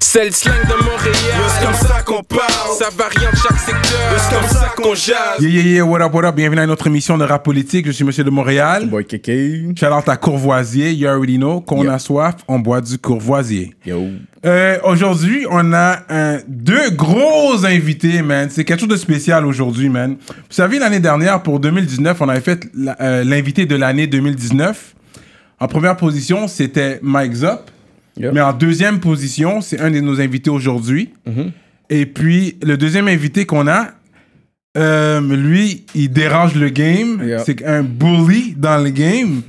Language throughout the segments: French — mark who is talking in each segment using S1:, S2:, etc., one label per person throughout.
S1: C'est le slang de Montréal.
S2: C'est comme ça qu'on parle.
S1: Ça varie en chaque secteur.
S2: C'est comme ça qu'on jase.
S3: Yeah, yeah, yeah, what up, what up? Bienvenue à une autre émission de Rap Politique. Je suis Monsieur de Montréal.
S4: Boy Kéké.
S3: Shout-out à Courvoisier. You already know, qu'on
S4: Yeah.
S3: a soif, on boit du Courvoisier.
S4: Yo.
S3: Euh, aujourd'hui, on a un- deux gros invités, man. C'est quelque chose de spécial aujourd'hui, man. Vous savez, l'année dernière, pour 2019, on avait fait la- euh, l'invité de l'année 2019. En première position, c'était Mike Zop.
S4: Yep.
S3: Mais en deuxième position, c'est un de nos invités aujourd'hui.
S4: Mm-hmm.
S3: Et puis, le deuxième invité qu'on a, euh, lui, il dérange le game.
S4: Yep.
S3: C'est un bully dans le game.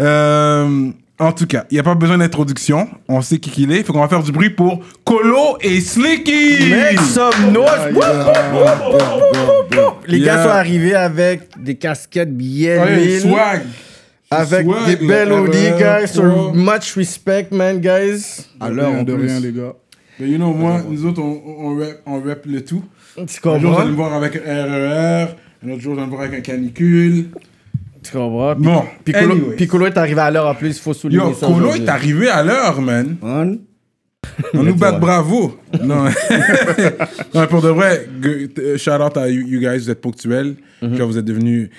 S3: Euh, en tout cas, il n'y a pas besoin d'introduction. On sait qui qu'il est. Il faut qu'on va faire du bruit pour Colo et Slicky. Ah,
S4: some noise. Wouh, wouh, wouh, wouh, wouh. Les
S3: Yeah.
S4: gars sont arrivés avec des casquettes bien
S3: Ouais,
S4: mille,
S3: swag.
S4: avec
S3: Swag,
S4: des belles
S3: là.
S4: hoodies, guys. So
S3: Wow.
S4: much respect, man, guys.
S3: Alors,
S5: rien
S3: on
S5: de
S3: peut-
S5: rien, les gars.
S3: Mais you know, moi, nous autres, on, on, on rap, on rap le tout.
S4: Tu
S3: Un jour, vous
S4: comprends?
S3: allez me voir avec un RER. Un autre jour, vous allez me voir avec un canicule.
S4: Tu comprends? Pi-
S3: Bon,
S4: Piccolo,
S3: anyway.
S4: Piccolo est arrivé à l'heure en plus, il faut souligner
S3: Yo,
S4: ça.
S3: Colo
S4: aujourd'hui.
S3: est arrivé à l'heure, man.
S5: On.
S3: On nous bat de
S4: Ouais.
S3: bravo. Non. Non, pour de vrai, gue- euh, shout out à you you guys, vous êtes ponctuels. Genre, vous êtes devenus.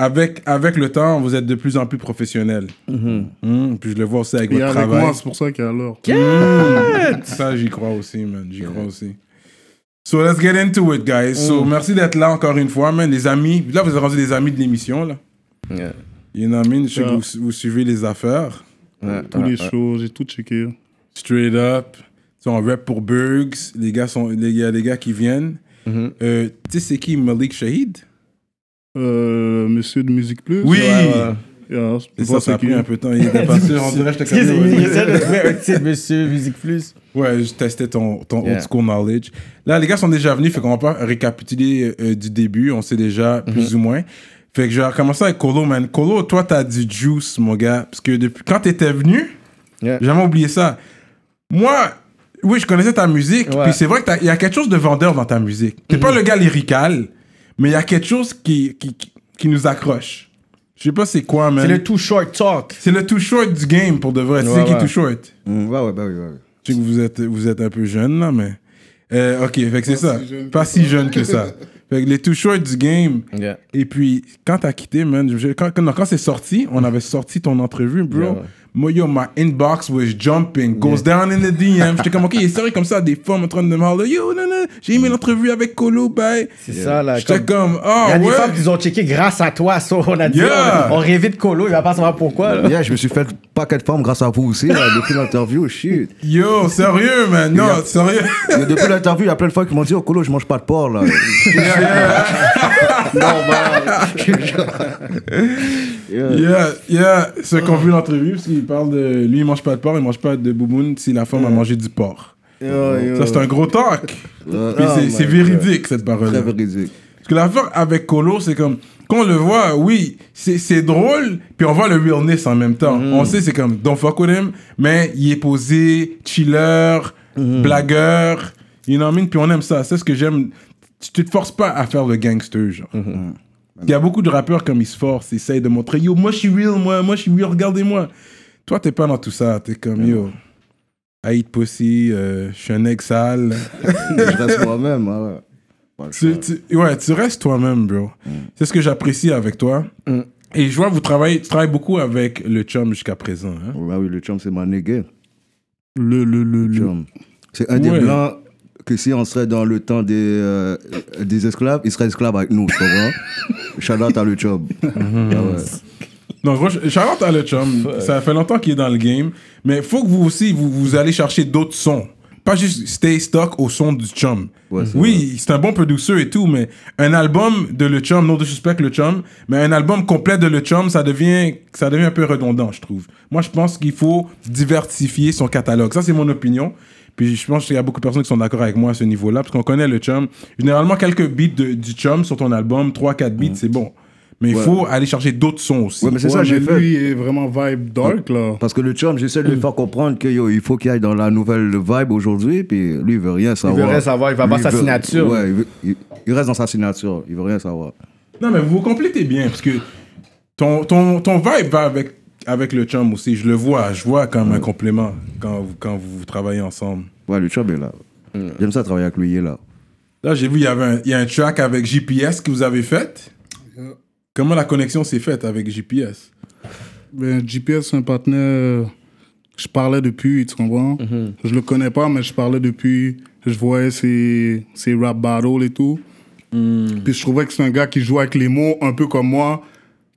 S3: Avec, avec le temps, vous êtes de plus en plus professionnels. Mm, puis je le vois aussi avec
S5: Et
S3: votre
S5: avec
S3: travail.
S5: moi, c'est pour ça qu'il y a l'heure.
S3: Ça, j'y crois aussi, man. J'y crois aussi. So, let's get into it, guys. So, merci d'être là encore une fois, man. Les amis. Là, vous êtes rendus des amis de l'émission, là.
S4: Yeah.
S3: You know what I mean? Je sais que
S5: Yeah.
S3: vous, vous suivez les affaires.
S4: Ouais,
S5: Tous
S4: ouais,
S5: les
S3: Ah,
S4: ouais.
S5: shows, j'ai tout checké.
S3: Straight up. Tu sais, on rep pour Burgs. Les gars sont, les gars, les gars qui viennent.
S4: Mhm.
S3: Euh, tu sais, c'est qui Malik Shahid?
S5: Euh, Monsieur de Musique Plus.
S3: Oui.
S4: Ouais, ouais.
S5: Yeah,
S3: Et
S5: c'est
S3: ça,
S5: pour
S3: ça a
S5: ça
S3: pris
S5: qu'il
S3: un peu de temps. Il était pas sûr. On dirait que je te
S4: Excusez-moi,
S3: connais.
S4: il essaie de trouver un titre, monsieur, Musique Plus.
S3: Ouais, je testais ton, ton
S4: Yeah.
S3: old school knowledge. Là, les gars sont déjà venus, fait qu'on va pas récapituler euh, du début, on sait déjà
S4: Mhm.
S3: plus ou moins. Fait que je vais commencer avec Colo, man. Colo, toi, t'as du juice, mon gars. Parce que depuis quand t'étais venu,
S4: Yeah.
S3: j'ai jamais oublié ça. Moi, oui, je connaissais ta musique,
S4: Ouais. Mhm.
S3: puis c'est vrai qu'il y a quelque chose de vendeur dans ta musique. T'es pas le gars lyrical, mais il y a quelque chose qui, qui, qui- qui nous accroche. Je sais pas c'est quoi, man.
S4: C'est le Too Short Talk.
S3: C'est le too short du game, pour de vrai. c'est
S4: Ouais,
S3: qui
S4: ouais.
S3: too short?
S6: Ouais, ouais, bah oui, ouais.
S3: Je sais que vous êtes, vous êtes un peu jeune, là, mais. Euh, ok, fait que c'est ça.
S5: si jeune
S3: pas
S5: que
S3: si jeune que ça. Fait que les two shorts du game.
S4: Yeah.
S3: Et puis, quand t'as quitté, man, je- quand, quand, non, quand c'est sorti, on avait sorti ton entrevue, bro.
S4: Yeah, ouais.
S3: Moi, yo, my inbox was jumping, goes down in the DM. J'étais comme, ok, il est sérieux comme ça, des femmes en train de me parler, yo, non, non, j'ai aimé l'entrevue avec Colo, bye.
S4: C'est ça, là.
S3: J'étais
S4: comme- Il
S3: comme,
S4: y
S3: ah
S4: a des femmes
S3: ouais.
S4: qui nous ont checké grâce à toi, ça. On a dit,
S3: Yeah.
S4: on, on rêvait de colo, il va pas savoir pourquoi. là.
S6: Yeah, je me suis fait paquet de formes grâce à vous aussi, là, depuis l'interview, shit.
S3: Yo, sérieux, man. Non, sérieux.
S6: Mais depuis l'interview, il y a plein de fois qui m'ont dit, oh, Colo, je mange pas de porc, là.
S3: Yeah, yeah, ceux qui ont vu l'entrevue, parce qu'il parle de. Lui, il mange pas de porc, il mange pas de bouboune si la femme a mangé du porc. Ça, c'est un gros talk. Puis c'est- c'est véridique, cette parole.
S6: Très
S3: Parce
S6: véridique.
S3: que l'affaire avec Colo, c'est comme. Quand on le voit, oui, c'est c'est drôle, puis on voit le realness en même temps. On sait, c'est comme don't fuck with him, mais il est posé, chiller, blagueur, you know what I mean? Puis on aime ça. C'est ce que j'aime. Tu tu te forces pas à faire le gangster, genre. Il y a beaucoup de rappeurs comme ils se forcent, ils essayent de montrer yo, moi je suis real, moi, moi je suis real, regardez-moi. Toi, t'es pas dans tout ça, t'es comme yo, I eat pussy, euh, je suis un ex sale.
S6: Je reste moi-même, hein, ouais. Pas le
S3: Tu-
S6: choix.
S3: tu- ouais, tu restes toi-même, bro. C'est ce que j'apprécie avec toi. Et je vois, vous travaillez, tu travailles beaucoup avec le chum jusqu'à présent. hein.
S6: Bah oui, le chum, c'est ma nigga.
S5: Le, le, le, le.
S6: Chum. C'est un
S3: Ouais.
S6: des blancs que si on serait dans le temps des, euh, des esclaves, il serait esclave avec nous, tu comprends? Shout out à le chum.
S5: Mhm.
S6: Ah ouais.
S3: Non, gros, Charlotte a le chum. Ça fait longtemps qu'il est dans le game. Mais faut que vous aussi, vous, vous allez chercher d'autres sons. Pas juste stay stock au son du chum.
S6: Ouais, c'est
S3: oui, c'est un bon producteur et tout, mais un album de le chum, non de suspect le chum, mais un album complet de le chum, ça devient, ça devient un peu redondant, je trouve. Moi, je pense qu'il faut diversifier son catalogue. Ça, c'est mon opinion. Puis je pense qu'il y a beaucoup de personnes qui sont d'accord avec moi à ce niveau-là, parce qu'on connaît le chum. Généralement, quelques beats de- du chum sur ton album, 3-4 beats, c'est bon. Mais il faut aller chercher d'autres sons aussi.
S6: Mm. Ouais, mais c'est
S5: Ouais,
S6: ça, j'ai
S5: mais
S6: fait.
S5: Lui est vraiment vibe dark, là.
S6: Parce que le chum, j'essaie de lui faire comprendre que yo, il faut qu'il aille dans la nouvelle vibe aujourd'hui, puis lui, il veut rien savoir.
S4: rien savoir, il veut avoir
S6: Lui,
S4: sa
S6: veut-
S4: signature.
S6: Ouais, il, veut- il- il reste dans sa signature, il veut rien savoir.
S3: Non, mais vous vous complétez bien, parce que ton, ton, ton vibe va avec avec le chum aussi. Je le vois, je vois comme un complément quand, vous- quand vous travaillez ensemble.
S6: Ouais, le chum est là. J'aime ça travailler avec lui, il est là.
S3: Là, j'ai vu, il y avait un, il y a un track avec GPS que vous avez fait. Euh. Comment la connexion s'est faite avec GPS
S5: Ben, GPS, c'est un partenaire. euh, Je parlais depuis, tu comprends?
S3: Mhm.
S5: Je le connais pas, mais je parlais depuis. Je voyais ses, ses rap battles et tout.
S3: Hmm.
S5: Puis je trouvais que c'est un gars qui joue avec les mots un peu comme moi,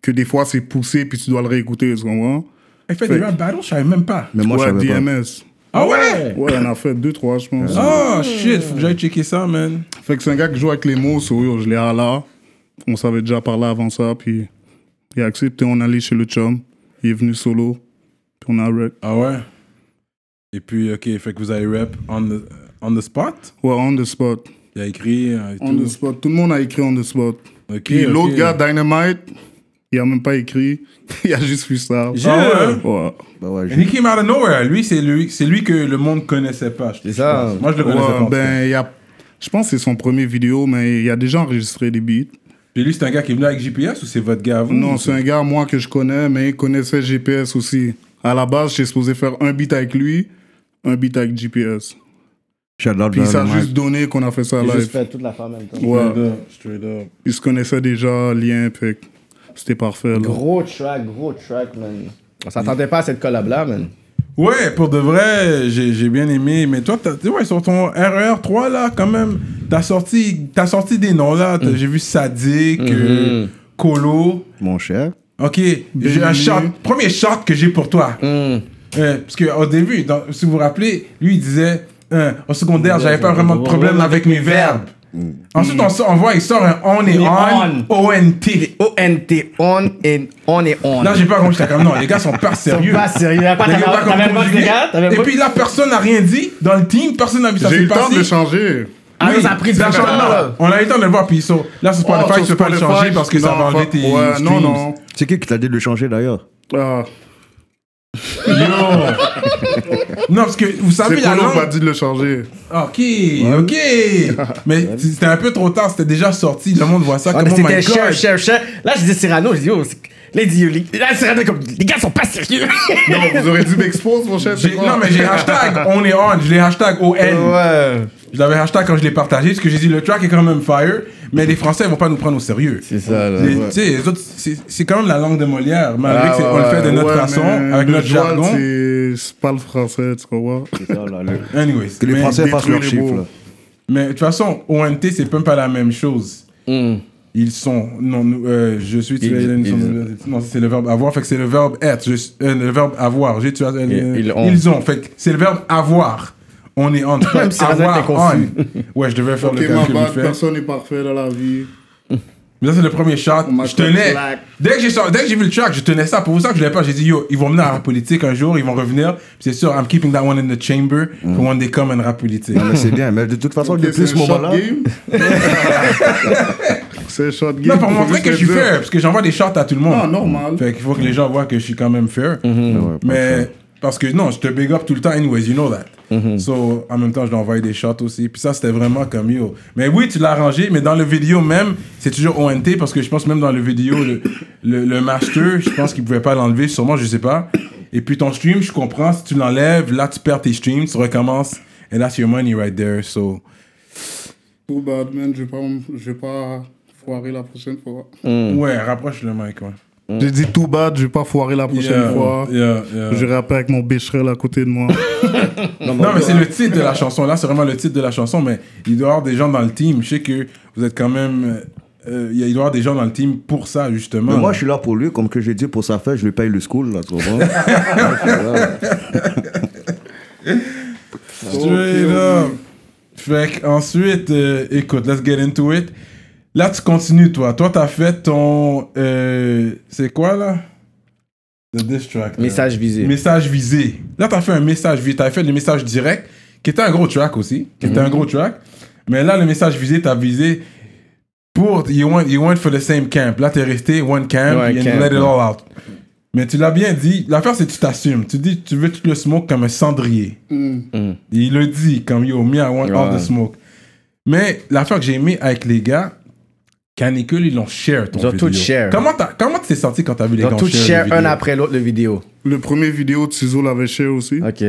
S5: que des fois c'est poussé, puis tu dois le réécouter, tu comprends?
S3: Il fait des rap battles, je savais même pas.
S6: Mais moi,
S5: ouais,
S6: je savais pas.
S5: DMS.
S3: Ah ouais
S5: Ouais, on a fait deux, trois, je pense.
S3: Oh shit, faut que j'aille checker ça, man.
S5: Fait que c'est un gars qui joue avec les mots, so, yo, je l'ai à là. On s'avait déjà parlé avant ça, puis il a accepté, on allait chez le chum. Il est venu solo, puis on a rec.
S3: Ah ouais Et puis, ok, fait que vous avez rap on the, on the spot
S5: Ouais, on the spot.
S3: Il a écrit euh, et
S5: On
S3: tout.
S5: the spot. Tout le monde a écrit on the spot.
S3: Ok,
S5: Puis
S3: ok.
S5: l'autre gars, Dynamite, il a même pas écrit. il a juste freestyle.
S3: Ah ouais
S5: Ouais.
S6: Bah ouais,
S3: And
S6: j'ai-
S3: he came out of nowhere. Lui, c'est lui, c'est lui que le monde connaissait pas. je-
S7: C'est ça.
S3: Moi, je le connaissais
S5: Ouais,
S3: pas. en tout cas.
S5: ben, il a... Je pense que c'est son premier vidéo, mais il a déjà enregistré des beats.
S3: Puis lui, c'est un gars qui est venu avec GPS ou c'est votre gars à vous
S5: Non, c'est un gars, moi, que je connais, mais il connaissait GPS aussi. À la base, j'étais supposé faire un beat avec lui, un beat avec GPS.
S6: Shout out
S5: Puis ça a
S6: Dynamite.
S5: juste donné qu'on a fait ça
S7: J'ai juste
S5: live.
S7: fait toute la femme en même temps.
S5: Ouais.
S3: Straight up.
S5: Ils se connaissaient déjà, lien, fait que c'était parfait. là.
S7: Gros track, gros track, man. On s'attendait pas à cette collab-là, man.
S3: Ouais, pour de vrai, j'ai j'ai bien aimé. Mais toi, t'as- ouais, sur ton RER3, là, quand même, t'as sorti, t'as sorti des noms, là.
S7: Mm.
S3: T'as- J'ai vu Sadik,
S7: Mm-hmm.
S3: euh, Colo.
S6: Mon cher.
S3: Ok, j'ai un shot. Premier shot que j'ai pour toi.
S7: Hmm.
S3: Euh, parce qu'au début, dans- si vous vous rappelez, lui, il disait euh, au secondaire, j'avais pas vraiment de problème avec mes verbes.
S5: Hmm.
S3: Ensuite, on, sort- on voit, il sort un on et
S7: Mais
S3: on, ONT.
S7: O-N-T, on et on et on.
S3: Là, j'ai pas compris, j'étais comme non, les gars sont pas sérieux.
S7: pas sérieux. Y'a pas-
S3: Les gars,
S7: t'avais-
S3: pas
S7: t'avais
S3: compris
S7: pas
S3: du
S7: les
S3: tout.
S7: gars, t'avais
S3: Et
S7: pas-
S3: puis là, personne n'a rien dit dans le team, personne n'a vu ça
S5: J'ai
S3: s'est
S5: eu le temps de
S3: passé.
S5: le changer.
S7: Ah,
S3: Oui,
S7: ça a pris du
S3: ça
S7: temps.
S3: change- non, On a eu le temps de le voir, puis ils sont là sur Spotify,
S5: Oh, sur
S3: tu peux pas le
S5: Spotify,
S3: changer parce que ça
S5: non,
S3: va enlever
S5: pas-
S3: tes.
S5: Ouais, non,
S3: streams.
S5: non.
S6: C'est qui qui t'a dit de le changer d'ailleurs
S5: Ah,
S3: Non, parce que vous savez,
S5: c'est
S3: Ah, la
S5: Polo qui m'a
S3: langue.
S5: dit de le changer.
S3: Ok, ok. Mais c'était un peu trop tard, c'était déjà sorti. Le monde voit ça
S7: Ah,
S3: comme
S7: mais
S3: oh
S7: C'était
S3: my
S7: cher,
S3: god.
S7: cher, cher. Là, je dis Cyrano, je dis, oh, c'est- là, il dit, les- là, Cyrano, est comme, les gars sont pas sérieux.
S5: Non, vous auriez dû m'exposer, mon cher. c'est
S3: J'ai-
S5: quoi
S3: Non, mais j'ai hashtag on est on, je l'ai hashtag ON.
S7: Ouais.
S3: Je l'avais hashtag quand je l'ai partagé parce que j'ai dit le track est quand même fire, mais les Français ils vont pas nous prendre au sérieux.
S7: C'est ça, là.
S3: Les- tu sais, les autres, c'est c'est quand même la langue de Molière, malgré
S7: Ah,
S3: que c'est-
S7: ouais,
S3: on le fait de
S7: ouais.
S3: notre
S5: Ouais,
S3: façon,
S5: mais
S3: avec
S5: le
S3: notre
S5: joual,
S3: jargon.
S5: c'est- C'est pas le français, tu comprends?
S3: Anyways,
S6: Que les
S3: mais,
S6: Français fassent
S5: détruire
S6: leurs
S5: les
S6: chiffres
S5: mots.
S6: là.
S3: mais de toute façon, ONT, c'est même pas la même chose. Ils sont. Non, nous, euh, je suis. tué,
S7: Hmm. Ils-
S3: nous sommes- non, c'est le verbe avoir, fait que c'est le verbe être. je suis- euh, le verbe avoir. J'ai tué, euh,
S7: ils ont.
S3: Ils ont, fait que c'est le verbe avoir. On est on.
S7: Même si Razak était
S3: avoir,
S7: confus.
S3: on. Ouais, je devais faire
S5: Ok,
S3: le
S5: ma
S3: calcul vite
S5: bad,
S3: fait.
S5: personne n'est parfait dans la vie.
S3: Mais ça, c'est le premier shot.
S5: m'a
S3: Je tenais.
S5: slack.
S3: Dès que j'ai sorti- dès que j'ai vu le track, je tenais ça. Pour ça que je l'avais pas, j'ai dit, yo, ils vont venir à la politique un jour, ils vont revenir. Puis C'est sûr, I'm keeping that one in the chamber
S7: Hmm.
S3: for when they come and rap politique.
S6: Non, mais c'est bien, mais de toute
S3: Oh,
S6: façon,
S5: Ok,
S6: depuis
S5: c'est
S6: ce
S5: un shot
S6: moment-là.
S5: game. C'est un shot game.
S3: Non, pour
S5: faut
S3: montrer
S5: juste
S3: que
S5: le
S3: je suis
S5: dire.
S3: fair, parce que j'envoie des shots à tout le monde.
S5: Ah, normal.
S3: Fait qu'il faut que les gens voient que je suis quand même fair.
S6: Mm-hmm. Ouais,
S3: Mais parce que non, je te big up tout le temps, anyways, you know that.
S6: Mm-hmm.
S3: So, en même temps, je dois envoyer des shots aussi. Puis ça, c'était vraiment comme yo. Mais oui, tu l'as arrangé, mais dans le vidéo même, c'est toujours ONT parce que je pense même dans le vidéo, le, le, le master, je pense qu'il pouvait pas l'enlever, sûrement, je sais pas. Et puis ton stream, je comprends, si tu l'enlèves, là, tu perds tes streams, tu recommences. And that's your money right there. So,
S5: Too bad, man. Je vais pas, m- je vais pas foirer la prochaine fois.
S6: Mm.
S3: ouais, rapproche le mic, ouais.
S5: J'ai dit too bad, je vais pas foirer la prochaine
S3: Mm-hmm. Yeah,
S5: fois.
S3: yeah, yeah.
S5: Je rappelle avec mon bécherel à côté de moi.
S3: Non, mais c'est le titre de la chanson. Là, c'est vraiment le titre de la chanson, mais il doit y avoir des gens dans le team. Je sais que vous êtes quand même. euh, il y a- il doit y avoir des gens dans le team pour ça, justement.
S6: Mais moi, je suis là pour lui, comme que j'ai dit, pour sa fête, je lui paye le school, là, tu comprends
S3: Straight up. Fait que ensuite, euh, écoute, let's get into it. Là, tu continues, toi. Toi, t'as fait ton. euh, c'est quoi, là The diss track. là.
S7: Message visé.
S3: Message visé. Là, t'as fait un message visé. T'as fait le message direct, qui était un gros track aussi. Qui
S7: Mhm.
S3: était un gros track. Mais là, le message visé, t'as visé pour. You went, you went for the same camp. Là, t'es resté one camp
S7: Ouais,
S3: and
S7: camp,
S3: let it
S7: ouais.
S3: all out. Mais tu l'as bien dit. L'affaire, c'est que tu t'assumes. Tu dis, tu veux tout le smoke comme un cendrier. Il le dit, comme yo, me, I want all
S7: Mm. Ouais.
S3: the smoke. Mais l'affaire que j'ai aimé avec les gars, Canicule, ils l'ont share ton
S7: Ils ont
S3: vidéo.
S7: tout share.
S3: Comment t'as- comment tu t'es senti quand t'as vu les
S7: Ils
S3: gens
S7: ont tout
S3: share les
S7: share un
S3: vidéos?
S7: après l'autre, le vidéo.
S5: Le premier vidéo de Ciseaux l'avait cher aussi.
S7: OK.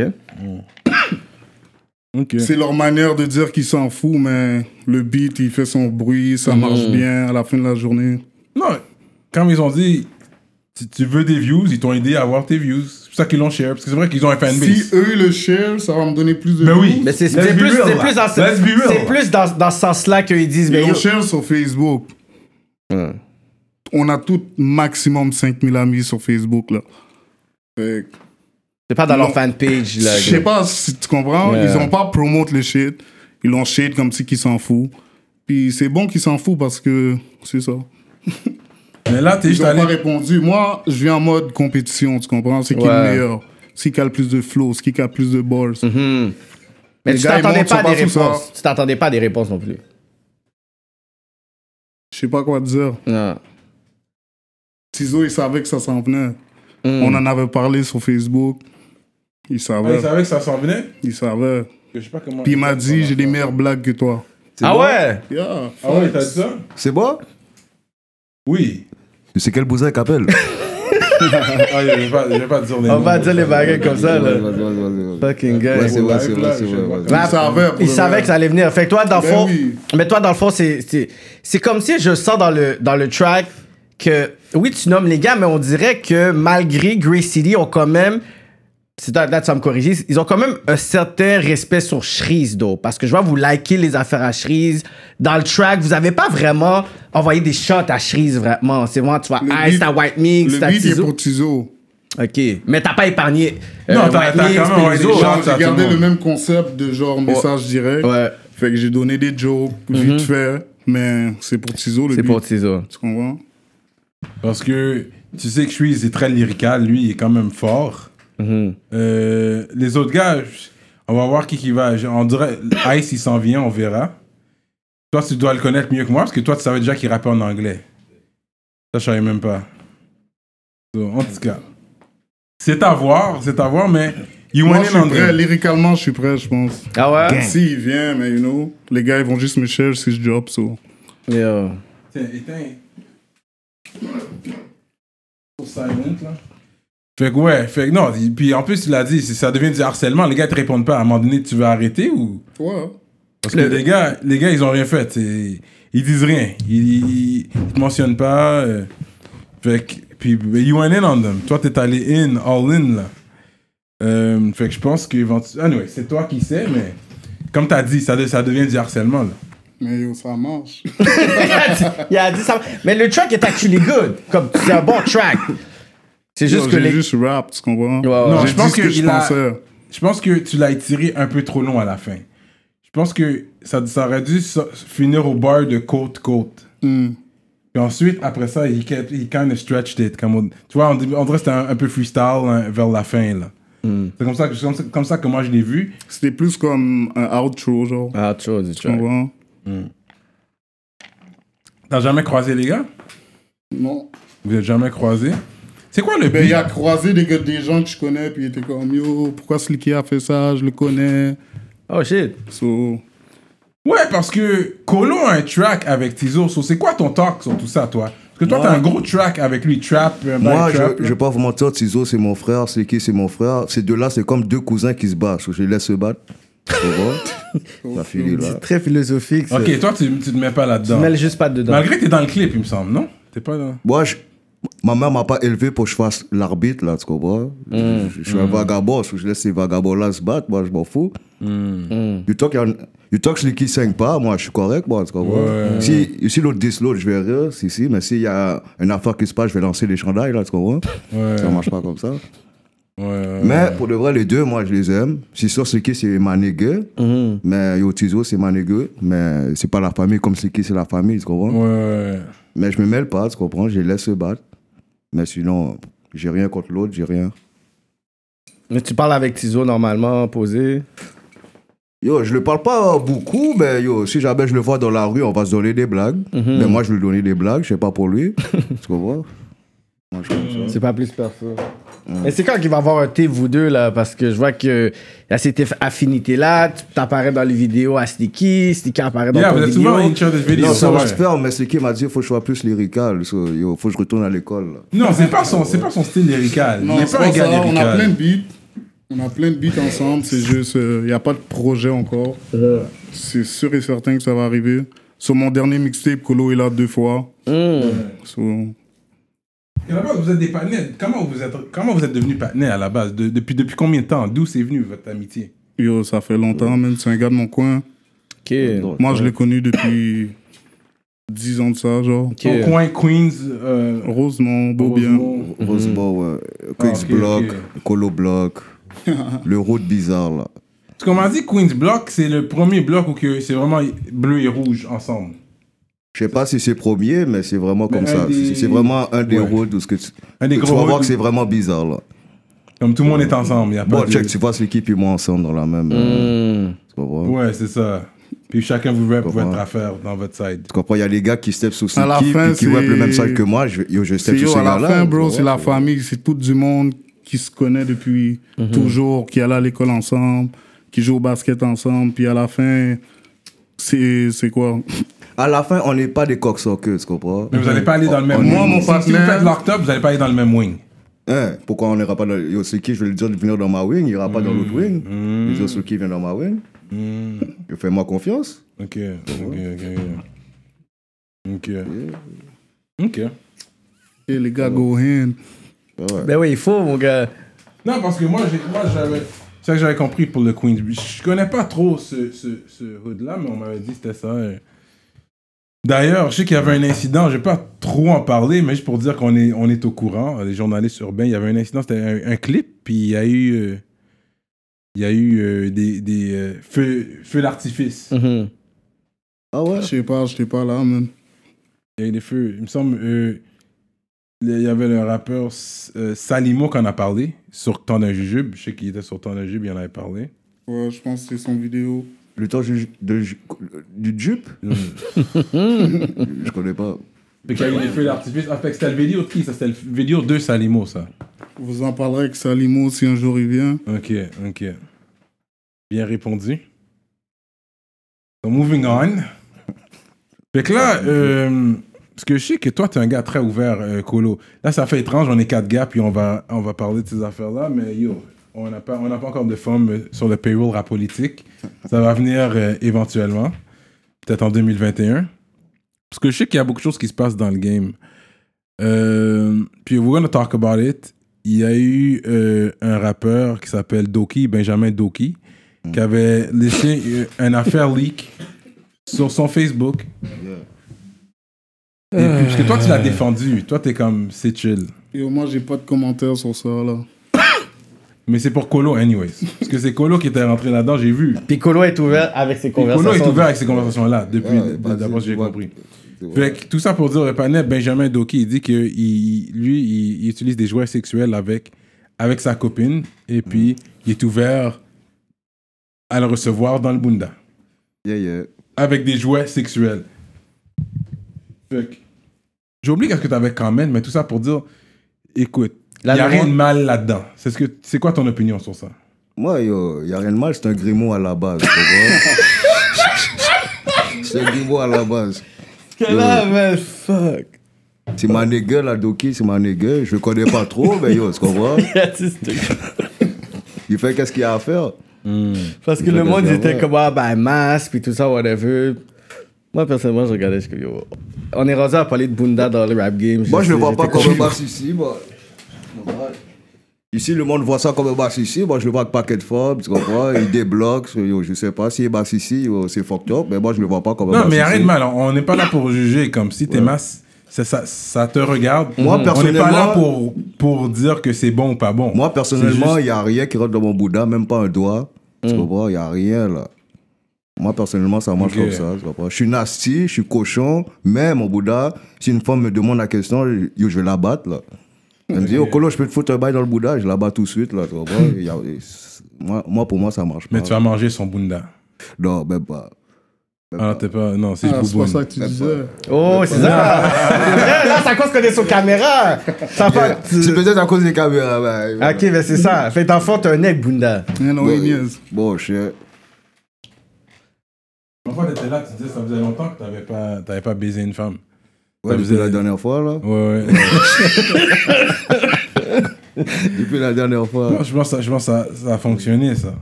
S3: Ok.
S5: C'est leur manière de dire qu'ils s'en foutent, mais le beat, il fait son bruit,
S3: Mm-hmm.
S5: ça marche bien à la fin de la journée.
S3: Non, quand ils ont dit tu, tu veux des views, ils t'ont aidé à avoir tes views. C'est pour ça qu'ils l'ont share, parce que c'est vrai qu'ils ont un fanbase.
S5: Si eux le share, ça va me donner plus de
S3: Ben oui.
S5: views.
S7: Mais c'est
S3: Let's
S7: c'est
S3: be
S7: plus,
S3: real,
S7: c'est
S3: là.
S7: plus dans,
S3: Let's be real.
S7: c'est plus dans, dans ce sens-là qu'ils disent,
S5: Ils
S7: ben,
S5: l'ont
S7: yo,
S5: share sur Facebook.
S6: Ouais.
S5: On a tout maximum 5000 amis sur Facebook, là. Fait que,
S7: c'est pas dans leur
S5: Non.
S7: fanpage. Là,
S5: je sais pas si tu comprends.
S7: Ouais.
S5: Ils ont pas promote le shit. Ils l'ont shade comme si qu'ils s'en foutent. Puis c'est bon qu'ils s'en foutent parce que c'est ça.
S3: Mais là, t'es
S5: Ils
S3: juste
S5: n'ont
S3: allé.
S5: pas répondu. Moi, je viens en mode compétition, tu comprends? C'est qui
S7: Ouais. Mm-hmm.
S5: le meilleur? C'est qui a le plus de flow? C'est qui a le plus de bars?
S7: Mais
S5: Les
S7: tu
S5: gars, ils
S7: t'attendais
S5: montent,
S7: pas à
S5: sont
S7: des
S5: pas sous ça.
S7: réponses. Tu t'attendais pas à des réponses non plus.
S5: Je sais pas quoi te dire.
S7: Non.
S3: Ah
S5: Tizo, il savait que ça s'en venait.
S7: Mm.
S5: On en avait parlé sur Facebook. Il savait.
S3: Ils savaient que ça s'en venait.
S5: Il savait.
S3: que Je sais pas comment.
S5: Puis il m'a dit, j'ai des meilleures blagues que toi.
S7: Ah ouais?
S5: Yeah.
S3: Ah ouais, t'as dit ça
S6: C'est moi
S3: Oui.
S6: C'est quel bousin qui appelle
S3: ah, je vais pas, je vais pas dire les
S7: On
S3: noms.
S7: va dire les baguettes comme ça,
S6: Vas-y,
S7: là.
S6: vas-y, vas-y, vas-y.
S7: Fucking guy.
S6: Ouais, c'est
S3: Au
S6: vrai,
S3: live,
S6: c'est
S3: là,
S6: vrai, c'est
S3: je sais
S6: vrai.
S3: pas.
S6: ouais.
S3: Bah,
S5: Il savait. pour
S7: Il
S5: de
S7: savait
S5: vrai.
S7: que ça allait venir. Fait que toi, dans le
S5: Ben
S7: fond,
S5: oui.
S7: mais toi, dans le fond, c'est, c'est, c'est comme si je sens dans le, dans le track que, oui, tu nommes les gars, mais on dirait que malgré Grey City, ont quand même, c'est là, là, tu vas me corriger, ils ont quand même un certain respect sur Shreeze, though. Parce que je vois, vous likez les affaires à Shreeze. Dans le track, vous avez pas vraiment envoyé des shots à Shreeze, vraiment. C'est vraiment, tu vois,
S5: Le
S7: Ice,
S5: beat-
S7: t'as White Mix,
S5: Le
S7: t'as
S5: beat est
S7: Tizo.
S5: pour Tizo.
S7: Ok. Mais t'as pas épargné. euh,
S3: Non, t'as-
S7: White
S3: t'as
S7: Mix, puis
S3: quand même envoyé
S7: les
S3: des
S7: autres.
S3: shots.
S5: Genre,
S3: ça,
S5: J'ai gardé
S3: tout le
S5: le
S3: monde.
S5: même concept de genre message direct.
S7: Ouais.
S5: Fait que j'ai donné des jokes
S3: Mhm.
S5: vite fait. Mais c'est pour Tizo le
S7: C'est
S5: beat.
S7: pour Tizo.
S5: Tu comprends?
S3: Parce que tu sais que Shreeze est très lyrical, lui, il est quand même fort. Euh, les autres gars, je- on va voir qui qui va. Je- On dirait, Ice, il s'en vient, on verra. Toi, tu dois le connaître mieux que moi, parce que toi, tu savais déjà qu'il rappait en anglais. Ça, je savais même pas. So, en tout cas, c'est à voir, c'est à voir, mais you
S5: Moi,
S3: went
S5: je
S3: in on
S5: suis prêt.
S3: that.
S5: Lyricalement, je suis prêt, je pense.
S7: Ah ouais?
S5: Si il vient, mais you know, les gars, ils vont juste me chercher si je job, so.
S7: Yo.
S3: Tiens, éteins. Pour silent, là. Fait que ouais, fait que non, il- puis en plus il a dit, si ça devient du harcèlement, les gars te répondent pas, à un moment donné tu veux arrêter ou...
S5: Ouais.
S3: Parce que les gars, les gars ils ont rien fait, c'est- ils disent rien, ils, ils, ils te mentionnent pas, euh. fait que, puis but you went in on them, toi t'es allé in, all in là. Euh, fait que je pense qu'éventuellement, anyway, c'est toi qui sais, mais comme t'as dit, ça, de- ça devient du harcèlement là.
S5: Mais yo, ça marche.
S7: Il a dit ça. Mais le track est actually good. Comme c'est un bon track. C'est juste
S5: Yo,
S7: que
S5: j'ai
S7: les.
S5: juste rap, tu comprends?
S7: Ouais, ouais.
S3: Non,
S5: J'ai
S3: je
S5: dit
S3: pense
S5: ce que
S3: que
S5: je
S3: il a-
S5: pensais.
S3: Je pense que tu l'as étiré un peu trop long à la fin. Je pense que ça, ça aurait dû so- finir au bar de côte-côte. Puis ensuite, après ça, il, kept- il kind of stretched it. Comme on- tu vois, on, dit- on dirait que c'était un, un peu freestyle hein, vers la fin. là. C'est comme ça, que, comme, ça, comme ça que moi je l'ai vu.
S5: C'était plus comme un outro, genre.
S7: Ah, tu vois, du
S5: Tu
S7: track.
S5: comprends?
S3: T'as jamais croisé les gars
S5: Non.
S3: Vous êtes jamais croisés C'est quoi le
S5: Ben,
S3: beat
S5: il a croisé des, gars- des gens que je connais, puis il était comme, yo, pourquoi Slicky a fait ça? Je le connais.
S7: Oh shit.
S5: So,
S3: Ouais, parce que Colo a un track avec Tizo. So, c'est quoi ton talk sur tout ça, toi Parce que toi, t'as un gros track avec lui, Trap, un bail
S6: Moi,
S3: trap,
S6: je, je
S3: là.
S6: vais pas vous mentir, Tizo, c'est mon frère, c'est qui, c'est mon frère. Ces deux-là, c'est comme deux cousins qui se battent. Je les laisse se battre. Tu vois Ça finit là.
S7: Très philosophique. Ça.
S3: Ok, toi, tu, tu te mets pas là-dedans.
S7: Mêle juste pas dedans.
S3: Malgré que t'es dans le clip, il me semble, non T'es pas dans...
S6: Moi, je- ma mère m'a pas élevé pour que je fasse l'arbitre, là, tu comprends
S3: Mm.
S6: je, je suis un vagabond, je laisse ces vagabonds-là se battre, moi, je m'en fous.
S3: Mm.
S6: Du temps qu'il y a un- du temps que je les qui 5 pas, moi, je suis correct, moi, tu comprends Si, si l'autre dit l'autre, je vais rire, si, si, mais s'il y a une affaire qui se passe, je vais lancer les chandails, là, tu comprends
S3: Ouais.
S6: Ça marche pas comme ça.
S3: Ouais, ouais.
S6: Mais pour de vrai, les deux, moi, je les aime. C'est sûr, Siki, c'est ma nigga.
S3: Mm.
S6: Mais Yo Tizo, c'est ma nigga. Mais c'est pas la famille comme Siki, c'est la famille, tu comprends?
S3: Ouais, ouais.
S6: Mais je me mêle pas, tu comprends? Je les laisse se battre. Mais sinon, j'ai rien contre l'autre, j'ai rien.
S7: Mais tu parles avec Tizo normalement, posé.
S6: Yo, je le parle pas beaucoup, mais yo, si jamais je le vois dans la rue, on va se donner des blagues. Mais moi, je lui donner des blagues, je sais pas pour lui. tu comprends? Moi, je comme ça.
S7: C'est pas plus perso. Mais c'est quand qu'il va avoir un thé, vous deux, là? Parce que je vois que y a cette affinité-là. Tu t'apparais dans les vidéos à Sticky, Sticky apparaît dans
S3: Yeah,
S7: ton
S3: vous êtes
S7: vidéo.
S3: souvent in each other's videos.
S6: Non, ça va
S3: ouais.
S6: se faire, mais c'est qui m'a dit, faut que je sois plus lyrical. so, yo, faut que je retourne à l'école. là.
S3: Non, c'est pas son, c'est pas son style lyrical.
S5: Non,
S3: il est
S5: c'est
S3: pas un
S5: pas
S3: gars
S5: ça, on a plein de
S3: lyrical.
S5: beats. On a plein de beats ensemble. C'est juste, il n'y a pas de projet encore. C'est sûr et certain que ça va arriver. Sur mon dernier mixtape, Colo est là deux fois.
S3: Mm.
S5: So,
S3: Et là-bas, vous êtes des partenaires. Comment vous êtes, comment vous êtes devenus partenaires à la base De- Depuis depuis combien de temps D'où c'est venu votre amitié
S5: yo, ça fait longtemps, même. C'est un gars de mon coin.
S7: Ok.
S6: Donc,
S5: Moi, je l'ai connu depuis 10 ans de ça, genre.
S7: Ok.
S3: Au coin Queens. euh,
S5: Rosemont, Beaubien.
S3: Rosemont.
S6: Rosebo, ouais. Quicks
S3: Ah, ok,
S6: euh, Block,
S3: ok.
S6: Colo Block, le road bizarre là.
S3: Parce qu'on m'a dit Queens Block, c'est le premier bloc où que c'est vraiment bleu et rouge ensemble.
S6: Je sais pas si c'est premier, mais c'est vraiment
S3: Mais
S6: comme
S3: un
S6: ça.
S3: des-
S6: C'est- C'est vraiment un des
S3: Ouais.
S6: roads où ce que tu,
S3: Un des
S6: tu
S3: gros
S6: vas voir
S3: roads.
S6: que c'est vraiment bizarre là.
S3: Comme tout le monde est ensemble. Y a pas
S6: Bon,
S3: de-
S6: check, tu vois, c'est l'équipe et moi ensemble dans la même. euh, tu vas voir.
S3: Ouais, c'est ça. Puis chacun vous rap
S6: Comprends.
S3: votre affaire dans votre side.
S6: Tu comprends, il y a les gars qui step sous
S5: À la
S6: Sneaky,
S5: fin,
S6: puis qui
S5: c'est-
S6: rappent le même sac que moi, je, yo, je
S5: C'est
S6: step sous
S5: yo,
S6: ces
S5: à la
S6: gars-là.
S5: fin, bro,
S6: Ouais,
S5: c'est la famille, c'est tout du monde qui se connaît depuis
S7: Mhm.
S5: toujours, qui allait à l'école ensemble, qui joue au basket ensemble, puis à la fin, c'est c'est quoi
S6: À la fin, on n'est pas des cocksuckers, tu comprends
S3: Mais vous allez pas aller dans le même
S6: On-
S3: wing.
S5: Moi,
S3: Si-
S5: mon
S3: Si vous
S5: partenaire-
S3: faites leur top, vous allez pas aller dans le même wing.
S6: Hein, pourquoi on n'ira pas dans... Yo, Suki, je vais lui dire de venir dans ma wing, il ira pas dans
S3: Hmm.
S6: l'autre wing. Je dis, Suki, viens dans ma wing. Yo, Fais-moi confiance.
S3: Ok, ok, ok, ok. Ok. Ok.
S5: Et les gars, go hand.
S7: Ben oui, il faut, mon gars.
S3: Non, parce que moi, j'ai- moi, j'avais. C'est ça que j'avais compris pour le Queens. Je connais pas trop ce, ce, ce hood-là, mais on m'avait dit que c'était ça. euh. D'ailleurs, je sais qu'il y avait un incident, je vais pas trop en parler, mais juste pour dire qu'on est, on est au courant, les journalistes urbains, il y avait un incident, c'était un, un clip, puis il y a eu, euh, il y a eu euh, des, des euh, feux, feux d'artifice.
S6: Ah ouais
S5: Je sais pas, je sais pas là, man.
S3: Il y a eu des feux, il me semble, euh, il y avait le rappeur euh, Salimo qui en a parlé, sur Temps d'un Jujube, je sais qu'il était sur Temps d'un Jujube, il en avait parlé.
S5: Ouais, je pense que c'est son vidéo.
S6: Le temps ju- de ju- du jupe Je connais pas.
S3: Fait qu'il y a eu des feux d'artifice. Ah, fait que c'était le vidéo de qui Ça, c'était le vidéo de Salimo, ça.
S5: Vous en parlerez avec Salimo si un jour il vient.
S3: Ok, ok. Bien répondu. So, moving on. Fait que là, euh, parce que je sais que toi, t'es un gars très ouvert, euh, Colo. Là, ça fait étrange, on est quatre gars, puis on va, on va parler de ces affaires-là, mais yo, on n'a pas, on n'a pas encore de femmes euh, sur le payroll rap politique. Ça va venir euh, éventuellement, peut-être en 2021. Parce que je sais qu'il y a beaucoup de choses qui se passent dans le game. Euh, puis we're gonna talk about it. Il y a eu euh, un rappeur qui s'appelle Doki, Benjamin Doki, qui
S6: Mm.
S3: avait laissé euh, un affaire leak sur son Facebook. Et puis, parce que toi, tu l'as défendu. Toi, t'es comme, c'est chill.
S5: Et moi, j'ai pas de commentaires sur ça là.
S3: Mais c'est pour Colo, anyways. Parce que c'est Colo qui était rentré là-dedans, j'ai vu.
S7: Puis Colo est ouvert avec ses
S3: Puis Colo
S7: conversations.
S3: est ouvert avec ces conversations-là, depuis,
S6: Ouais,
S3: d- d'abord,
S6: tu
S3: j'ai
S6: vois-
S3: compris.
S6: tu vois.
S3: Fait que tout ça pour dire, le panel Benjamin Doki, il dit que il- il- lui, il, il utilise des jouets sexuels avec, avec sa copine et puis il est ouvert à le recevoir dans le Bunda
S6: Yeah, yeah.
S3: avec des jouets sexuels. Fait que j'ai oublié qu'est-ce que tu avais quand même, mais tout ça pour dire, écoute, il
S7: La
S3: n'y a
S7: loi-
S3: rien de mal là-dedans. C'est ce que- c'est quoi ton opinion sur ça?
S6: Moi, yo, y a rien de mal, c'est un grimo à la base, tu vois. c'est un grimo à la base.
S7: Quel homme, man, Ah, fuck.
S6: C'est ma nigga, la Doki, c'est ma nigga. Je le connais pas trop, mais yo, tu comprends Il fait qu'est-ce qu'il y a à faire.
S7: Parce que
S6: Il
S7: le
S6: fait
S7: monde
S6: des
S7: était
S6: erreurs.
S7: comme, ah, ben, masque, puis tout ça, whatever. Moi, personnellement, je regardais, je suis comme, yo. On est rendu à parler de Bunda dans le rap game.
S6: Moi, je le
S7: sais,
S6: vois pas
S7: j'étais
S6: comme un bass ici, moi. Ici, le monde voit ça comme un bass ici. Moi, je le vois avec paquet de femmes, tu comprends Il débloque, so, yo, je sais pas. S'il est bass ici, yo, c'est fucked up, mais moi, je le vois pas comme un
S3: Non,
S6: bass
S3: mais y a
S6: ici.
S3: rien de mal. On on n'est pas là pour juger. Comme si t'es masse, ça, ça, ça te regarde.
S6: Moi,
S3: On n'est pas là
S6: personnellement-
S3: pour, pour dire que c'est bon ou pas bon.
S6: Moi, personnellement,
S3: C'est
S6: il n'y a rien qui rentre dans mon Bouddha, même pas un doigt. Tu comprends Il n'y a rien, là. Moi, personnellement, ça marche
S3: Ok.
S6: comme ça. Tu comprends Je suis nasty, je suis cochon, mais mon Bouddha, si une femme me demande la question, yo, je vais la battre, là. Elle me dit, oh, Colo, je peux te foutre un bail dans le Bouddha, je la bats tout de suite, là. Tu comprends
S3: Hmm.
S6: Il y a- moi, moi, pour moi, ça marche pas.
S3: Mais tu vas manger son bunda.
S6: Non, même pas.
S3: Ah, t'es pas. Non, c'est
S5: Ah, c'est
S3: Bouboune.
S5: pour ça que tu disais.
S7: Oh, c'est ça. C'est vrai, là, c'est à cause qu'on est sur caméra. Ça
S3: Ah,
S7: fait-
S6: C'est peut-être à cause des caméras. ouais.
S7: Ok, ben c'est ça. Fait d'enfant, t'as un nec, Bunda.
S5: Eh Non,
S6: Bon,
S5: il niaise.
S6: Bon, shit.
S3: Une fois, t'étais là, tu disais, ça faisait longtemps que t'avais pas, t'avais pas baisé une femme. Ça
S6: Ouais, depuis
S3: faisait-
S6: la dernière fois, là.
S3: Ouais, ouais.
S6: Depuis la dernière fois.
S3: Non, je pense, que ça- je pense que ça, ça a fonctionné, ça.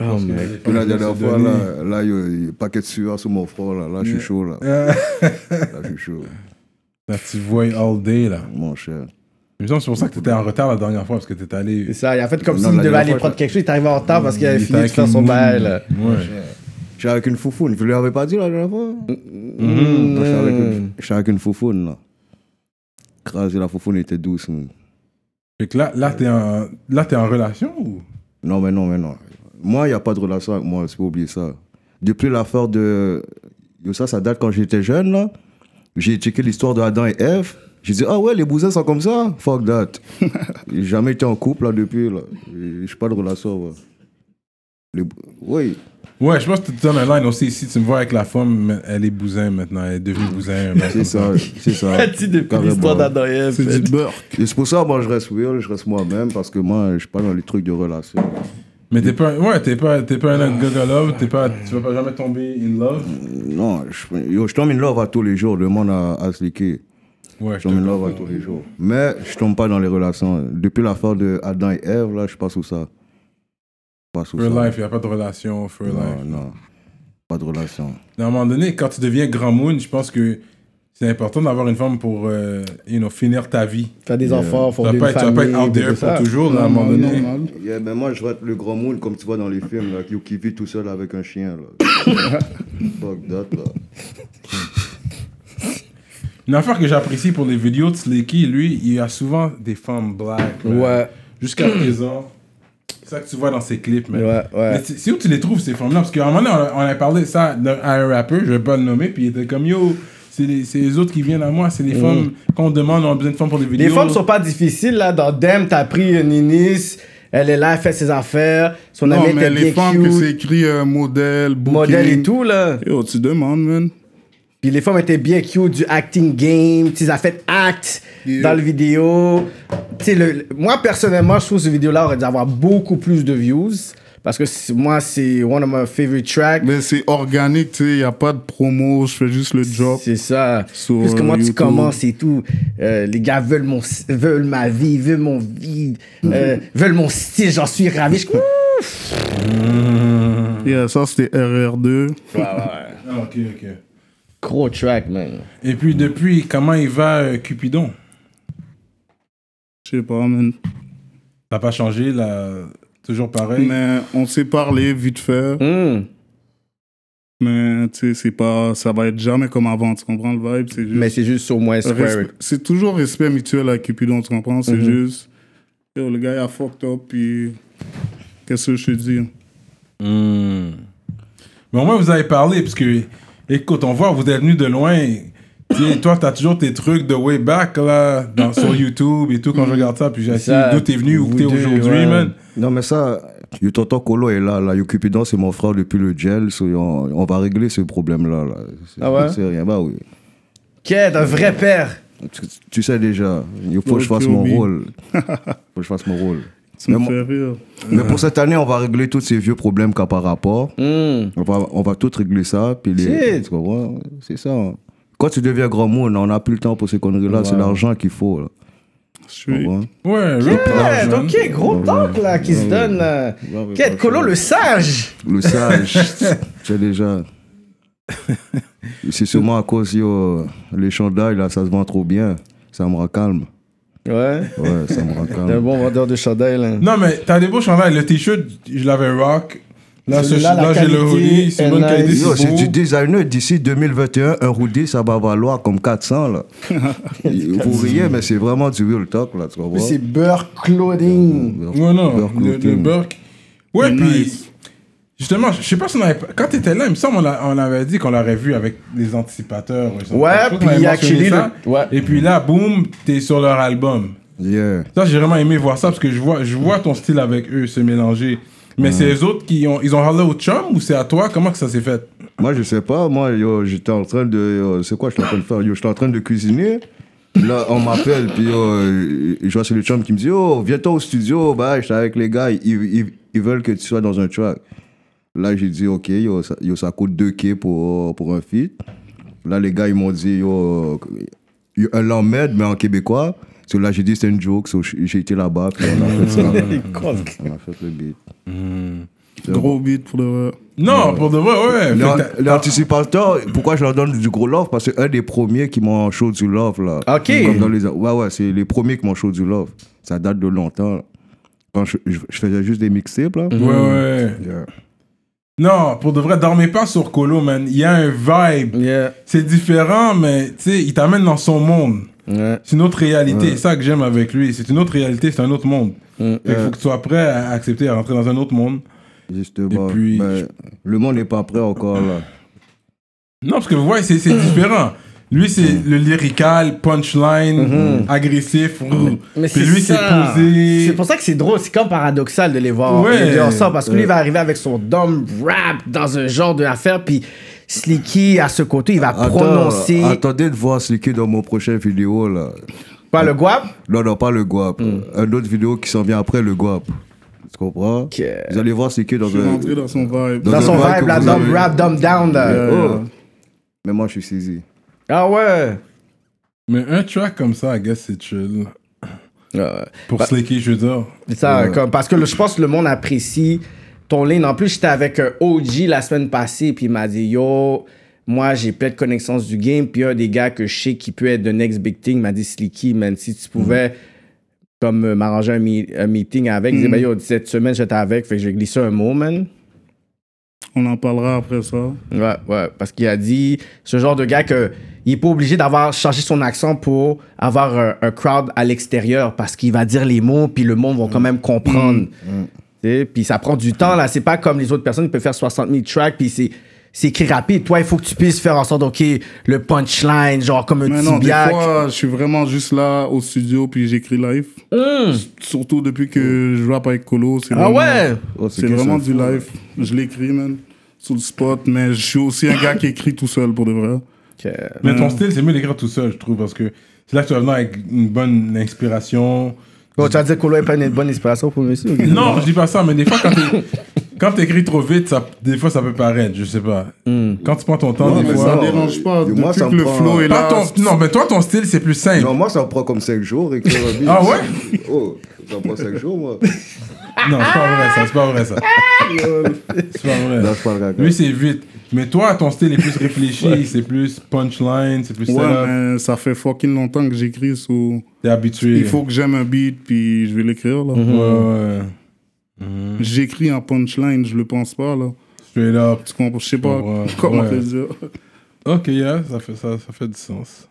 S6: Depuis la dernière fois, là, là, il y a- il y a un paquet de sueur sur mon front, là. Là, je suis chaud, là. Là, je suis chaud.
S3: Là, tu vois all day, là.
S6: Mon cher.
S3: Il me semble que c'est pour ça que t'étais en retard la dernière fois, parce que t'étais allé.
S7: C'est ça. Il a fait comme
S6: Non,
S7: s'il
S6: la
S7: devait
S6: dernière
S7: aller
S6: fois,
S7: prendre
S6: je-
S7: quelque chose. Il est arrivé en retard parce qu'il avait
S3: Il était
S7: fini de
S3: avec
S7: faire
S3: une
S7: son
S3: moune.
S7: bail, là.
S3: Ouais.
S6: Je suis avec une foufoune. Je ne l'avais pas dit la dernière fois. Non, je suis avec une- Mm, je suis avec une foufoune, là. Crasé, la foufoune était douce. mm. man.
S3: Fait que là, là, t'es en, là, t'es en relation ou?
S6: Non, mais non, mais non. Moi, il n'y a pas de relation avec moi, c'est pas oublier ça. Depuis l'affaire de. Yo, ça, ça date quand j'étais jeune, là. J'ai checké l'histoire de Adam et Eve. J'ai dit, ah ouais, les bousins sont comme ça Fuck that. J'ai jamais été en couple, là, depuis, là. Je n'ai pas de relation, ouais. Les bou- Oui.
S3: Ouais, je pense que tu donnes un line aussi ici. Tu me vois avec la femme, mais elle est bousin maintenant. Elle est devenue bousin. mais-
S6: C'est ça, c'est ça.
S7: T'as dit depuis
S6: Carrément.
S7: l'histoire d'Adam
S5: C'est du Burke.
S6: Et c'est pour ça, moi, je reste weird, je reste moi-même, parce que moi, je suis pas dans les trucs de relation.
S3: Mais t'es pas, ouais, t'es pas, t'es pas un autre gars de love. T'es pas, tu vas pas jamais tomber in love.
S6: Non, je, yo, je tombe in love à tous les jours, demande à, à se liquer.
S3: Ouais,
S6: Je
S3: je
S6: tombe in
S3: te...
S6: love à tous les jours. Mais je tombe pas dans les relations. Depuis l'affaire de Adam et Ève, là, je passe sous ça. Je passe sous
S3: For
S6: ça.
S3: life, y a pas de relation, for life.
S6: Non, non. Pas de relation.
S3: À un moment donné, quand tu deviens grand moon, je pense que c'est important d'avoir une femme pour, euh, you know, finir ta vie.
S7: Faire des enfants,
S3: Tu
S7: fonder
S3: vas
S7: une
S3: pas, être- tu vas pas
S7: famille.
S3: être out
S7: des-
S3: there
S7: ça.
S3: pour toujours, là, à un moment
S5: Normal,
S3: donné.
S5: normal.
S6: Yeah, ben moi, je vais être le grand moule, comme tu vois dans les films, là, qui, qui vit tout seul avec un chien. Là. Fuck that, là.
S3: Une affaire que j'apprécie pour les vidéos de Slicky, lui, il a souvent des femmes black. man.
S7: Ouais.
S3: Jusqu'à présent. C'est ça que tu vois dans ses clips, man.
S7: Ouais, ouais.
S3: Mais c'est c'est où tu les trouves, ces femmes-là Parce qu'à un moment donné, on, a- on a parlé de ça d'un- à un rappeur, je vais pas le nommer, puis il était comme Yo, c'est les, c'est les autres qui viennent à moi, c'est les femmes qu'on demande, on a besoin de femmes pour des vidéos.
S7: Mm. Les femmes sont pas difficiles, là. Dans Dem, t'as pris une Ninis. Elle est là, elle fait ses affaires. Son
S5: Non,
S7: amie
S5: mais
S7: était
S5: les
S7: bien
S5: femmes que c'est
S7: cute.
S5: écrit euh, modèle, booking.
S7: Modèle et tout, là.
S5: Yo, tu demandes, man.
S7: Puis les femmes étaient bien cute du acting game, tu sais, fait act
S5: Yeah.
S7: dans le vidéo. Tu sais, le- le- moi personnellement, je trouve que cette vidéo-là aurait dû avoir beaucoup plus de views parce que c'est- moi, c'est one of my favorite tracks.
S5: Mais c'est organique, tu sais, il n'y a pas de promo, je fais juste le job.
S7: C'est ça.
S5: Sur,
S7: Puisque moi,
S5: euh,
S7: tu
S5: YouTube.
S7: commences et tout. Euh, les gars veulent, mon, veulent ma vie, veulent mon vie, euh, veulent mon style, j'en suis ravi. Je-
S5: Yeah, ça, c'était RR2.
S3: Ah, ok, ok.
S7: Gros track, man.
S3: Et puis, depuis, comment il va, euh, Cupidon
S5: Je sais pas, man.
S3: T'as pas changé, là Toujours pareil
S5: Mais on s'est parlé vite fait.
S7: Hmm.
S5: Mais tu sais, c'est pas. Ça va être jamais comme avant, tu comprends le vibe? C'est juste.
S7: Mais c'est Mhm. juste au moins square.
S5: Respect- C'est toujours respect mutuel à Cupidon, tu comprends? C'est juste. Yo, le gars, il a fucked up, puis. Qu'est-ce que je te dis?
S3: Hmm. Mais au moins, vous avez parlé, parce que, écoute, on voit, vous êtes venu de loin. Tu sais, toi, t'as toujours tes trucs de way back, là, dans, sur YouTube et tout, quand je regarde ça, puis j'ai essayé
S7: Mm. Ça,
S3: d'où t'es venu, où
S7: vous
S3: t'es
S7: deux,
S3: aujourd'hui,
S7: ouais.
S3: man.
S6: Non, mais ça, yo, tonton Colo est là, là. Yo, Cupidon, c'est mon frère depuis le gel. so, on, on va régler ce problème-là. Là. C'est-
S7: Ah ouais
S6: C'est rien, bah oui.
S7: Quête, un vrai père.
S6: Tu, tu sais déjà, il faut que je fasse mon
S5: Obi.
S6: rôle. faut que je fasse mon rôle.
S5: Tu me
S6: Mais
S5: fais rire.
S6: Mais pour cette année, on va régler tous ces vieux problèmes qu'a par rapport.
S7: Hmm.
S6: On va, on va tout régler ça. Puis les,
S7: Shit.
S6: tu comprends? C'est ça. Quand tu deviens grand monde, on n'a plus le temps pour ces conneries-là. C'est l'argent qu'il faut. Là.
S5: Je
S6: Tu
S5: suis.
S6: comprends?
S3: Ouais,
S7: Ouais,
S3: real
S7: donc, ok, gros talk là qui se donne. là.
S6: Ouais, ouais,
S7: Quête,
S6: ouais,
S7: Colo
S6: ouais.
S7: le sage.
S6: Le sage, tu sais déjà. C'est sûrement à cause yo, les chandails, là, ça se vend trop bien. Ça me recalme.
S7: Ouais.
S6: Ouais, ça me
S7: T'es un
S6: recalme.
S7: bon vendeur de chandail là.
S3: Non, mais t'as des beaux chandails. Le t-shirt, je l'avais rock. Là, ce-
S7: Celui-là, la
S3: là, j'ai le
S7: qualité
S3: hoodie. C'est
S7: est
S3: une bonne
S7: nice.
S3: qualité.
S6: Yo,
S3: C'est
S6: c'est
S3: beau.
S6: du designer. D'ici 2021, un hoodie, ça va valoir comme 400, là. Vous riez, mais c'est vraiment du real talk, là, tu comprends?
S7: C'est Burr Clothing.
S3: Ouais, non,
S6: Burke
S3: le, le
S6: Looting.
S3: Burke. Ouais,
S5: Il est
S3: puis.
S5: nice.
S3: Justement, je je sais pas si on avait. pas- Quand t'étais là, il me semble on, a- on avait dit qu'on l'aurait vu avec les anticipateurs. ou something.
S7: Ouais,
S3: Je crois qu'on
S7: puis
S3: avait mentionné
S7: actually,
S3: ça.
S7: le- ouais.
S3: Et puis là, boum, t'es sur leur album.
S6: Yeah.
S3: Ça, j'ai vraiment aimé voir ça parce que je vois, je vois ton style avec eux se mélanger. Mais c'est les autres qui ont. Ils ont parlé au chum ou c'est à toi Comment que ça s'est fait
S6: Moi, je sais pas. Moi, yo, j'étais en train de. yo, C'est quoi, je suis en train de faire Yo, je suis en train de cuisiner. Là, on m'appelle, puis yo, euh, je vois c'est le chum qui me dit Oh, viens-toi au studio. Bah, j'étais avec les gars. Ils, ils, ils veulent que tu sois dans un track. Là, j'ai dit Ok, yo, ça, yo, ça coûte 2K pour, pour un feat. Là, les gars, ils m'ont dit Yo, euh, yo, un l'emmède, mais en québécois. Parce que là, j'ai dit C'était une joke. so j'ai été là-bas, puis on a fait ça. on a fait le beat.
S5: Gros beat pour de vrai.
S3: Non, pour de vrai, ouais. Fait que t'as-
S6: Les anticipateurs, pourquoi je leur donne du gros love Parce que un des premiers qui m'ont chaud du love, là.
S7: Ok.
S6: Comme dans les... Ouais, ouais, c'est les premiers qui m'ont chaud du love. Ça date de longtemps. là. Quand je, je- je faisais juste des mixtapes, là.
S3: Ouais, ouais.
S6: Yeah.
S3: Non, pour de vrai, dormez pas sur Colo, man. Il y a un vibe.
S7: Yeah.
S3: C'est différent, mais tu sais, il t'amène dans son monde.
S7: Ouais.
S3: C'est une autre réalité. C'est ça que j'aime avec lui. C'est une autre réalité, c'est un autre monde. Il faut que tu sois prêt à accepter à rentrer dans un autre monde.
S6: Justement.
S3: Et puis-
S6: Ben, le monde n'est pas prêt encore, là.
S3: Non, parce que vous voyez, c'est c'est différent. Lui, c'est
S7: Mm.
S3: le lyrical, punchline,
S7: Mm-hmm.
S3: agressif. brrr.
S7: Mais
S3: Puis
S7: c'est
S3: lui, c'est
S7: ça.
S3: posé.
S7: C'est pour ça que c'est drôle, c'est comme paradoxal de les voir
S3: Ouais.
S7: les deux ensemble parce que lui il va arriver avec son dumb rap dans un genre d'affaire puis Slicky à ce côté, il va
S6: Attends,
S7: prononcer
S6: Attendez de voir ce qui est dans mon prochain vidéo, là.
S7: pas le guap.
S6: Non, non, pas le guap. Un autre vidéo qui s'en vient après le guap. Tu comprends Vous allez voir ce qui est dans
S5: Je suis rentré
S6: un...
S5: dans son vibe.
S6: Dans
S7: Dans
S6: le
S7: son
S6: vibe
S7: vibe,
S6: que
S7: la
S6: vous
S7: dumb
S6: avez.
S7: rap, dumb down là.
S6: Oh. Mais moi, je suis saisi.
S7: Ah ouais.
S3: Mais un track comme ça, I guess, c'est chill.
S6: Ah
S7: Ouais.
S3: Pour Slicky, je veux dire.
S7: C'est Ça, comme, parce que le- je pense que le monde apprécie ton ligne. En plus, j'étais avec un OG la semaine passée, puis il m'a dit Yo, moi, j'ai plein de connaissances du game, puis il y a des gars que je sais qui peut être the next big thing. Il m'a dit Slicky, man, si tu pouvais. Comme euh, m'arranger un, mi- un meeting avec. Il dit, ben yo, cette semaine j'étais avec, fait que j'ai glissé un mot, man.
S5: On en parlera après ça.
S7: Ouais, ouais. Parce qu'il a dit, ce genre de gars que il est pas obligé d'avoir changé son accent pour avoir un, un crowd à l'extérieur parce qu'il va dire les mots puis le monde va quand même comprendre.
S5: Mm.
S7: Tu sais, Puis ça prend du temps là. C'est pas comme les autres personnes qui peuvent faire 60 000 tracks puis c'est c'est écrit rapide. Toi, il faut que tu puisses faire en sorte, ok, le punchline, genre comme un
S5: Mais non, des
S7: tibiac.
S5: fois, je suis vraiment juste là au studio puis j'écris live. S- Surtout depuis que je rappe avec Colo. c'est
S7: Hmm. Ah
S5: vraiment-
S7: ouais.
S6: Oh,
S5: C'est
S6: qui,
S5: vraiment
S6: ça
S5: du live. Je l'écris, man. Sur le spot, mais je suis aussi un gars qui écrit tout seul pour de vrai.
S3: Mais
S7: Mm.
S3: ton style, c'est mieux d'écrire tout seul, je trouve, parce que c'est là que tu vas venir avec une bonne inspiration.
S7: Bon, tu vas dire que Colo est pas une bonne inspiration pour monsieur.
S3: Non, je dis pas ça, mais des fois, quand t'é- quand t'écris trop vite, ça, des fois, ça peut paraître, je sais pas. Quand tu prends ton temps,
S5: Non,
S3: des
S5: mais
S3: fois...
S5: ça
S6: non,
S5: dérange pas.
S6: moi,
S5: Depuis
S6: ça
S5: que
S6: me
S5: le
S6: prend-
S5: flow est
S3: Pas
S5: là.
S3: ton- Non, mais toi, ton style, c'est plus simple.
S6: Non, moi, ça me prend comme 5 jours, écrire un beat.
S3: Ah ouais
S6: Oh, ça me prend 5 jours, moi.
S3: Non, c'est pas vrai, ça. C'est pas vrai, ça. c'est pas vrai.
S6: Là, je parle caca.
S3: Lui, c'est vite. Mais toi, ton style est plus réfléchi, c'est plus punchline, c'est plus
S5: Ouais,
S3: setup.
S5: mais ça fait fucking longtemps que j'écris. so
S3: T'es habitué.
S5: Il faut que j'aime un beat puis je vais l'écrire. là.
S7: Mm-hmm.
S3: Ouais, ouais.
S5: J'écris en punchline, je le pense pas. là.
S3: Straight up.
S5: Tu comprends? Je sais pas
S3: Ouais,
S5: comment
S3: ouais.
S5: te dire.
S3: Ok, yeah, ça fait, ça, ça fait du sens.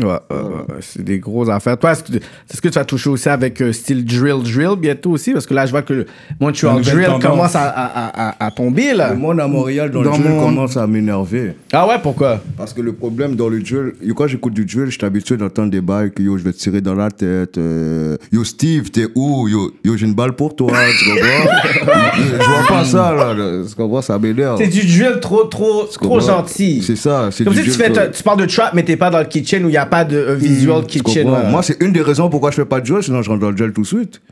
S7: Ouais, ouais, ouais, ouais, c'est des grosses affaires. Toi, est-ce que, est-ce que tu vas toucher aussi avec euh, style drill drill bientôt aussi? Parce que là, je vois que le
S3: La
S7: Montreal
S3: nouvelle
S7: drill
S3: tendance.
S7: commence à, à- à- à- à tomber, là.
S6: Le monde à Montréal, dans,
S5: Dans
S6: le duel,
S5: mon-
S6: commence à m'énerver.
S7: Ah ouais, pourquoi?
S6: Parce que le problème dans le duel, yo, quand j'écoute du duel, je suis habitué d'entendre des balles que yo, je vais te tirer dans la tête. euh, yo, Steve, t'es où Yo, yo j'ai une balle pour toi, tu comprends Je vois pas ça, là. là. Tu comprends Ça m'énerve.
S7: C'est du drill trop, trop,
S6: Tu
S7: trop
S6: comprends
S7: gentil.
S6: C'est ça. c'est
S7: Comme
S6: du
S7: si tu,
S6: drill,
S7: fais,
S6: quoi.
S7: ta- tu parles de trap, mais t'es pas dans le kitchen où il n'y a pas de euh, visual
S6: Tu
S7: kitchen.
S6: comprends?
S7: là.
S6: Moi, c'est une des raisons pourquoi je fais pas de duel, sinon je rentre dans le duel tout de suite.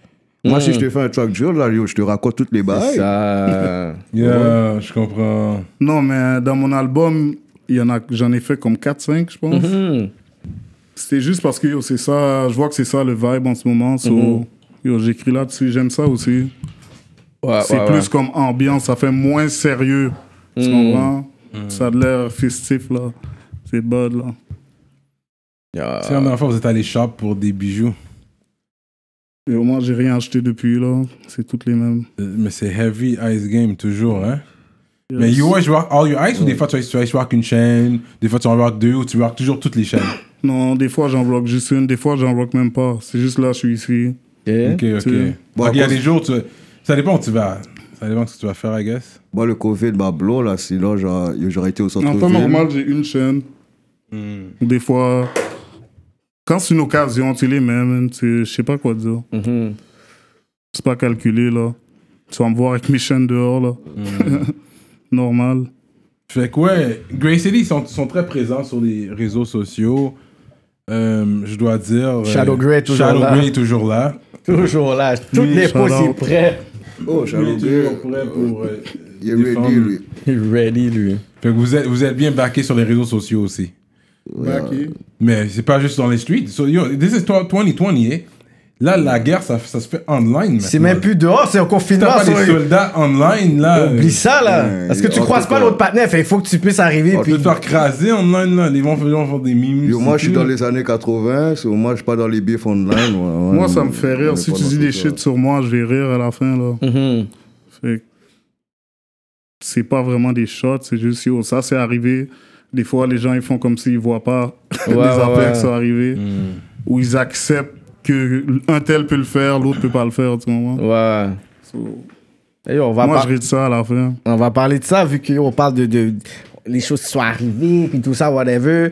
S6: Moi, si je te fais un track duel, là, yo, je te raconte toutes les
S7: Hmm. C'est
S6: bails.
S7: ça.
S3: Yeah, je comprends.
S5: Non, mais euh, dans mon album, il y en a- j'en ai fait comme 4-5, je pense.
S7: Mhm.
S5: C'était juste parce que yo, c'est ça, je vois que c'est ça le vibe en ce moment. so,
S7: Mhm.
S5: yo, J'écris là-dessus, j'aime ça aussi.
S7: Ouais,
S5: c'est
S7: ouais, Mhm.
S5: plus
S7: ouais.
S5: comme ambiance, ça fait moins sérieux. Tu comprends?
S3: Mhm.
S5: Ça a de l'air festif, là. C'est bad, là.
S7: Yeah.
S5: Ah.
S3: Si la dernière fois, vous êtes allé shop pour des bijoux,
S5: Et au moins, j'ai rien acheté depuis, là. C'est toutes les mêmes.
S3: euh, mais c'est heavy ice game toujours, hein. Mais you always rock all your ice ou des fois, tu vas- tu vas rock une chaîne, des fois, tu en rock deux ou tu rock toujours toutes les chaînes.
S5: Non, des fois, j'en rock juste une, des fois, j'en rock même pas. C'est juste là, je suis ici.
S7: Ok.
S3: Ok, ok.
S5: Tu-
S6: Bon,
S3: Ok, il y a
S6: à cause-
S3: des jours, tu... ça dépend où tu vas. Ça dépend ce que tu vas faire, I guess.
S6: Moi, le Covid m'a blow, là, sinon j'aurais j'aurais été au centre
S5: En temps normal, j'ai une chaîne. Des fois, quand c'est une occasion, tu les mets, man. Tu- Je sais pas quoi dire. C'est pas calculé, là. Tu vas me voir avec mes chaînes dehors, là. Normal.
S3: Fait que ouais, Gray City sont, sont très présents sur les réseaux sociaux. Euh, je dois dire. euh,
S7: Shadow Grey est toujours
S3: Shadow
S7: là.
S3: Grey est toujours là.
S7: Toujours là. Toutes
S5: Oui,
S7: les
S5: shout
S7: possibles
S5: out.
S7: prêts.
S3: Il
S6: Oh,
S3: est
S6: Shadow Grey.
S3: toujours prêt pour. euh,
S6: Il est ready,
S3: défendre.
S6: lui.
S7: Ready, lui.
S3: Fait que vous êtes, vous êtes bien backés sur les réseaux sociaux aussi.
S5: Backy.
S3: Mais c'est pas juste dans les streets. So, yo, this is 2020, eh. Là, la guerre, ça, ça se fait online.
S7: C'est
S3: maintenant.
S7: même plus dehors, c'est en
S3: Si t'as
S7: confinement.
S3: pas
S7: ça,
S3: des soldats online, là.
S7: Oublie ça, là.
S6: Ouais,
S7: Parce que tu
S6: en
S7: croises
S6: tout
S7: pas
S6: cas.
S7: l'autre partenaire, fait il faut que tu puisses arriver.
S3: Tu
S7: Puis...
S3: peux te faire craser online, là. Les gens font- les gens font des mimes.
S6: Yo, moi, je suis
S3: c'est
S6: dans
S3: tout.
S6: les années 80, so moi, je suis pas dans les bifs online.
S5: Moi, ça me fait rire. Si tu dis des shit sur moi, je vais rire à la fin, là.
S7: Mhm.
S5: Fait que c'est pas vraiment des shots, c'est juste, yo, ça, c'est arrivé. Des fois, les gens, ils font comme s'ils voient pas les
S7: ouais,
S5: affaires
S7: ouais.
S5: qui sont arrivées.
S6: Mm.
S5: Ou ils acceptent que un tel peut le faire, l'autre peut pas le faire, tu comprends?
S7: Ouais.
S5: So,
S7: D'ailleurs, on, va
S5: moi,
S7: par-
S5: je ris de ça à la fin.
S7: on va parler de ça, vu qu'on parle de, de- les choses qui sont arrivées, puis tout ça, whatever.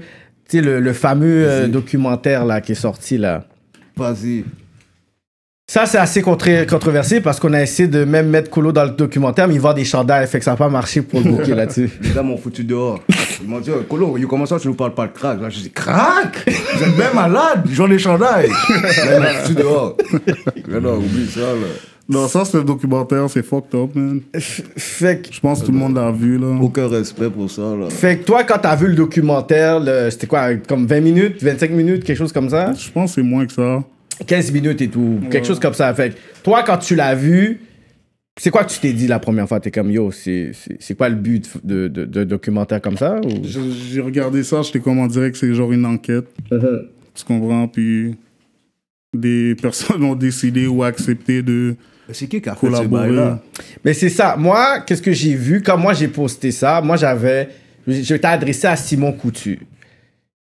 S7: Tu sais, le, le fameux euh, documentaire, là, qui est sorti, là.
S6: Vas-y.
S7: Ça, c'est assez contré- controversé parce qu'on a essayé de même mettre Colo dans le documentaire, mais il vend des chandails, fait que ça n'a pas marché pour le bouquet là-dessus.
S6: Les gars m'ont foutu dehors. Ils m'ont dit, oh, Colo, yo, comment ça, tu nous parles pas de crack Là, je dis, crack Vous êtes bien malade, j'en ai chandail. Là, ils m'ont foutu dehors. Là, non, oublie ça, là.
S5: Dans ça, c'est le documentaire, c'est fucked up, man.
S7: fait, que,
S5: Je pense que tout le monde l'a vu, là.
S6: Aucun respect pour ça, là.
S7: fait que toi, quand t'as vu le documentaire, le- c'était quoi, comme 20 minutes, 25 minutes, quelque chose comme ça?
S5: Je pense que c'est moins que ça.
S7: 15 minutes et tout, quelque chose comme ça. Fait que toi, quand tu l'as vu, c'est quoi que tu t'es dit la première fois T'es comme yo, c'est c'est- c'est quoi le but de, de, de documentaire comme ça ou-
S5: Je- J'ai regardé ça, j'étais comme en direct, c'est genre une enquête.
S6: Uh-huh.
S5: Tu comprends? Puis des personnes ont décidé ou accepté de
S6: C'est qui qui a fait ces
S5: collaborer.
S6: bails-là
S7: Mais c'est ça. Moi, qu'est-ce que j'ai vu quand moi j'ai posté ça Moi, j'avais, j'étais adressé à Simon Coutu,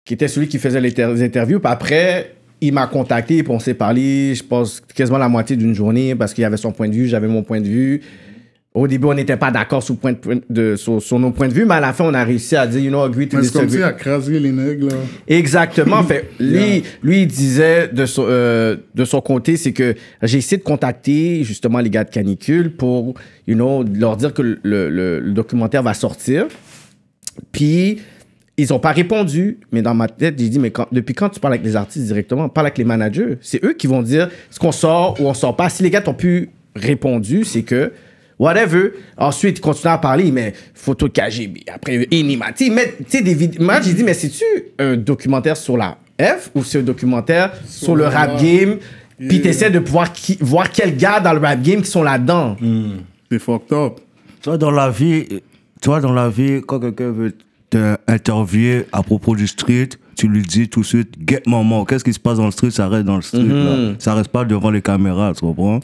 S7: qui était celui qui faisait les, ter- les interviews. Puis après, il m'a contacté, puis on s'est parlé. Je pense quasiment la moitié d'une journée parce qu'il avait son point de vue, j'avais mon point de vue. Au début, on n'était pas d'accord sur, point de- de- sur- sur nos points de vue, mais à la fin, on a réussi à dire, you know, agree to
S5: Mais c'est comme
S7: disagree.
S5: si à craser les nègres, là.
S7: Exactement. fait, lui, lui, il disait de son, euh, de son côté, c'est que j'ai essayé de contacter justement les gars de Canicule pour, you know, leur dire que le, le- le documentaire va sortir. Puis, ils ont pas répondu. Mais dans ma tête, j'ai dit, mais quand- depuis quand tu parles avec les artistes directement? Parle avec les managers. C'est eux qui vont dire ce qu'on sort ou on sort pas. Si les gars t'ont pu répondu, c'est que whatever. Ensuite, ils continuent à parler, mais photo de KGB, après Inimati. Mais tu sais, des vidéos. Moi, j'ai dit, mais c'est-tu un documentaire sur la F ou c'est un documentaire sur, le
S5: le
S7: rap
S5: rap.
S7: game? Puis
S5: Yeah.
S7: t'essaies de pouvoir qui- voir quels gars dans le rap game qui sont là-dedans.
S6: Mm.
S5: C'est fucked up.
S6: Toi, dans la vie, toi, dans la vie, quand quelqu'un veut t'interviewer à propos du street, tu lui dis tout de suite, get maman, qu'est-ce qui se passe dans le street, ça reste dans le street, là. Ça reste pas devant les caméras, tu comprends?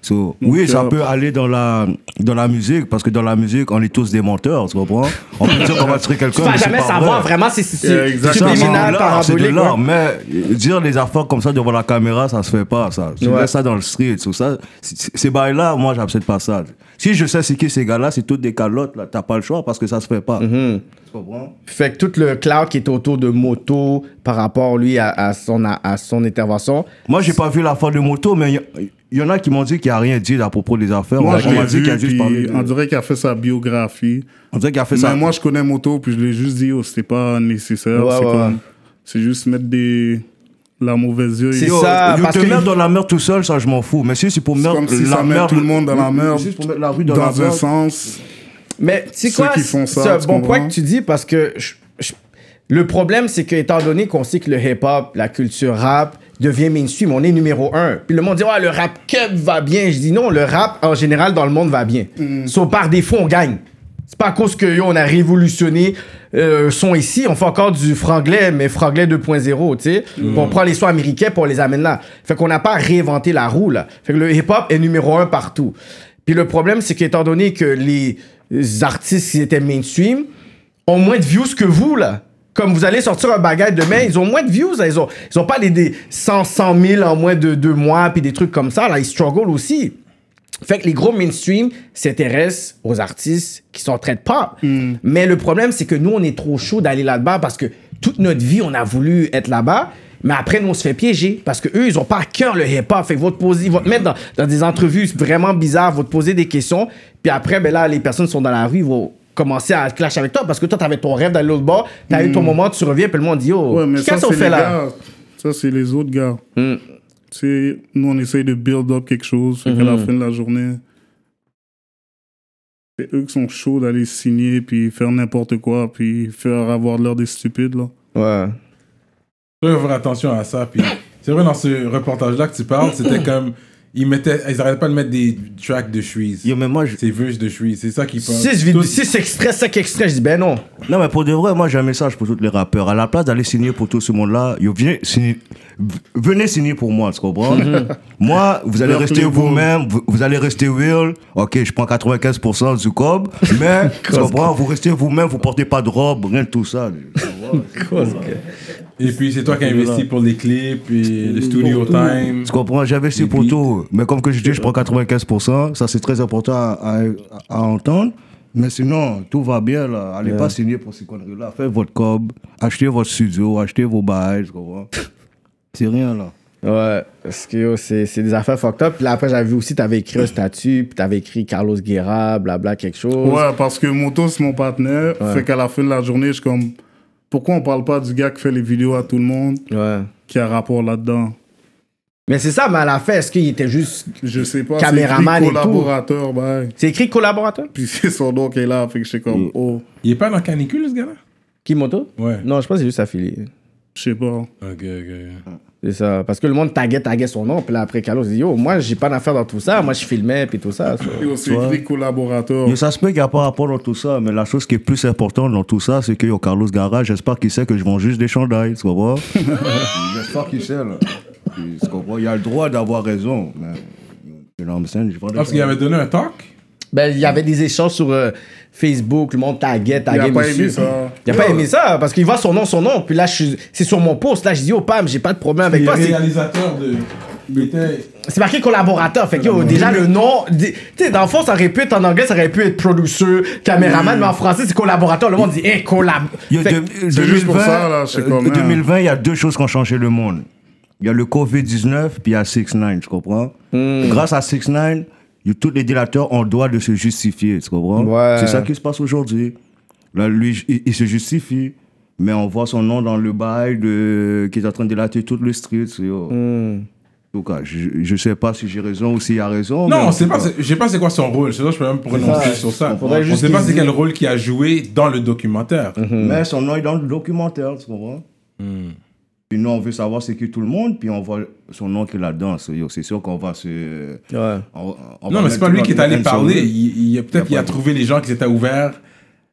S6: So, oui, ça peut aller dans la, dans la musique, parce que dans la musique, on est tous des menteurs, tu comprends? On peut dire qu'on va tuer
S7: Tu
S6: quelqu'un,
S7: vas
S6: mais c'est
S7: jamais
S6: pas
S7: savoir
S6: vrai.
S7: vraiment si c'est
S5: Yeah,
S7: c'est
S5: exactement.
S6: C'est de
S7: subliminal,
S6: l'art, C'est
S7: parabolique.
S6: de
S7: ouais.
S6: l'art, mais euh, dire des affaires comme ça devant la caméra, ça se fait pas, ça. Tu
S7: Ouais.
S6: laisses ça dans le street. tout ça, c- c- ces bails-là, moi, j'accepte pas ça. Si je sais c'est qui ces gars-là, c'est toutes des calottes, là. T'as pas le choix parce que ça se fait pas.
S5: Mm-hmm.
S6: Tu comprends?
S7: Fait que tout le cloud qui est autour de Moto par rapport, lui, à, à son, à, à son intervention.
S6: Moi, j'ai pas vu la fin de moto, mais il y, en a qui m'ont dit qu'il y a rien dit à propos des affaires.
S5: Moi,
S6: On
S5: je
S6: m'a
S5: l'ai
S6: dit qu'il a
S5: vu,
S6: juste
S5: puis
S6: parlé. de-
S5: on dirait qu'il a fait sa biographie.
S6: On dirait qu'il a fait
S5: Mais
S6: ça.
S5: moi, je connais Moto, puis je l'ai juste dit, oh, c'était pas nécessaire.
S7: Ouais,
S5: c'est
S7: ouais,
S5: comme-
S7: ouais.
S5: c'est juste mettre des... la mauvaise yeux.
S7: C'est
S5: Yo,
S7: ça,
S6: yo,
S7: parce
S6: te
S7: que-
S6: mettre dans la merde tout seul, ça, je m'en fous. Mais si c'est pour
S5: C'est
S6: mettre
S5: comme si
S6: la
S5: ça met
S6: merde,
S5: tout le monde dans la merde.
S6: Juste pour mettre la rue dans,
S5: dans,
S6: la
S5: un
S6: merde.
S5: sens.
S7: Mais c'est
S5: Ceux
S7: quoi?
S5: qui font ça,
S7: C'est un
S5: tu
S7: bon point
S5: comprends?
S7: que tu dis parce que je- je- le problème, c'est que étant donné qu'on sait que le hip-hop, la culture rap devient mainstream, on est numéro un. Puis le monde dit, ouais, le rap cup va bien. Je dis non, le rap en général dans le monde va bien. Sauf par défaut, on gagne. C'est pas à cause que yo, on a révolutionné euh, son ici, on fait encore du franglais, mais franglais 2.0, tu sais. On prend les sons américains pour on les amène là. Fait qu'on n'a pas réinventé la roue, là. Fait que le hip-hop est numéro un partout. Puis le problème, c'est qu'étant donné que les artistes qui étaient mainstream ont moins de views que vous, là. Comme vous allez sortir un bagage demain, ils ont moins de views. là. Ils ont, ils ont pas les, des 100, 100 000 en moins de deux mois, puis des trucs comme ça. Là, ils struggle aussi. Fait que les gros mainstream s'intéressent aux artistes qui sont très de pop.
S5: Hmm.
S7: Mais le problème, c'est que nous, on est trop chaud d'aller là-bas parce que toute notre vie, on a voulu être là-bas. Mais après, nous, on se fait piéger parce que eux, ils ont pas à cœur le hip-hop. Fait qu'ils vont te poser, ils vont te mettre dans, dans des entrevues vraiment bizarres, ils vont te poser des questions. Puis après, ben là, les personnes sont dans la rue, ils vont commencer à clash avec toi parce que toi, t'avais ton rêve d'aller l'autre bord, t'as eu ton moment, tu reviens, puis le monde dit Oh,
S5: Hmm. Ouais, mais ça,
S7: qu'est-ce qu'on
S5: c'est
S7: fait
S5: les
S7: là
S5: gars. Ça, c'est les autres gars. Tu sais, nous, on essaye de build up quelque chose. Fait qu'à la fin de la journée, c'est eux qui sont chauds d'aller signer, puis faire n'importe quoi, puis faire avoir l'air des stupides, là.
S7: Ouais.
S3: Faut faire attention à ça. Puis c'est vrai, dans ce reportage-là que tu parles, c'était comme. Ils, mettaient, ils arrêtaient pas de mettre des tracks de Shuiz.
S6: Yo, mais moi, je-
S3: C'est veuches de Shuiz. C'est ça qui parle.
S7: Six, vid- six extraits, cinq extraits, je dis Ben non.
S6: Non, mais pour de vrai, moi j'ai un message pour tous les rappeurs. À la place d'aller signer pour tout ce monde-là, yo, venez, signer, v- venez signer pour moi, tu comprends Moi, vous allez rester vous-même, vous, vous allez rester real. Ok, je prends 95% du cob, mais tu comprends Vous restez vous-même, vous portez pas de robe, rien de tout ça.
S3: Et puis c'est toi qui as investi pour les clips, puis le studio time.
S6: Tu comprends J'investis pour tout, mais comme que je dis, je prends 95%. Ça, c'est très important à, à- à entendre. Mais sinon, tout va bien là. Allez pas signer pour ces conneries-là. Faites votre cob, achetez votre studio, achetez vos bails, tu comprends C'est rien là.
S7: Ouais, parce que yo, c'est c'est des affaires fucked up. Puis là, après, j'avais vu aussi, t'avais écrit un statut, puis t'avais écrit Carlos Guerra, blabla, quelque chose.
S5: Ouais, parce que Moto, c'est mon partenaire. Fait qu'à la fin de la journée, je suis comme, pourquoi on parle pas du gars qui fait les vidéos à tout le monde,
S7: Ouais.
S5: qui a rapport là-dedans
S7: Mais c'est ça, mais à la fin, est-ce qu'il était juste.
S5: Je sais pas. c'est
S7: Caméraman
S5: écrit
S7: et tout.
S5: collaborateur, bye.
S7: C'est écrit collaborateur
S5: Puis c'est son nom qui est là, fait que je suis comme, oh,
S3: Il est pas dans Canicule, ce gars-là
S7: Kimoto
S3: Ouais.
S7: Non, je pense que c'est juste affilié.
S5: je sais pas.
S3: Ok, Ah, ok.
S7: C'est ça. Parce que le monde taguait, taguait son nom, puis là, après, Carlos dit Yo, moi, j'ai pas d'affaire dans tout ça, moi, je filmais, puis tout ça. ça.
S5: Yo, C'est écrit collaborateur.
S6: Yo, ça se peut qu'il n'y a pas rapport dans tout ça, mais la chose qui est plus importante dans tout ça, c'est que yo, Carlos Gara, j'espère qu'il sait que je vends juste des chandails, tu comprends
S8: J'espère qu'il sait, là.
S6: Tu comprends Il y a le droit d'avoir raison, mais. You know what I'm saying? Je vends des
S3: Ah, parce qu'il avait donné un talk
S7: Ben, il y avait des échanges sur euh, Facebook, le monde taguait, taguait,
S5: Il a pas
S7: monsieur.
S5: aimé ça.
S7: Il a pas aimé ça, parce qu'il voit son nom, son nom, puis là, je suis- c'est sur mon post, là, je dis Yo, Pam, j'ai pas de problème avec
S3: Il est
S7: toi. c'est-
S3: réalisateur de. Il était.
S7: C'est marqué collaborateur, fait que yo, déjà le nom. Tu sais, dans le fond, ça aurait pu être en anglais, ça aurait pu être producer,
S6: Mm.
S7: caméraman, mais en français, c'est collaborateur. Le monde dit, hé, collab.
S6: Il y a
S7: Fait que-
S6: deux- euh,
S5: c'est
S6: 2020,
S5: juste pour ça, là, c'est hein.
S6: euh,
S5: quand même.
S6: 2020, il y a deux choses qui ont changé le monde. Il y a le Covid-19, puis il y a 6 9 tu comprends Grâce à 6 9 tous les délateurs ont le droit de se justifier, tu comprends
S7: Ouais.
S6: C'est ça qui se passe aujourd'hui. Là, lui, il, il se justifie, mais on voit son nom dans le bail de... qui est en train de délater tout le street. c'est- oh. En tout cas, je, je sais pas si j'ai raison ou s'il a raison. mais
S3: Non,
S6: en
S3: on sait
S6: tout
S3: pas,
S6: cas-
S3: c'est- je sais pas c'est quoi son rôle, c'est ça je peux même prononcer sur ça.
S7: Faudrait
S3: On
S7: juste
S3: sait pas
S7: qu'il
S3: c'est quel
S7: dise-
S3: rôle qu'il a joué dans le documentaire.
S6: Mais son nom est dans le documentaire, tu comprends
S3: Hmm.
S6: Puis nous, on veut savoir c'est qui tout le monde, puis on voit son nom qui est là-dedans. C'est yo, c'est sûr qu'on va se...
S7: Ouais.
S6: on- on va
S3: Non, mais c'est
S6: mettre
S3: pas lui
S6: tout
S3: qui est
S6: dans
S3: allé
S6: une
S3: parler.
S6: seconde.
S3: Il, il a peut-être qu'il a trouvé les gens qui étaient ouverts.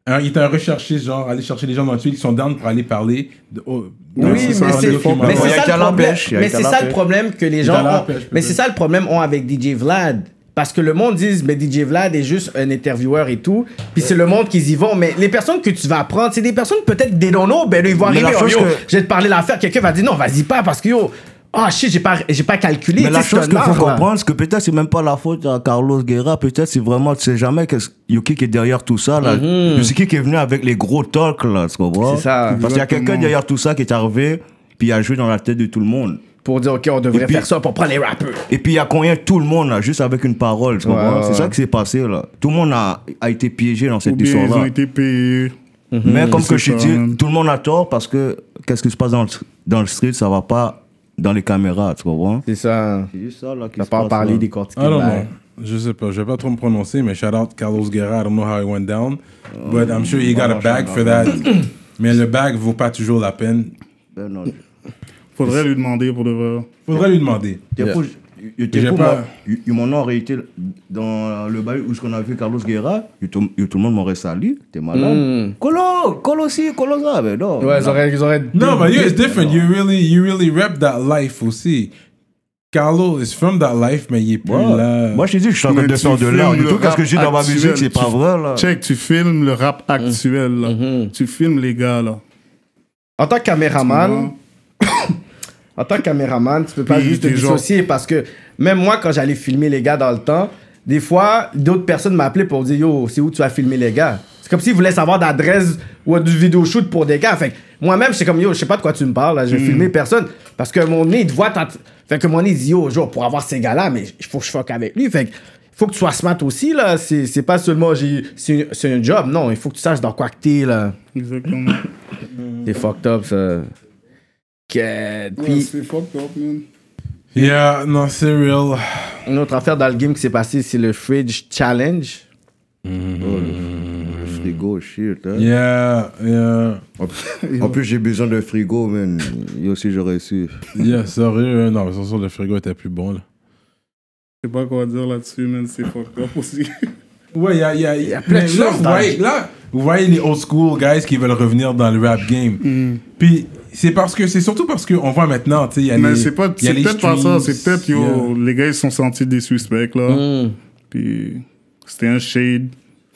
S3: Un- il était un recherché, genre, aller chercher les gens dans le tuyau qui sont down pour aller parler. de- au- dans
S7: Oui,
S3: ce-
S7: mais
S3: dans le
S7: c'est
S3: documentaire.
S7: mais c'est
S6: Il y a
S7: ça,
S6: qu'à
S7: le problème.
S6: l'empêche, il y a
S7: Mais
S6: qu'à
S7: c'est ça le
S6: l'empêche.
S7: problème que les
S3: Qu'à
S7: gens ont.
S3: l'empêche, peut-être.
S7: Mais c'est ça le problème ont avec DJ Vlad. Parce que le monde dit, mais DJ Vlad est juste un intervieweur et tout. Puis c'est le monde qui y vont. Mais les personnes que tu vas prendre, c'est des personnes peut-être des non Ben, ils vont
S6: Mais
S7: arriver.
S6: la
S7: oh,
S6: chose
S7: yo,
S6: que-
S7: je vais te parler de l'affaire. Quelqu'un va dire, non, vas-y pas, parce que yo, ah shit, j'ai pas, j'ai pas calculé.
S6: Mais
S7: tu
S6: la
S7: sais, c'est
S6: chose
S7: un
S6: qu'il faut
S7: art, là.
S6: comprendre, c'est que peut-être c'est même pas la faute à Carlos Guerra, peut-être c'est vraiment, tu sais jamais qu'est-ce- yo, qui qui est derrière tout ça, là.
S3: Mhm.
S6: C'est qui qui est venu avec les gros talks, là, tu comprends
S7: C'est ça.
S6: Parce qu'il y a quelqu'un
S5: Exactement.
S6: derrière tout ça qui est arrivé, puis il a joué dans la tête de tout le monde.
S7: Pour dire, OK, on devrait
S6: Et puis-
S7: faire ça pour prendre les rappeurs.
S6: Et puis il a combien tout le monde là, juste avec une parole, tu comprends C'est ça qui s'est passé là. Tout le monde a, a été piégé dans
S5: Ou
S6: cette
S5: bien ils ont
S6: histoire-là.
S5: été payés.
S6: Mais comme que
S5: c'est
S6: je
S5: ça,
S6: dis,
S5: hein.
S6: tout le monde a tort parce que qu'est-ce qui se passe dans le, dans le street, ça va pas dans les caméras, tu comprends
S7: C'est ça.
S6: C'est juste ça là qui
S7: T'as pas parlé des cortiques.
S3: I don't know. Je sais pas, je vais pas trop me prononcer, mais shout out Carlos Guerra, I don't know how it went down, but I'm sure he got a bag for that. mais le bag vaut pas toujours la peine.
S6: Ben
S5: Faudrait lui demander pour de vrai.
S3: Faudrait lui demander. J'ai pas-
S6: Ils m'en ont arrêté dans le bail où ce qu'on a vu Carlos Guerra. Yo, Tout yo, tout le monde m'aurait salué. T'es
S5: Mm.
S6: malade. Colo, colo si, colo ça, mais non.
S7: Ouais, ils auraient. ils auraient-
S3: No, but you, it's different. You really, you really rep that life aussi. Carlo is from that life, mais il est plus
S6: Ouais.
S3: là.
S6: Moi, je t'ai dit que je suis en train
S5: Mais
S6: de
S5: tu
S6: faire de l'art.
S5: filmes
S6: Du
S5: le
S6: tout, qu'est-ce que j'ai dans ma
S5: rap
S6: musique, c'est
S5: actuel, Mmh.
S6: pas
S5: tu-
S6: vrai, là.
S5: Check, tu filmes le rap actuel, là. Tu filmes les gars, là.
S7: En tant que caméraman,
S5: Moi,
S7: en tant que caméraman, tu peux pas
S5: Puis
S7: juste te
S5: des gens-
S7: dissocier parce que même moi, quand j'allais filmer les gars dans le temps, des fois, d'autres personnes m'appelaient pour dire Yo, c'est où tu as filmé les gars C'est comme s'ils voulaient savoir d'adresse ou du vidéo shoot pour des gars. Fait que moi-même, j'étais comme Yo, je sais pas de quoi tu me parles, là. je vais
S5: Hmm.
S7: filmer personne. Parce que mon nez, il te voit. t'as- Fait que mon nez, il dit Yo, genre, pour avoir ces gars-là, mais il faut que je fuck avec lui. Fait que faut que tu sois smart aussi, là. C'est c'est pas seulement j'ai- c'est c'est un job, non. Il faut que tu saches dans quoi que t'es, là.
S5: Exactement. Hmm.
S7: T'es fucked up, ça. Que-
S5: Ouais,
S7: Puis,
S5: c'est fucked up, man.
S3: Yeah, non, c'est real.
S7: une autre affaire dans le game qui s'est passée, c'est le Fridge Challenge.
S6: Le frigo, shit. hein.
S3: Yeah, yeah.
S6: En plus, j'ai besoin d'un frigo, man. Et aussi, j'aurais su.
S3: Yeah, sérieux. euh, Non, mais sans sûr, le frigo était plus bon, là.
S5: Je sais pas quoi dire là-dessus, man. C'est fucked up aussi.
S3: Ouais, il y a, y a- y a
S7: plein de
S3: mais
S7: choses
S3: là, vous
S7: dans
S3: voyez, là, vous voyez les old school guys qui veulent revenir dans le rap game.
S5: Mm.
S3: Puis c'est parce que c'est surtout parce qu'on voit maintenant, tu sais, il y a
S5: Mais
S3: les-
S5: c'est pas,
S3: il y a
S5: c'est
S3: les
S5: peut-être pas
S3: streams,
S5: ça. C'est peut-être, yo, les gars, ils se sont sentis des suspects, là. Puis, c'était un shade.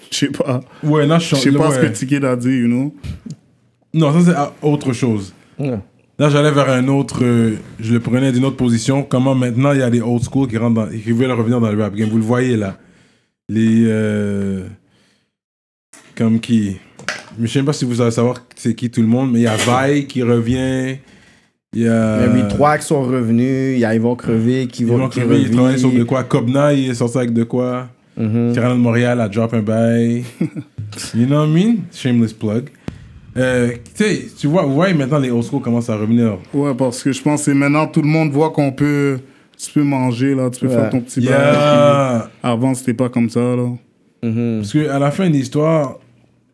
S5: Je sais pas.
S3: yeah. Ouais, là, je
S5: Je
S3: suis
S5: sais pas
S3: ouais.
S5: ce que Ticket a dit, you know.
S3: Non, ça c'est ah, autre chose. Là, j'allais vers un autre, euh, je le prenais d'une autre position. Comment maintenant il y a les old school qui rentrent, dans, qui veulent revenir dans le rap game. Vous le voyez là, les euh, comme qui. Je sais même pas si vous allez savoir c'est qui tout le monde, mais il y a Vaille qui revient. Il y a.
S7: Il y a eu trois qui sont revenus. Il y a Yvon Crevé qui
S3: Ils
S7: vont
S3: vont crever, ils travaillent sur de quoi. Cobna, il est sorti avec de quoi. Cyrano de Montréal a drop un bail. you know what I mean? Shameless plug. Euh, tu sais, tu vois, vous voyez maintenant les old school commencent à revenir.
S5: Ouais, parce que je pense que maintenant, tout le monde voit qu'on peut. Tu peux manger, là. Tu peux faire ton petit bail.
S3: Yeah!
S5: Puis, Avant, c'était pas comme ça, là.
S3: Parce qu'à la fin de l'histoire,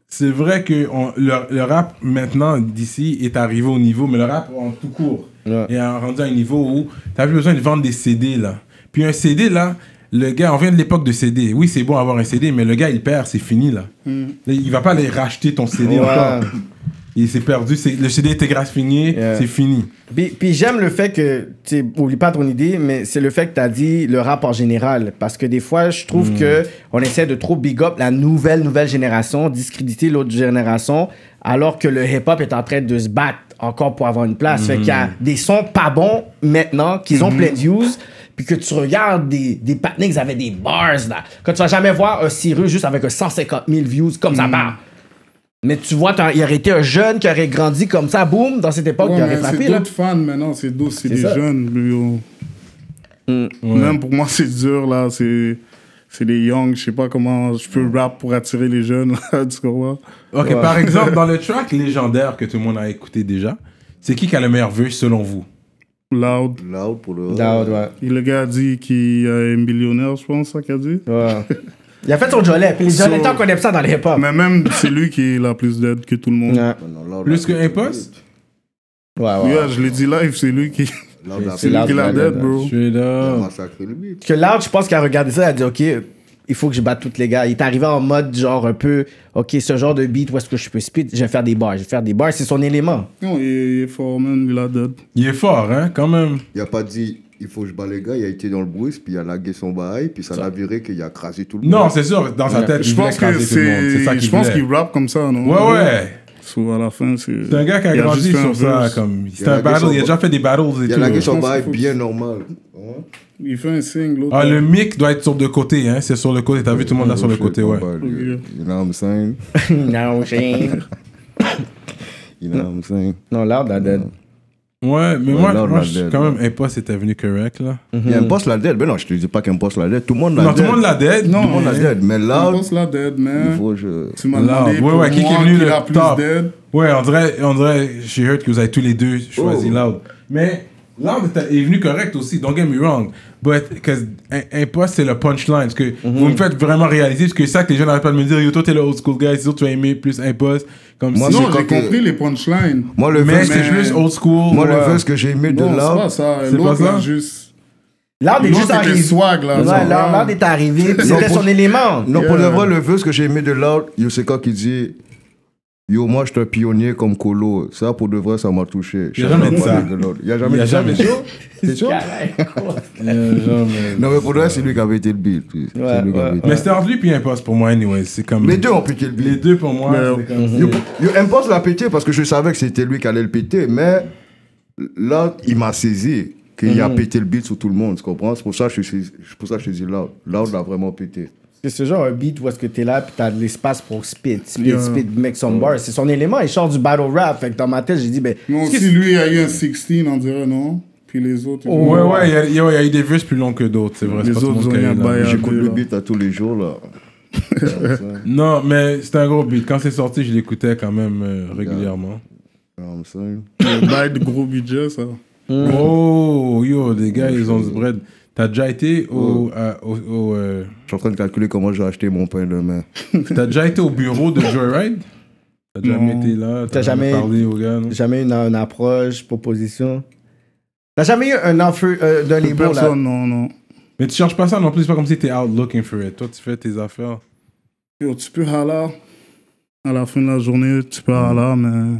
S3: c'est vrai que on- le, le rap maintenant d'ici est arrivé au niveau, mais le rap en tout court est rendu à un niveau où t'as plus besoin de vendre des CD là. Puis un CD là, le gars, on vient de l'époque de CD. Oui, c'est bon avoir un CD, mais le gars il perd, c'est fini là. Là, Il va pas aller racheter ton CD encore. Il s'est perdu, c'est- le CD était grâce fini,
S7: Yeah.
S3: c'est fini.
S7: Puis, puis j'aime le fait que, tu sais, oublie pas ton idée, mais c'est le fait que tu as dit le rap en général. Parce que des fois, je trouve
S5: Hmm.
S7: que on essaie de trop big up la nouvelle, nouvelle génération, discréditer l'autre génération, alors que le hip-hop est en train de se battre encore pour avoir une place. Fait qu'il y
S5: Hmm.
S7: a des sons pas bons maintenant, qu'ils ont plein de views, puis que tu regardes des, des patins qui avaient des bars, là. Que tu vas jamais voir un Cyrus juste avec un 150 000 views comme
S5: Hmm.
S7: ça part. Mais tu vois, t'as- il aurait été un jeune qui aurait grandi comme ça, boum, dans cette époque,
S5: Ouais,
S7: il aurait
S5: mais
S7: frappé,
S5: c'est
S7: là.
S5: d'autres fans maintenant, c'est d'autres, c'est
S7: C'est
S5: des
S7: ça.
S5: jeunes. lui, on-
S3: Mm. Ouais.
S5: Même pour moi, c'est dur, là. C'est, c'est des young, je sais pas comment je peux rap pour attirer les jeunes, là, tu comprends?
S3: Ok, par exemple, dans le track légendaire que tout le monde a écouté déjà, c'est qui qui a le meilleur vœu selon vous
S5: Loud.
S6: Loud pour le.
S7: Loud, ouais.
S5: Et le gars a dit qu'il euh, est millionnaire, je pense, ça qu'il a dit.
S7: Ouais. Il a fait son jolet, puis les
S5: So-
S7: joletteurs connaissent ça dans le hip-hop.
S5: Mais même, c'est lui qui est la plus dead que tout le monde.
S7: Ouais,
S6: Non, Loud
S3: Plus
S6: l'a-
S3: qu'un poste
S7: ouais, ouais.
S5: Yeah, je l'ai dit live, c'est lui qui,
S6: Loud l'a-
S7: C'est
S5: c'est lui
S7: Loud
S5: qui
S7: l'a
S5: l'a dead,
S7: dead,
S5: bro.
S3: Straight
S6: Il a
S3: up.
S6: massacré le beat.
S7: Parce que Loud, je pense qu'il a regardé ça, il a dit, OK, il faut que je batte tous les gars. Il est arrivé en mode, genre, un peu, OK, ce genre de beat, où est-ce que je peux speed? Je vais faire des bars. Je vais faire des bars, c'est son élément.
S5: Non, il est, il est fort, man, il l'a dead.
S3: Il est fort, hein, quand même.
S6: Il a pas dit il faut que je bats les gars, il a été dans le brousse, puis il a lagué son bail, puis ça l'a viré qu'il a crasé tout le monde.
S3: Non, c'est sûr, dans sa tête,
S5: Je pense que c'est,
S3: C'est ça qu'il
S5: je pense
S3: voulait.
S5: qu'il rappe comme ça, non?
S3: Ouais, ouais.
S5: So, à la fin, c'est.
S3: C'est un gars qui a
S5: il
S3: grandi
S5: juste fait un
S3: sur ça.
S5: verse.
S3: Comme... C'est
S6: Il a
S3: un
S6: la
S3: battle,
S6: question-
S3: il a déjà fait des battles et
S6: Il a
S3: tout.
S6: lagué son
S5: pense
S6: bail
S5: qu'il faut-
S6: bien normal. Hein
S5: Il fait un single, l'autre. euh,
S3: Ah, le mic doit être sur le côté, hein. C'est sur le côté. T'as vu tout le monde là sur le côté, ouais.
S6: You know what I'm saying?
S7: non, j'ai-
S6: You know what I'm saying?
S7: Non, Loud, la dead.
S3: Ouais, mais
S6: Ouais,
S3: moi,
S6: là, on
S3: moi,
S6: l'a
S3: je-
S6: dead,
S3: quand même, Impost était venu correct, là.
S6: Il y a un poste la dead. Ben non, je te dis pas qu'un poste la dead. Tout le monde la
S3: Non,
S6: dead.
S3: tout le monde l'a dead.
S5: Non,
S6: Tout le monde la
S5: mais-
S6: dead. Mais
S5: Je
S6: là,
S5: pense la dead,
S6: il
S5: man.
S6: faut que je.
S5: Tu m'as
S3: Là,
S5: demandé
S3: ouais,
S5: pour
S3: ouais, qui
S5: moi
S3: est venu
S5: qui la
S3: le
S5: plus
S3: top.
S5: dead.
S3: Ouais, on dirait, on dirait, j'ai heard que vous avez tous les deux choisi
S6: Oh.
S3: Loud. Mais Loud est- est venu correct aussi, don't get me wrong. But, cause un- un poste, c'est le punchline. Parce que vous me faites vraiment réaliser, parce que c'est ça que les gens n'arrêtent pas de me dire, yo, toi, t'es le old school guy, c'est sûr, que tu as aimé plus un poste. Comme
S6: Moi,
S3: si-
S5: Non,
S6: quand
S5: j'ai
S6: que-
S5: compris les punchlines.
S6: Moi, le
S3: Mais
S6: verse,
S3: c'est
S5: mais-
S3: plus old school.
S6: moi, le
S3: ouais.
S6: verse que j'ai aimé de
S5: Non, c'est pas
S6: là.
S5: ça.
S3: C'est
S5: L'autre,
S3: pas ça? Non,
S5: là, juste.
S7: Loud est
S5: L'autre,
S7: juste
S5: c'était
S7: arrivé.
S5: swag, là,
S7: Ouais,
S5: ça.
S7: Loud Loud est arrivé, puis
S6: Non,
S7: c'était
S6: pour-
S7: son élément.
S6: Non, pour
S5: Yeah.
S6: le vrai, le verse que j'ai aimé de là, Yo, c'est quand il dit. Yo, moi, je suis un pionnier comme Colo. Ça, pour de vrai, ça m'a touché.
S3: Il a jamais dit ça.
S6: Il a
S3: Il
S6: jamais
S3: a
S6: dit ça,
S3: jamais
S6: mais
S3: dit ça.
S6: C'est sûr?
S3: Euh, genre, mais-
S6: Non, mais pour de vrai, c'est lui qui avait été le beat. C'est lui qui avait
S7: ouais,
S6: été.
S3: Mais c'était entre lui puis un poste pour moi, anyway. C'est comme.
S6: Les deux ont piqué le beat.
S3: Les deux pour moi,
S5: Mais-
S3: c'est comme.
S6: Yo, yo, Impulse l'a pété parce que je savais que c'était lui qui allait le péter, mais là, il m'a saisi qu'il
S7: Mhm.
S6: a pété le beat sur tout le monde, tu comprends C'est pour ça que je suis c'est pour ça que je dis Loud. Loud l'a vraiment pété.
S7: C'est ce genre un beat où est-ce que t'es là puis t'as de l'espace pour spit, spit, spit, make some bars. C'est son élément, il sort du battle rap. Fait que dans ma tête, j'ai dit, ben,
S5: Non,
S7: est-ce que
S5: si lui a eu un 16, on dirait, non? Puis les autres. ils ont-
S3: Oh. Ouais, ouais, il y a- il y, a- il y a eu des verses plus longs que d'autres, c'est vrai. c'est
S5: Les
S3: pas tout le
S5: autres
S3: monde
S5: ont
S3: qui a
S5: eu
S3: eu
S5: un
S3: la-
S5: bail à
S6: J'écoute
S5: deux,
S6: le
S5: là.
S6: beat à tous les jours, là. Comme ça,
S3: Non, mais c'était un gros beat. Quand c'est sorti, je l'écoutais quand même euh, régulièrement.
S6: comme ça.
S5: Le bail de gros budget, ça.
S7: Mm.
S3: Oh, yo, les gars, ils ont du bread. T'as déjà été au. à- au- au, euh,
S6: Je suis en train de calculer comment j'ai acheté mon pain demain.
S3: T'as déjà été au bureau de Joyride T'as jamais
S5: Non.
S3: été là
S7: T'as jamais-
S3: parlé aux gars, non
S7: Jamais une, une approche, proposition. T'as jamais eu un enfeu euh, d'un
S6: bon,
S7: label, là?
S5: Personne, non, non.
S3: Mais tu cherches pas ça non plus, c'est pas comme si t'es out looking for it. Toi, tu fais tes affaires.
S5: Yo, tu peux halar. À la fin de la journée, tu peux halar, mais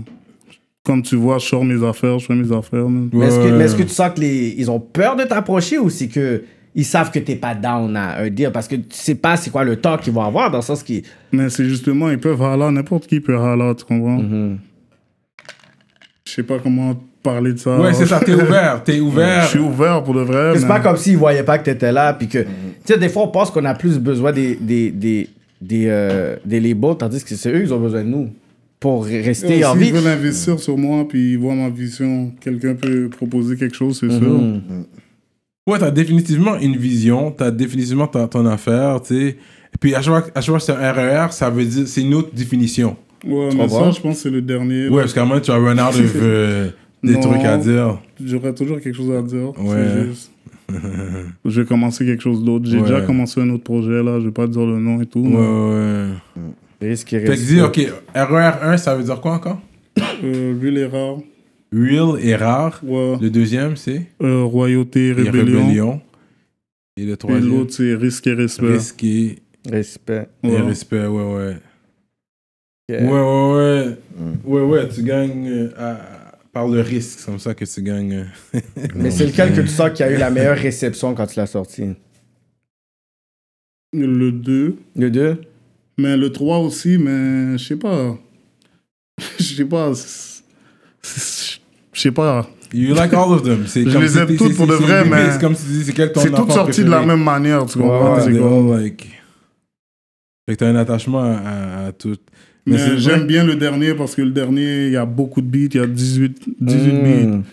S5: comme tu vois, je sors mes affaires, je fais mes affaires. man.
S7: Mais est-ce que, mais est-ce que
S3: Ouais.
S7: tu sens que les, ils ont peur de t'approcher ou c'est que ils savent que t'es pas down à un deal parce que tu sais pas c'est quoi le temps qu'ils vont avoir dans le sens qu'ils
S5: Mais c'est justement, ils peuvent halar, n'importe qui peut halar, tu comprends?
S7: Mm-hmm.
S5: Je sais pas comment parler de ça.
S3: Ouais, c'est ça, t'es ouvert, t'es ouvert.
S5: Je suis ouvert pour de vrai.
S7: Que C'est
S5: mais-
S7: pas comme s'ils voyaient pas que t'étais là, puis que. Tu
S3: Mm-hmm.
S7: sais, des fois, on pense qu'on a plus besoin des, des, des, des, euh, des labels, tandis que c'est eux, ils ont besoin de nous pour re-
S5: Yo,
S7: rester en
S5: S'ils
S7: vie.
S5: veulent investir sur moi, puis ils voient ma vision, quelqu'un peut proposer quelque chose,
S7: Mm-hmm.
S5: c'est sûr.
S3: Ouais, t'as définitivement une vision, t'as définitivement ta- ton affaire, tu sais. Et puis à chaque fois- à chaque fois que c'est un RER, ça veut dire c'est une autre définition.
S5: Ouais, mais ça, je pense que c'est le dernier.
S3: Ouais, parce qu'à un moment, tu as run out of euh, des
S5: Non.
S3: trucs à dire.
S5: J'aurais toujours quelque chose à dire. C'est
S3: Ouais.
S5: juste- je vais commencer quelque chose d'autre. J'ai
S3: Ouais.
S5: déjà commencé un autre projet, là. Je vais pas dire le nom et tout.
S3: Ouais,
S5: mais,
S3: ouais.
S7: Risque et
S3: Fait que
S7: risque.
S3: dis, ok, RER1, ça veut dire quoi encore
S5: euh, L'huile est rare.
S3: Real et rare.
S5: Ouais.
S3: Le deuxième, c'est
S5: Euh, royauté,
S3: et
S5: rébellion.
S3: rébellion. Et le
S5: Et
S3: troisième,
S5: l'autre, c'est risque et respect.
S3: risqué
S7: Respect.
S3: et
S5: Ouais. Euh.
S3: respect, ouais, ouais.
S7: Yeah.
S3: Ouais, ouais, ouais. Ouais, ouais, tu gagnes euh, à- par le risque, c'est comme ça que tu gagnes. euh.
S7: Mais c'est lequel que tu sens qui a eu la meilleure réception quand tu l'as sorti
S5: Le 2.
S7: Le 2
S5: Mais le 3 aussi, mais je sais pas. Je sais pas. C'est- c'est- Je sais pas.
S3: You like all of them. C'est
S5: Je
S3: comme
S5: les
S3: si
S5: aime
S3: t'es-
S5: toutes
S3: c'est-
S5: pour de
S3: c'est-
S5: vrai,
S3: c'est-
S5: mais
S3: C'est comme si tu dis, c'est quel ton
S5: C'est toutes
S3: enfant
S5: sorties de la
S3: préféré?
S5: même manière, tu comprends?
S7: Ouais,
S5: C'est
S3: They're
S5: comme-
S3: all like- Fait que t'as un attachement à, à tout.
S5: Mais
S3: c'est
S5: j'aime
S3: vrai-
S5: bien le dernier parce que le dernier, il y a beaucoup de beats, il y a 18, 18
S7: Mm.
S3: Mmh.
S5: beats.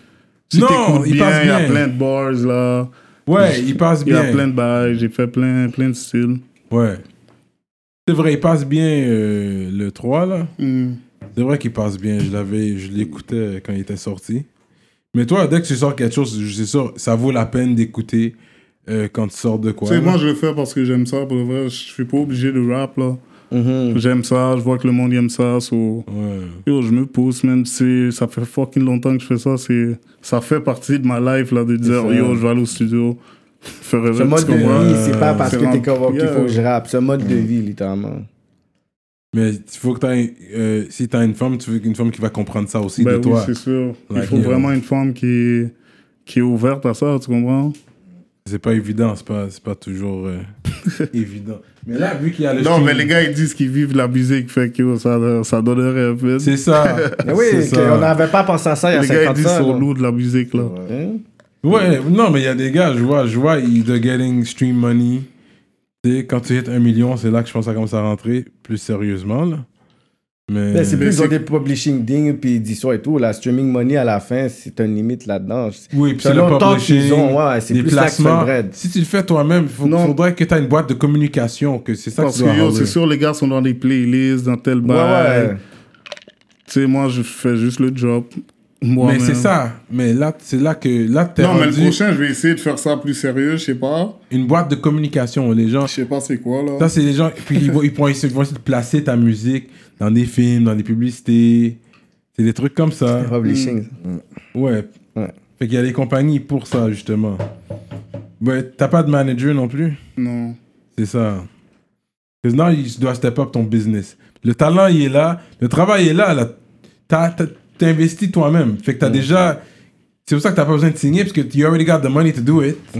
S5: Si
S3: Non,
S5: t'écoutes
S3: il passe
S5: il y a
S3: bien.
S5: plein de bars là,
S3: Ouais, il passe
S5: il y
S3: bien.
S5: a plein de bails, j'ai fait plein, plein de styles.
S3: Ouais. C'est vrai, il passe bien euh, le 3, là.
S5: Hmm.
S3: C'est vrai qu'il passe bien. Je l'avais, je l'écoutais quand il était sorti. Mais toi, dès que tu sors quelque chose, je suis sûr, ça vaut la peine d'écouter euh, quand tu sors de quoi.
S5: Tu sais,
S3: là.
S5: moi je le fais parce que j'aime ça, pour le vrai, je suis pas obligé de rap là.
S7: Mm-hmm.
S5: J'aime ça, je vois que le monde aime ça, so...
S3: Ouais.
S5: Yo, je me pousse, même si ça fait fucking longtemps que je fais ça, c'est... ça fait partie de ma life là, de dire
S7: ça.
S5: yo, je vais aller au studio, faire
S7: Ce mode de vie, c'est pas parce
S5: C'est
S7: que t'es
S5: rentre-
S7: convoqué qu'il
S5: Yeah.
S7: faut que je rappe. Ce mode de vie, littéralement.
S3: Mais il faut que t'aies, euh, si t'as une femme, tu veux qu'une femme qui va comprendre ça aussi
S5: Ben
S3: de
S5: oui,
S3: toi.
S5: c'est sûr. Il
S3: Like,
S5: faut
S3: yo.
S5: vraiment une femme qui est, qui est ouverte à ça, tu comprends?
S3: C'est pas évident, c'est pas, c'est pas toujours euh, évident. Mais là, vu qu'il y a le
S5: non,
S3: stream-
S5: mais les gars, ils disent qu'ils vivent la musique, fait que yo, ça, ça donne un rêve. man.
S3: c'est ça.
S7: Mais oui,
S3: c'est
S7: que-
S3: ça.
S7: on n'avait pas pensé à ça il y a
S5: Les gars,
S7: 50
S5: ils disent qu'ils
S7: ans.
S5: sont
S7: là.
S5: lourds de la musique, là.
S7: Hein?
S3: Ouais, non, mais il y a des gars, je vois, je vois, ils they're getting stream money. Tu sais, quand tu hits un million, c'est là que je pense que ça commence à rentrer plus sérieusement, là. Mais.
S7: Là, Ben, c'est plus ils ont
S5: c'est-
S7: des publishing ding puis éditions et tout. La streaming money à la fin, c'est une limite là-dedans.
S3: Oui, puis c'est le
S7: Selon le temps
S3: publishing,
S7: qu'ils ont, ouais, c'est
S3: les
S7: plus là que tu fais le
S3: placements.
S7: bread.
S3: Si tu le fais toi-même, il
S5: Non.
S3: faudrait que tu aies une boîte de communication, que c'est ça que
S5: Parce
S3: tu dois
S5: que yo, c'est
S3: handler.
S5: sûr, les gars sont dans des playlists, dans tel
S7: Ouais,
S5: bail.
S7: ouais.
S5: Tu sais, moi, je fais juste le job. Moi
S3: Mais c'est ça. Mais là, c'est là que là, t'es
S5: Non, mais le
S3: rendu
S5: prochain, je vais essayer de faire ça plus sérieux, je sais pas.
S3: une boîte de communication. Les gens,
S5: Je sais pas c'est quoi, là.
S3: ça c'est les gens. Puis ils vont, ils vont essayer ils vont essayer de placer ta musique dans des films, dans des publicités. C'est des trucs comme ça.
S7: Publishing.
S3: Ouais.
S7: Ouais.
S3: Fait qu'il y a des compagnies pour ça justement. Ouais, t'as pas de manager non plus.
S5: Non.
S3: C'est ça. Parce que now, tu dois step up ton business. Le talent, il est là. Le travail est là. là. T'as- t'as- T'investis toi-même. Fait que t'as déjà. C'est pour ça que t'as pas besoin de signer parce que you already got the money to do it. I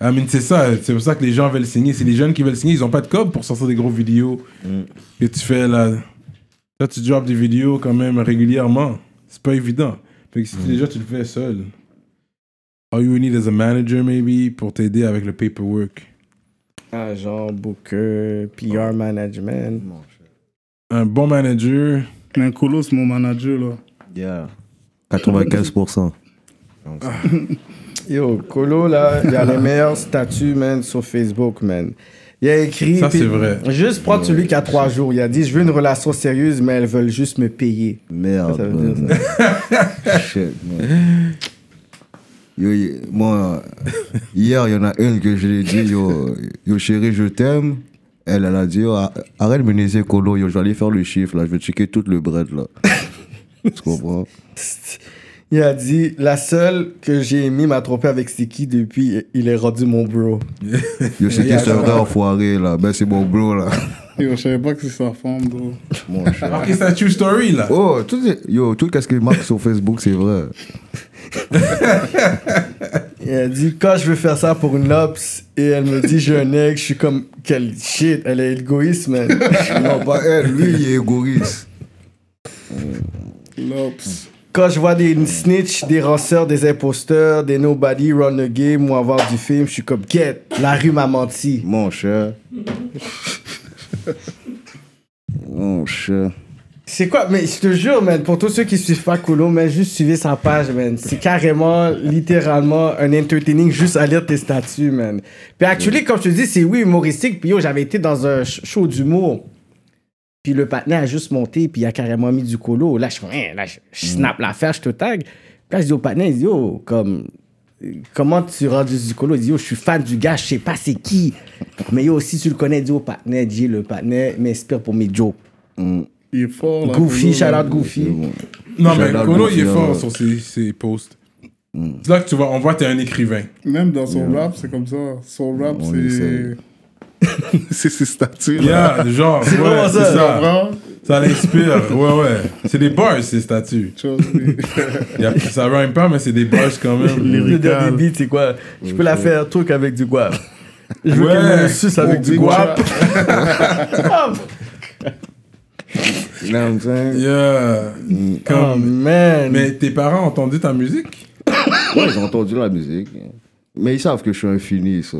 S3: mean, c'est ça. C'est pour ça que les gens veulent signer. C'est les jeunes qui veulent signer. Ils ont pas de code pour sortir des gros vidéos que tu fais là. Là, tu drops des vidéos quand même régulièrement. C'est pas évident. Fait que si déjà tu le fais seul, all you need is a manager maybe pour t'aider avec le paperwork.
S7: Agent, booker, PR management.
S3: un bon manager.
S5: Mais Colo, c'est mon manager, là.
S6: Yeah.
S9: 95%.
S7: Yo, Colo, là, il y a les meilleurs statuts, man, sur Facebook, man. Il a écrit.
S3: Ça,
S7: puis-
S3: c'est vrai.
S7: Juste prendre celui qui a trois jours. Il a dit Je veux une relation sérieuse, mais elles veulent juste me payer.
S6: Merde.
S7: Ça veut dire
S6: ouais. Shit, man. Yo, y- moi, hier, il y en a une que je lui ai dit, yo, yo chérie, je t'aime. Elle, elle a dit, yo, a- arrête de me niaiser, Colo, yo, je vais aller faire le chiffre, là, je vais checker tout le bread, là. tu comprends?
S7: Il a dit La seule que j'ai aimée m'a trompé avec Sticky depuis, il est rendu mon bro.
S6: Yo, c'est qui ce vrai enfoiré, là? Ben, c'est mon bro, là.
S5: Yo, je savais pas que c'est sa forme, bro.
S6: Mon cher.
S3: Ok, c'est un true story, là.
S6: Oh, tout, est- yo, tout ce qu'il marque sur Facebook, c'est vrai.
S7: Il a dit Quand je veux faire ça pour une lops, et elle me dit J'ai un ex, je suis comme Quel shit, elle est égoïste, man.
S6: Non, pas elle, lui, il est égoïste.
S5: Lops.
S7: Quand je vois des snitch, des ranceurs, des imposteurs, des nobody run the game ou avoir du film, je suis comme quête. La rue m'a menti.
S6: Mon cher. Mon cher.
S7: C'est quoi Mais je te jure, man, pour tous ceux qui suivent pas Colo, man, juste suivez sa page, man. C'est carrément, littéralement, un entertaining juste à lire tes statuts, man. Puis actuellement, comme je te dis, c'est oui humoristique. Puis yo, j'avais été dans un sh- show d'humour. Puis le partenaire a juste monté, puis il a carrément mis du colo. Là, je fais, hein, là, je, je snap l'affaire, je te tag. Puis là, je dis au partenaire, il dit, yo, comme, euh, comment tu rends du colo? Il dit, yo, je suis fan du gars, je sais pas c'est qui. Mais yo, si tu le connais, dis au partenaire, dis le partenaire m'inspire pour mes jokes.
S5: Il est fort, là.
S7: Ah, Goofy,
S5: Colo,
S7: shout
S5: là.
S3: euh,
S7: out Goofy.
S3: Non, mais
S6: J'adore
S3: Colo,
S6: le
S3: il est
S6: film,
S3: fort
S6: ouais.
S3: sur ses, ses posts. C'est là que tu vois, on voit que t'es un écrivain.
S5: Même dans son rap, c'est comme ça. Son rap,
S6: On
S5: c'est. c'est ses statues, là.
S3: Yeah, genre, ouais,
S7: vraiment
S3: c'est
S7: ça.
S3: ça.
S5: Comprends?
S3: Ça l'inspire, ouais, ouais. C'est des bars, ces statues.
S5: Chose, mais-
S3: Y a- Ça rhyme pas, mais c'est des bars quand même.
S7: Le dernier beat, c'est quoi Je peux la faire truc avec du guap. Je veux
S3: Ouais.
S7: qu'elle me suce avec
S3: Oh,
S7: du
S3: big
S7: guap.
S6: You know what I'm saying?
S3: Yeah.
S7: Oh
S3: Comme-
S7: man.
S3: Mais tes parents ont entendu ta musique
S6: Ouais, ils ont entendu la musique. Mais ils savent que je suis infini, ça.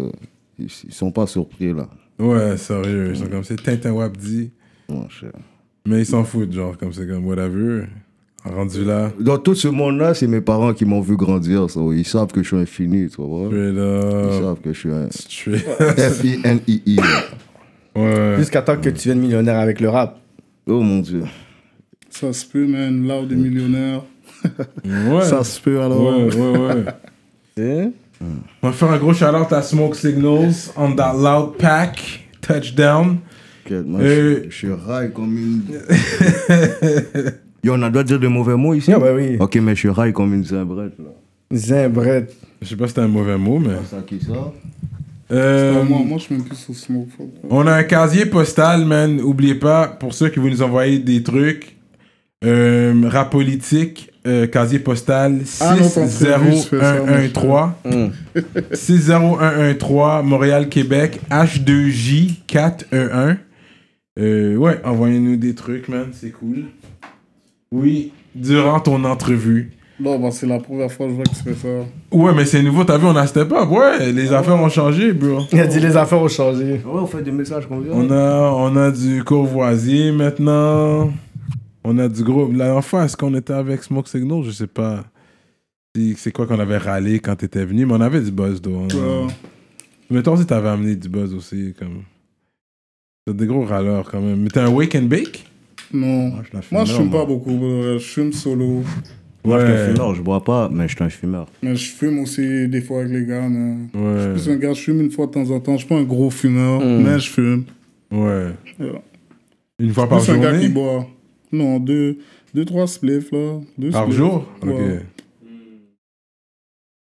S6: Ils, ils sont pas surpris, là.
S3: Ouais, sérieux. Ils sont comme, c'est Tintin Wabdi.
S6: Mon cher.
S3: Mais ils s'en foutent, genre, comme c'est comme, whatever. Rendu là.
S6: Dans tout ce monde-là, c'est mes parents qui m'ont vu grandir, ça. Ils savent que je suis infini, tu vois.
S3: Straight
S6: Ils
S3: up.
S6: savent que je suis un
S3: Straight
S6: F-I-N-I-I. là.
S3: Ouais.
S7: Jusqu'à temps que tu viennes millionnaire avec le rap.
S6: Oh mon dieu.
S5: Ça se peut, man. Là où des millionnaires.
S3: Ouais.
S5: Ça se peut, alors.
S3: Ouais, ouais, ouais. On va faire un gros shout-out à Smoke Signals on that loud pack. Touchdown.
S6: Quête, moi,
S3: Euh.
S6: je, je suis raille comme une.
S9: Yo, on a le droit de dire des mauvais mots ici.
S7: Ah bah oui.
S9: Ok, mais je suis raille comme une zimbrette, là.
S7: Zimbrette.
S3: Je sais pas si c'est un mauvais mot, mais.
S6: Ça qui ça
S3: Euh,
S5: Moi, moi, je suis même plus sous Smoke. faut-
S3: on a un casier postal, man. N'oubliez pas, pour ceux qui veulent nous envoyer des trucs, euh, rap politique, euh, casier postal
S5: Ah, non, t'as prévu, je fais ça, moi, je
S3: 60113. 60113, Montréal, Québec, H2J411. Euh, ouais, envoyez-nous des trucs, man. C'est cool. Oui, durant ton entrevue.
S5: Non, bah, c'est la première fois que je vois que tu fais ça.
S3: Ouais, mais c'est nouveau, t'as vu, on a step up. Ouais, les affaires ont changé, bro.
S7: Il a dit les affaires ont changé.
S9: Ouais, on fait des messages comme ça.
S3: On a, on a du courvoisier maintenant. On a du gros. La dernière fois, est-ce qu'on était avec Smoke Signal Je sais pas. si- C'est quoi qu'on avait râlé quand t'étais venu, mais on avait du buzz, donc.
S5: Ouais.
S3: Mettons si t'avais amené du buzz aussi, comme. T'as des gros râleurs quand même. Mais t'es un wake and bake
S5: Non.
S3: je la fume
S5: moi, je
S3: énorme,
S5: fume pas
S3: moi.
S5: beaucoup. bro. Je fume solo.
S9: Moi, je suis un
S3: Ouais.
S9: fumeur, je bois pas, mais je suis un fumeur.
S5: Mais je fume aussi des fois avec les gars. Mais...
S3: Ouais.
S5: Je suis un gars, je fume une fois de temps en temps. Je suis pas un gros fumeur,
S7: Hmm.
S5: mais je fume.
S3: Ouais.
S5: Yeah.
S3: Une fois par
S5: Plus un gars qui
S3: journée
S5: boit. Non, deux, deux trois spliffs, là. Deux
S3: Par
S5: spliffs.
S3: jour Ok.
S5: Ouais.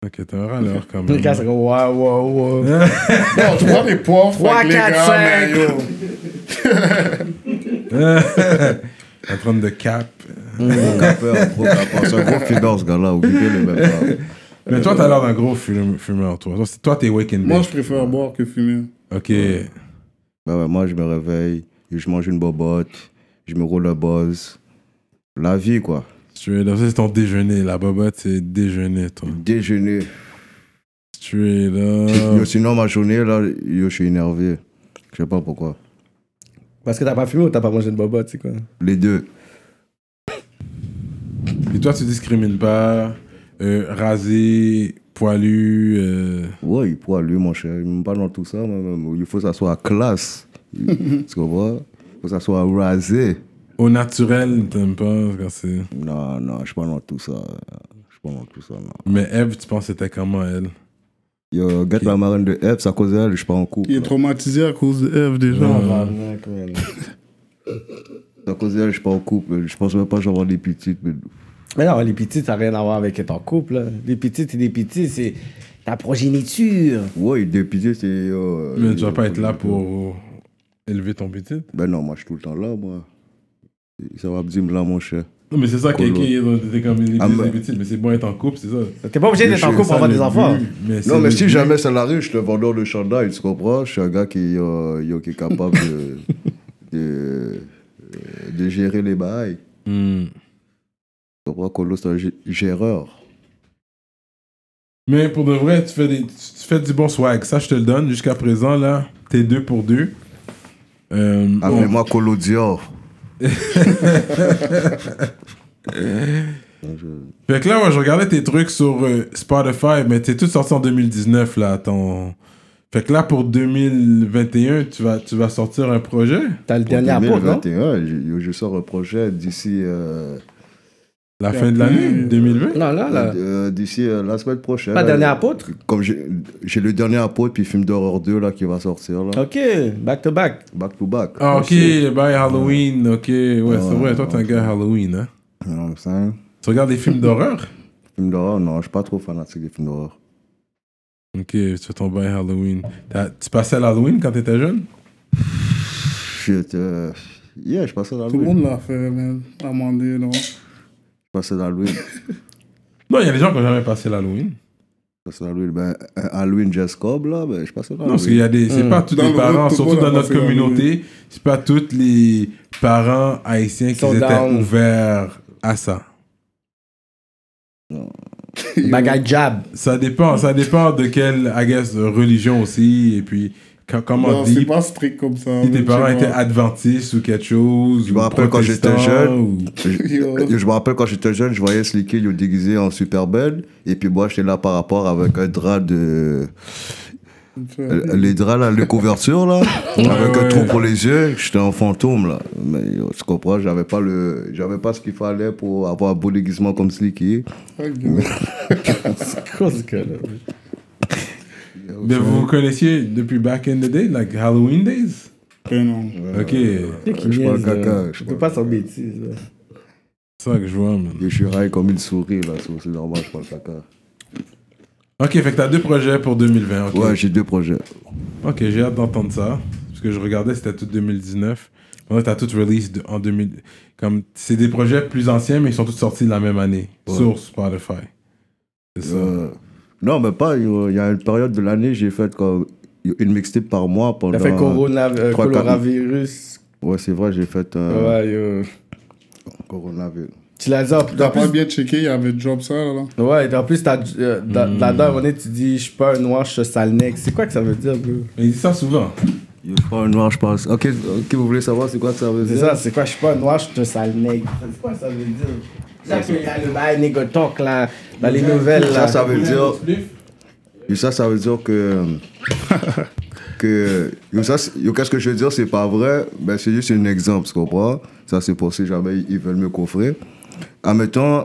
S3: Ok, t'es un râleur quand
S7: Les
S3: même.
S7: gars, c'est comme waouh, waouh, waouh.
S5: Non, trois des poires,
S7: Trois,
S5: avec les
S7: quatre,
S5: gars,
S7: cinq.
S5: mais yo.
S3: en train de cap.
S6: Gros capeur, gros capeur. C'est un gros fumeur, ce gars-là. Oubliez-le même pas.
S3: Mais toi, t'as l'air d'un gros fume- fumeur, toi. Toi, c'est- Toi, t'es wake and
S5: Moi,
S3: bake.
S5: je préfère boire que fumer.
S3: Ok.
S6: Bah ouais, moi, je me réveille, je mange une bobotte, je me roule un buzz. La vie, quoi.
S3: Straight up, ça c'est ton déjeuner. La bobotte, c'est déjeuner, toi.
S6: Déjeuner.
S3: Straight
S6: Yo,
S7: Oh.
S3: up.
S6: sinon, ma journée, là, yo, je suis énervé. Je sais pas pourquoi.
S7: Parce que t'as pas fumé ou t'as pas mangé de bobotte, c'est quoi
S6: Les deux.
S3: Et toi, tu discrimines pas. Euh, rasé, poilu. euh,
S6: Ouais, il pourra lui, mon cher. Il est même pas dans tout ça. mais, mais, mais Il faut que ça soit classe. tu comprends Il faut que ça soit rasé.
S3: au naturel, t'aimes pas quand c'est.
S6: Non, non, je suis pas dans tout ça. Je suis pas dans tout ça, non.
S3: Mais Eve, tu penses que c'était comment elle
S6: Yo, get la marraine de F, ça cause elle, je suis pas en couple.
S5: Il est
S6: là.
S5: traumatisé à cause de Eve déjà.
S7: Hmm.
S6: Ça cause elle, je suis pas en couple. Je pense même pas que j'aurai des petites. Mais...
S7: Mais non, les petits, ça n'a rien à voir avec être en couple. là. Les petits et les petits, c'est ta progéniture.
S6: Ouais, des petites, c'est. euh,
S3: Mais tu vas
S6: euh,
S3: pas être là pour élever ton petit.
S6: Ben non, moi, je suis tout le temps là, moi. Ça va me dire, là, mon cher.
S3: Non, mais c'est ça qui est- qui est dans- t'es comme les
S6: Ah,
S3: petits,
S6: mais-
S3: les petits, mais c'est bon être en couple, c'est ça.
S7: T'es pas obligé d'être en couple pour
S3: Ça,
S7: avoir
S3: le
S7: des enfants.
S3: but, c'est
S6: Non, mais
S3: le
S6: si
S3: but.
S6: jamais ça l'arrive, je suis un vendeur de chandail, tu comprends Je suis un gars qui, euh, yo, qui est capable de, de, de gérer les bails.
S3: Hmm.
S6: Tu comprends Colo, c'est un gé- géreur.
S3: Mais pour de vrai, tu fais, des- tu tu fais du bon swag. Ça, je te le donne. Jusqu'à présent, là, t'es deux pour deux. Euh, on-
S6: Appelez-moi Colo Dior.
S3: Fait que là, ouais, je regardais tes trucs sur euh, Spotify, mais t'es tout sorti en 2019, là. Ton... Fait que là, pour 2021, tu vas, tu vas sortir un projet
S7: T'as le
S6: Pour
S7: dernier apport, non?
S6: 2021, je, yo, je sors un projet d'ici euh,
S3: La fin de l'année 2020
S7: Non, là, là.
S6: euh, d'ici euh, la semaine prochaine.
S7: Pas
S6: là.
S7: dernier apôtre?
S6: Comme j'ai j'ai le dernier apôtre, puis film d'horreur 2 là, qui va sortir. Là.
S7: Ok, back to back.
S6: Back to back.
S3: Ah, ok, le bail Halloween, ok. Ouais, c'est vrai, toi, t'es un gars Halloween, hein.
S6: You know what I'm saying?
S3: Tu regardes des films d'horreur
S6: Film d'horreur, non, je suis pas trop fanatique des films d'horreur.
S3: Ok, tu fais ton bail Halloween. T'as- Tu passais l'Halloween quand t'étais jeune
S6: Shit, euh, yeah, je passais
S5: Tout le
S6: l'Halloween.
S5: monde l'a fait, man. Amandé, non.
S6: Je passais l'Halloween. Je
S3: Non, il y a des gens qui ont jamais passé l'Halloween.
S6: passais l'Halloween. Ben, euh, Halloween Jazz Cobb, là, ben, je passais
S3: Non, parce qu'il y
S6: l'Halloween.
S3: a des. C'est
S6: Mm.
S3: pas tous
S5: Dans
S3: les
S5: le
S3: parents,
S5: road, tout le
S3: surtout
S5: monde a
S3: dans notre
S5: passé la
S3: communauté, c'est pas tous les parents haïtiens qui
S7: Sont
S3: étaient
S7: down.
S3: ouverts à ça.
S7: Bagaille jab.
S3: Ça dépend, ça dépend de quelle, I guess, religion aussi, et puis quand- comment
S5: Non, c'est
S3: dire.
S5: pas strict comme ça.
S3: Si
S5: man,
S3: tes
S5: je
S3: parents
S5: sais
S3: étaient
S5: pas.
S3: adventistes ou quelque chose,
S6: Je
S3: ou
S6: me rappelle quand j'étais
S3: protestants,
S6: jeune.
S3: ou-
S6: Je, je me rappelle quand j'étais jeune, je voyais Slicky le déguisé en Superman. Et puis moi, j'étais là par rapport avec un drap de. euh, Les draps, là, les couvertures, là. avec un
S3: ouais.
S6: trou pour les yeux. J'étais un fantôme, là. Mais yo, tu comprends, j'avais pas, le... j'avais pas ce qu'il fallait pour avoir un beau déguisement comme Slicky.
S3: Mais vous vous connaissiez depuis back in the day, like Halloween days?
S5: Ben non.
S3: Ok, c'est
S6: Je suis pas un caca. Je,
S7: Tu
S6: suis
S7: peux
S6: pas-
S7: euh? pas s'en bêtise. là.
S3: ça que je vois, man.
S6: je suis raille comme une souris, là. C'est c'est normal, je suis pas un caca.
S3: Ok, fait que t'as deux projets pour 2020, ok.
S6: Ouais, j'ai deux projets.
S3: Ok, j'ai hâte d'entendre ça. Parce que je regardais, c'était tout 2019. Maintenant, t'as tout release de- en 2000. Comme, c'est des projets plus anciens, mais ils sont tous sortis la même année. Sur Spotify. C'est ça.
S6: Euh, non, mais pas. euh, Il y a une période de l'année, j'ai fait comme une mixtape par mois pendant.
S7: T'as fait corona, euh,
S6: trois, quatre-
S7: coronavirus.
S6: Ouais, c'est vrai, j'ai fait euh,
S7: Ouais, yo.
S6: coronavirus.
S7: Tu l'as dit en
S5: T'as
S7: en
S5: pas
S7: plus.
S5: bien checké, il y avait job ça, là. là.
S7: Ouais, et en plus, t'as, euh, da-
S6: Hmm.
S7: là-dedans, on est, tu dis, je suis pas un noir, je suis un sale nègre. C'est quoi que ça veut dire, bro?
S3: Mais il dit ça souvent.
S6: Je prends un noir, je pense. Ok, ok, vous voulez savoir c'est quoi ça veut
S7: C'est
S6: dire
S7: ça, c'est quoi, je suis pas un noir, je suis un sale nègre. C'est quoi ça veut dire? C'est ça qu'il y a le bail négo talk, là, dans les nouvelles, là.
S6: Ça, ça veut dire. Et ça, ça veut dire que. que. yo, ça, c'est- yo, Qu'est-ce que je veux dire, c'est pas vrai, mais c'est juste un exemple, tu comprends Ça, c'est pour si jamais ils veulent me coffrer. Admettons.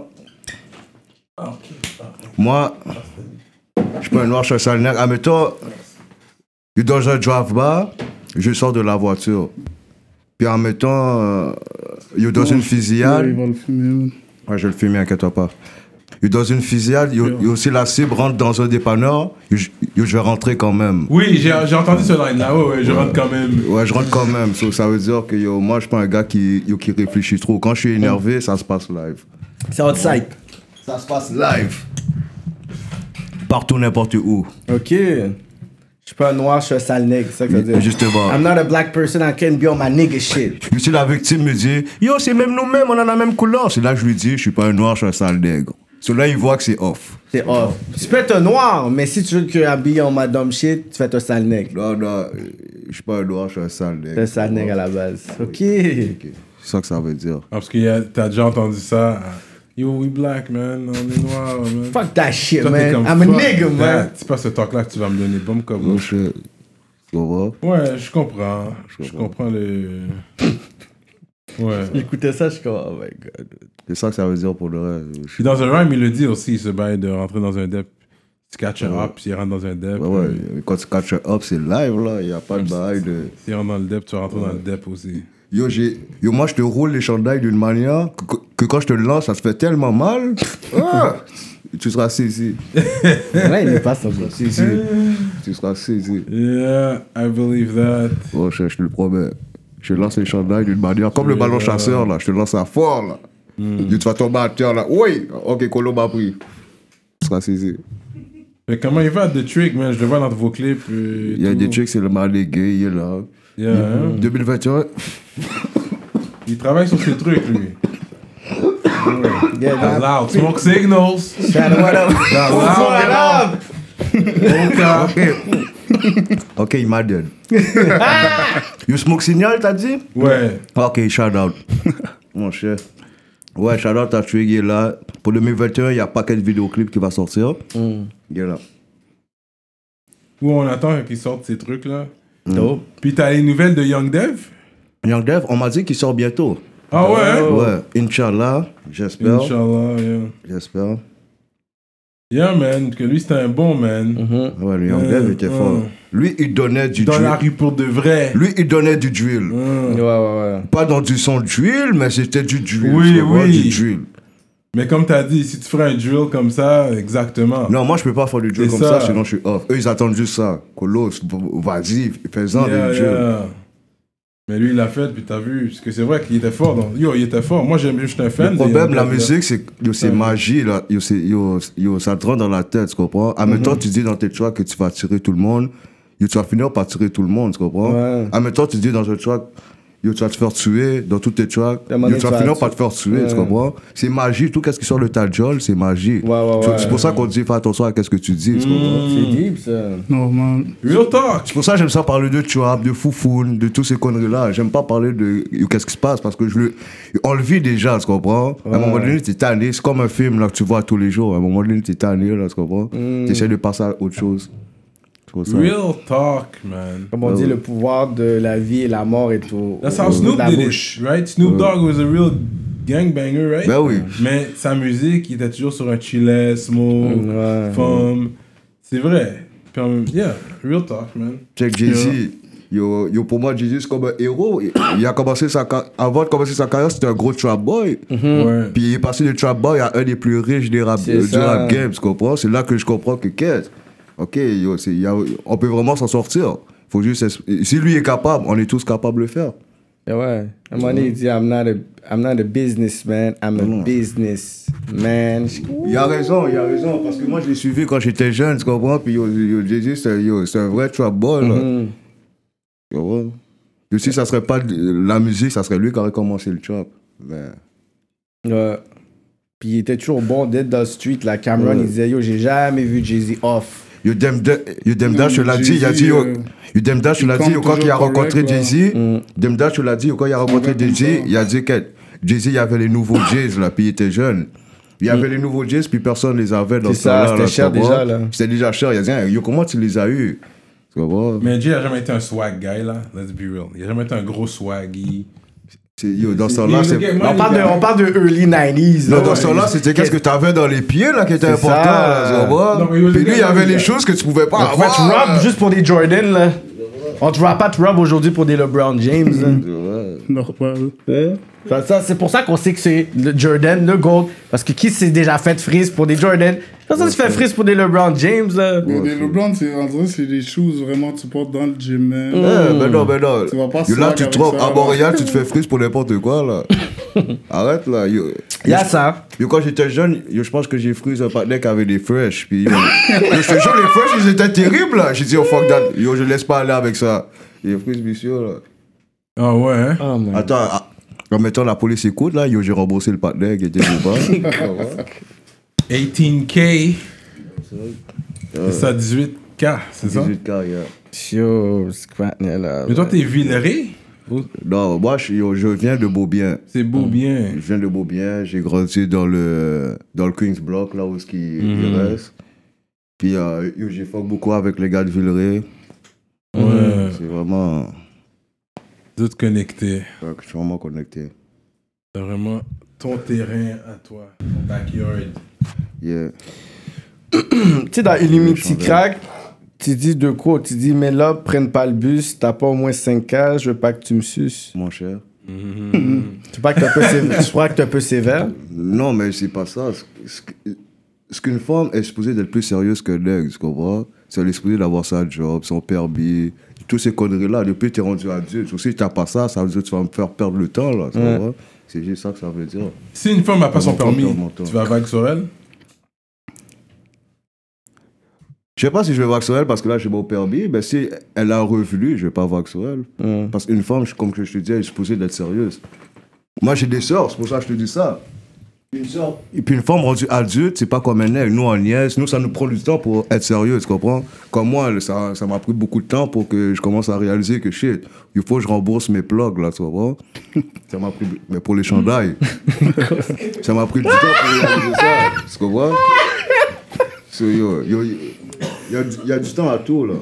S6: Moi, je suis pas un noir, je suis un sale nègre. Admettons, je suis dans un drive-bar, je sors de la voiture. Puis admettons, euh, yo, dans une fusillade.
S5: Ouais, Ils vont le filmer.
S6: Ouais, je le fume, inquiète-toi pas. Et dans une fusillade, il y a- il y a aussi la cible rentre dans un dépanneur, et je et je vais rentrer quand même.
S3: Oui, j'ai j'ai entendu ce line-là. Ouais, ouais, je rentre quand même.
S6: Ouais, je rentre quand même. So, ça veut dire que yo, moi, je suis pas un gars qui, yo, qui réfléchit trop. Quand je suis énervé, ça se passe live.
S7: C'est outside.
S6: Ça se passe live. Partout, n'importe où.
S7: Ok. Je suis pas un noir, je suis un sale nègre, c'est ça que ça veut dire.
S6: Justement.
S7: I'm not a black person, I can't be on my nigga shit.
S6: Et si la victime me dit, yo, c'est même nous-mêmes, on a la même couleur. C'est là que je lui dis, je suis pas un noir, je suis un sale nègre. Celui-là, il voit que c'est off.
S7: C'est off. Tu peux être un noir, mais si tu veux que I be on my dumb shit, tu fais un sale nègre.
S6: Non, non, je suis pas un noir, je suis un sale nègre.
S7: T'es un sale nègre à la base. Ok.
S6: C'est ça que ça veut dire.
S3: Ah, parce que y a- t'as déjà entendu ça Yo, we black, man. On est noir, man.
S7: Fuck that shit,
S3: Toi, t'es
S7: man.
S3: comme,
S7: I'm a
S3: fuck
S7: nigga,
S3: that.
S7: man.
S3: C'est pas ce talk-là que tu vas me donner. Bombe comme.
S10: Oh, shit. Tu comprends?
S3: Ouais, je comprends. Je comprends le. Ouais.
S7: Écoutez ça, je suis comme, oh my god.
S10: C'est ça que ça veut dire pour le reste. Je
S3: Puis dans un rhyme, il le dit aussi, ce bail de rentrer dans un dep. Tu catch un up, puis il rentre dans un
S10: Ouais,
S3: dep. puis
S10: ouais. Quand tu catch up, c'est live, là. Il n'y a pas de bail de.
S3: S'il rentre dans le dep, tu vas rentrer dans le dep aussi.
S10: Mm. Yo, j'ai- Yo, moi, je te roule les chandails d'une manière que, que- que quand je te lance, ça se fait tellement mal. Ah tu seras saisi.
S7: Là, il est pas ça,
S10: Tu seras saisi. tu seras saisi.
S3: Yeah, I believe that.
S10: Oh, je, je te le promets. Je te lance les chandails d'une manière comme le ballon chasseur, là. Je te lance ça fort, là. Tu vas tomber à terre, là. Oui! Ok, Colo m'a pris. Tu seras saisi.
S3: Mais comment il va, The Trick, man? Je le vois dans vos clips. euh, et
S10: Il y a
S3: tout.
S10: des trucs, c'est le mal des gays, il est là.
S3: Yeah, hein?
S10: 2021,
S3: Il travaille sur ses trucs, lui.
S7: Yeah,
S3: That's loud. Smoke signals.
S7: Shout out, what up?
S10: Ah,
S3: That's loud.
S7: What up?
S6: Ok, il m'a dead.
S3: Ah!
S6: you smoke signal, t'as dit
S3: Ouais.
S6: Ok, shout out. Mon cher. Ouais, shout out à tué, il est là. Pour 2021, il y a pas quel vidéoclip qui va sortir.
S3: Mm.
S6: Il est là.
S3: Où on attend qu'il sorte ces trucs-là.
S10: Mm.
S3: Puis t'as les nouvelles de Young Dev?
S6: Young Dev, on m'a dit qu'il sort bientôt.
S3: Ah ouais?
S6: Ouais, Inch'Allah, j'espère.
S3: Inch'Allah, yeah.
S6: J'espère.
S3: Yeah, man, que lui, c'était un bon man.
S10: Mm.
S6: Ouais, le Young
S3: Euh,
S6: Dev était fort.
S3: ouais.
S6: Lui, il donnait du
S3: Dans
S6: drill.
S3: la rue pour de vrai. Mm.
S6: Lui, il donnait du drill.
S7: Ouais, ouais, ouais.
S6: Pas dans du son drill, mais c'était du drill.
S3: Oui,
S6: tu comprends,
S3: oui.
S6: Du drill.
S3: Mais comme t'as dit, si tu ferais un drill comme ça,
S7: Ah.
S3: exactement.
S6: Non, moi, je peux pas faire du drill
S3: C'est
S6: comme ça.
S3: ça.
S6: sinon je suis off. Eux, ils attendent juste ça. Colos, vas-y, fais-en
S3: Yeah,
S6: du drill.
S3: yeah. Mais lui, il l'a fait, puis t'as vu. Parce que c'est vrai qu'il était fort. dans- Yo, il était fort. Moi, j'aime, je suis un fan.
S6: Le
S3: des
S6: problème,
S3: Young
S6: la
S3: Dev, là.
S6: musique, c'est yo, c'est magie, là. Yo, c'est- yo, yo, ça te rentre dans la tête, tu comprends? En même
S7: Mhm.
S6: temps, tu dis dans tes tracks que tu vas tirer tout le monde, yo, tu vas finir par tirer tout le monde, tu comprends?
S7: Ouais.
S6: En même temps, tu dis dans un track, yo, tu vas te faire tuer, dans tous tes tracks,
S7: La
S6: yo,
S7: manière
S6: tu
S7: que
S6: vas
S7: tu vas
S6: finir
S7: te-
S6: par te faire tuer, tu comprends? C'est magie, tout qu'est-ce qui sort de ta jolle, c'est magie.
S7: Ouais, ouais,
S6: C'est-
S7: ouais. Mm.
S6: C'est pour ça qu'on dit, fais attention à qu'est-ce que tu dis, tu comprends?
S7: C'est deep, ça.
S5: Normal.
S3: Real talk.
S6: C'est pour ça que j'aime ça parler de trap, de foufoune, de tous ces conneries-là. J'aime pas parler de euh, qu'est-ce qui se passe parce que je le, on le vit déjà, tu comprends À un moment donné, t'es tanné. C'est comme un film là que tu vois tous les jours. À un moment donné, t'es tanné, là, tu comprends T'essaies de passer à autre chose. C'est pour ça.
S3: Real talk, man.
S7: Comme on dit, le pouvoir de la vie et la mort est au.
S3: That's
S7: au-
S3: how Snoop
S7: la
S3: did
S7: bouche.
S3: it, right? Snoop Dogg was a real gangbanger, right?
S6: Ben oui.
S3: Mais sa musique, il était toujours sur un chillet, smoke,
S7: Mm, Ouais.
S3: femme. C'est vrai. Puis on- yeah, real talk, man.
S6: Check Jay-Z. Yo, yo, pour moi, Jay-Z, c'est comme un héros. Il il a commencé sa car- Avant de commencer sa carrière, c'était un gros trap boy.
S7: Mm.
S3: Ouais.
S6: Puis il est passé de trap boy à un des plus riches des rap,
S7: C'est
S6: euh, du
S7: ça.
S6: rap game, tu comprends C'est là que je comprends que qu'est-ce Ok, yo, c'est- y a- on peut vraiment s'en sortir. Faut juste, es- si lui est capable, on est tous capables de le faire.
S7: Yeah, ouais. À un moment donné, il dit I'm not a, I'm not a businessman, I'm a businessman.
S6: Il a raison, il a raison, parce que moi je l'ai suivi quand j'étais jeune, tu comprends Puis yo, yo, Jay-Z, c'est yo, c'est un vrai trap boy. là.
S7: Mm-hmm. Hmm.
S6: Tu comprends Yo, si ça serait pas de- la musique, ça serait lui qui aurait commencé le trap. Mais
S7: Ouais. Puis il était toujours bon d'être dans le street. La Cameron, il disait Yo, j'ai jamais vu Jay-Z off.
S6: Yo Dem Da- Yo Dem Dash, je
S5: mais
S6: l'ai dit, il a
S5: Jay-Z,
S6: dit, yo,
S5: euh,
S6: Yo Dem Dash, je
S5: il
S6: l'ai dit,
S5: compte
S6: yo, quand il a
S5: toujours
S6: rencontré
S5: correct,
S6: Jay-Z,
S7: Mm.
S6: Dem Dash, je l'ai dit, yo, quand il a rencontré
S5: comme
S6: Jay-Z,
S5: ça.
S6: il a dit que Jay-Z, il y avait les nouveaux Jays, là, puis il était jeune. Il y avait les nouveaux Jays, puis personne les avait dans
S7: Mm. C'est
S6: ce
S7: ça,
S6: temps-là,
S7: c'était
S6: là,
S7: cher
S6: tu comprends?
S7: déjà, là.
S6: C'était déjà cher, il a dit, hein, yo, comment tu les as eus Tu comprends
S3: Mais Jay a jamais été un swag guy, là. Let's be real. Il a jamais été un gros swaggy.
S6: C'est- yo, Dans ce
S3: Il
S6: temps-là,
S3: est
S6: c'est.
S3: le gars- moi,
S7: On parle, de, on parle de early 90s.
S6: Non,
S7: là.
S6: dans ce temps-là, c'était qu'est-ce que tu avais dans les pieds là qui était
S7: C'est
S6: important.
S7: ça.
S6: Là, tu comprends?
S3: Non, mais il was
S6: Puis
S3: a
S6: lui, il y
S3: gars-
S6: avait les choses que tu pouvais pas
S7: On va te
S6: avoir.
S7: rub juste pour des Jordan, là. On te rap pas te rub aujourd'hui pour des LeBron James. là.
S5: Normal.
S7: Ça, ça, c'est pour ça qu'on sait que c'est le Jordan, le gold. Parce que qui s'est déjà fait frise pour des Jordan Quand ça se fait frise pour des LeBron James, là.
S5: Mais des LeBlanc, c'est- en vrai, c'est des choses vraiment que tu portes dans le gym. man.
S6: Eh, ben non, ben non.
S5: Hmm. Tu vas pas
S6: Yo, là,
S5: swag
S6: tu te
S5: avec
S6: trompes.
S5: ça, hein.
S6: À
S5: là.
S6: Montréal, tu te fais frise pour n'importe quoi, là. Arrête, là. Yo,
S7: Il y a ça.
S6: Yo, quand j'étais jeune, yo, je pense que j'ai frise un partenaire qui avait des fresh. Puis, yo, yo, je te jure, les fresh, ils étaient terribles, là. J'ai dit, oh fuck that. Yo, je laisse pas aller avec ça. Les fresh, monsieur, là.
S3: Ah ouais, hein?
S6: Attends, ah, en mettant la police écoute, là, yo, j'ai remboursé le partenaire qui était là-bas.
S3: 18K. C'est ça, 18K, c'est ça?
S6: 18K, yeah.
S7: Yo, Squatney, là.
S3: Mais toi, t'es Villeray?
S6: Non, moi, je, yo, je viens de Beaubien.
S3: C'est beau, bien.
S6: Je viens de Beaubien, j'ai grandi dans le, dans le Queen's Block, là où ce qui il reste. Puis, euh, yo, j'ai fuck beaucoup avec les gars de Villeray.
S3: Ouais.
S6: C'est vraiment.
S3: D'autres connectés.
S6: fuck, Je suis vraiment connecté.
S3: C'est vraiment ton terrain à toi. Ton backyard.
S6: Yeah.
S7: Tu sais, dans Illimity Crack, tu dis deux quoi Tu dis, mais là, prenne pas le bus, t'as pas au moins 5K, je veux pas que tu me suces.
S6: Mon cher.
S7: Tu crois que t'es un peu sévère- tu crois que t'es un peu sévère
S6: Non, mais c'est pas ça. Ce- ce que- Ce qu'une femme est supposée d'être plus sérieuse que l'aigle, tu comprends C'est elle est supposée d'avoir sa job, son permis, toutes ces conneries-là. Depuis que tu es rendu adulte, Donc, si tu n'as pas ça, ça veut dire que tu vas me faire perdre le temps, là, tu comprends C'est juste ça que ça veut dire.
S3: Si une femme n'a pas son
S6: Mon temps,
S3: permis,
S6: mon temps.
S3: tu vas vague sur elle
S6: Je sais pas si je vais voir sur elle parce que là, j'ai mon permis, mais si elle a un revenu, je vais pas voir sur elle. Parce qu'une femme, je- comme que je te disais, elle est supposée d'être sérieuse. Moi, j'ai des sœurs, c'est pour ça que je te dis ça. Une sœur. Et puis une femme rendue adulte, c'est pas comme un aigle. Nous, on nièce, nous, ça nous prend du temps pour être sérieux, tu comprends Comme moi, le- ça ça m'a pris beaucoup de temps pour que je commence à réaliser que shit, il faut que je rembourse mes plugs, là, tu comprends Ça m'a pris. Mais pour les chandails. ça m'a pris du temps pour réaliser ça, tu comprends So, yo, yo, yo, y, a, du- y a du temps à tout, là.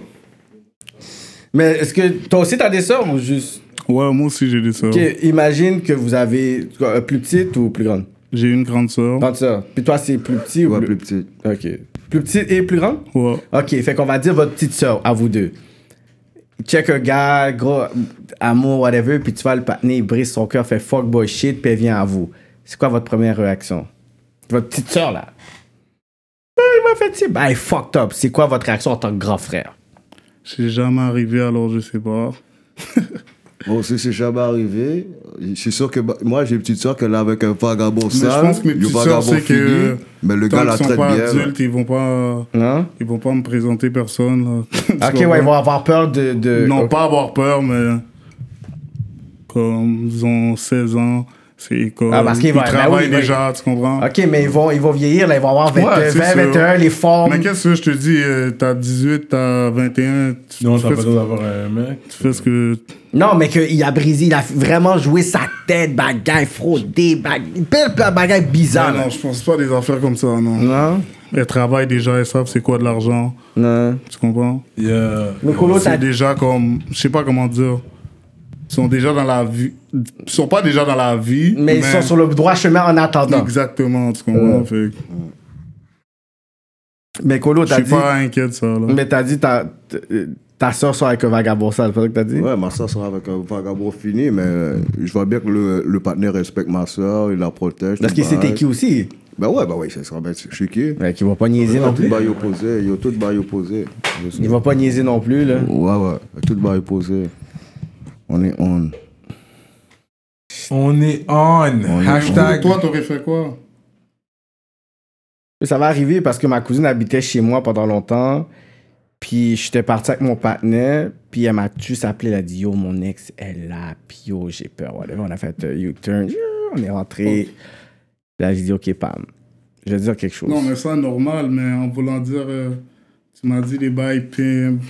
S7: Mais est-ce que toi aussi t'as des sœurs ou juste
S5: Ouais, moi aussi, j'ai des sœurs.
S6: Oh.
S7: Ok, Imagine que vous avez euh, plus petite ou plus grande
S5: J'ai une grande sœur.
S7: Grande sœur. Puis toi, c'est plus petit ou
S6: Oh. Ouais,
S7: plus...
S6: plus petit.
S7: Ok. Plus petite et plus grande
S5: Ouais.
S7: Ok, fait qu'on va dire votre petite sœur à vous deux. Check un gars, gros, amour, whatever, puis tu vas le patiner, il brise son cœur, fait fuck boy shit, puis elle vient à vous. C'est quoi votre première réaction Votre petite sœur, là. Ah, Il m'a fait tirer. Bah, fucked up. C'est quoi votre réaction en tant que grand frère
S5: C'est jamais arrivé, alors je sais pas.
S6: Bon, si c'est jamais arrivé, je suis sûr que bah, moi, j'ai une petite soeur qu'elle est avec un vagabond
S5: Mais je
S6: sale.
S5: pense que mes
S6: le
S5: petites sœurs,
S6: vagabond
S5: c'est
S6: fini,
S5: que.
S6: Mais le
S5: tant
S6: gars la
S5: qu'ils
S6: traite
S5: sont pas
S6: bien. là.
S5: adultes, ils vont pas.
S7: Non
S5: Ils vont pas me présenter personne, là. Tu
S7: Ok,
S5: comprends?
S7: ouais, ils vont avoir peur de. de...
S5: Non,
S7: Euh, ok.
S5: pas avoir peur, mais. Comme ils ont 16 ans, c'est comme.
S7: Ah, parce qu'ils
S5: ils
S7: vont- ben
S5: travaillent
S7: oui, oui.
S5: déjà, tu comprends?
S7: Ok, mais ils vont, ils vont vieillir, là, ils vont avoir euh, 20,
S5: Ouais, c'est
S7: 20,
S5: sûr.
S7: 21, les formes.
S5: Mais qu'est-ce que je te dis? euh, T'as 18, t'as 21. Tu,
S3: Non,
S5: tu
S3: t'as
S5: fais
S3: pas
S5: ce-
S3: besoin d'avoir un mec.
S5: tu fais ce que.
S7: Non, mais qu'il a brisé, il a vraiment joué sa tête, bagaille, fraudé, bagaille, plein plein de bagailles bizarres.
S5: Ah,
S7: là.
S5: non, je pense pas à des affaires comme ça, non.
S7: Non,
S5: Elles travaillent déjà, elles savent c'est quoi de l'argent.
S7: non.
S5: Tu comprends?
S3: Yeah.
S7: Le colo, t'as
S5: C'est déjà comme. Je sais pas comment dire. Ils sont déjà dans la vie. Ils sont pas déjà dans la vie.
S7: Mais ils sont sur le droit chemin en attendant.
S5: Exactement, tu comprends? Fait que
S7: Mais Colo,
S5: je
S7: t'as
S5: suis
S7: dit.
S5: pas hein. inquiet de ça, là.
S7: Mais t'as dit ta, ta soeur sort avec un vagabond sale, c'est pas ça que t'as dit?
S6: Ouais, ma soeur sera avec un vagabond fini, mais euh, je vois bien que le, le partenaire respecte ma soeur, il la protège.
S7: Parce
S6: tout
S7: que
S6: bail.
S7: c'était qui aussi?
S6: Ben ouais, ben ouais, ça sera bien. Je suis qui
S7: Ouais, qu'ils vont pas niaiser non
S6: Tout
S7: plus.
S6: bail opposé, yo, tout bail opposé.
S7: Ils vont pas niaiser non plus, là.
S6: Ouais, ouais, tout bail opposé. On est on.
S3: On est on.
S6: est
S3: Hashtag.
S5: Toi, t'aurais fait quoi?
S7: Ça va arriver parce que ma cousine habitait chez moi pendant longtemps. Puis j'étais parti avec mon partenaire. Puis elle m'a tué, s'appelait, elle a dit Yo, mon ex elle là. Puis yo, j'ai peur. Whatever. On a fait euh, U-turn. On est rentré. Là, j'ai dit Ok, Pam. Je vais dire quelque chose.
S5: Oh. Non, mais ça, normal, mais en voulant dire. euh, tu m'as dit les bails pimp.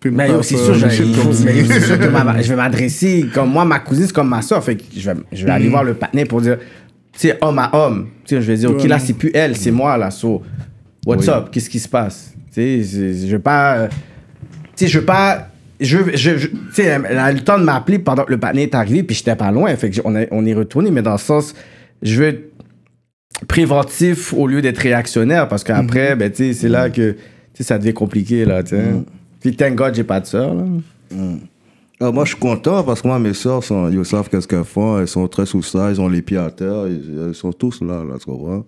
S5: pimp
S7: Mais
S5: ta
S7: yo, c'est
S5: sœur,
S7: sûr, je
S5: des shit comme ça.
S7: mais yo, c'est sûr que ma- je vais m'adresser. Comme moi, ma cousine, c'est comme ma soeur. Fait que je vais, je vais
S5: Mm.
S7: aller voir le partenaire pour dire, tu sais, homme à homme. Tu sais, je vais dire, OK,
S5: Ouais. Mm.
S7: là, c'est plus elle, c'est moi, là. So, what's up? Qu'est-ce qui se passe? Tu sais, je, je vais pas. euh, Tu sais, je vais pas. Je, je, je- tu sais, elle a eu le temps de m'appeler pendant que le partenaire est arrivé, puis j'étais pas loin. Fait que j'ai- on, a- on est retourné, mais dans le sens, je veux être préventif au lieu d'être réactionnaire, parce qu'après, ben, tu sais, c'est là que tu sais, ça devient compliqué, là, tu sais. Puis, thank God, j'ai pas de soeur, là.
S6: Ah, moi, je suis content parce que moi, mes soeurs, sont, ils savent qu'est-ce qu'elles font. Elles sont très sous ça, elles ont les pieds à terre. Ils, elles sont tous là, là, tu comprends?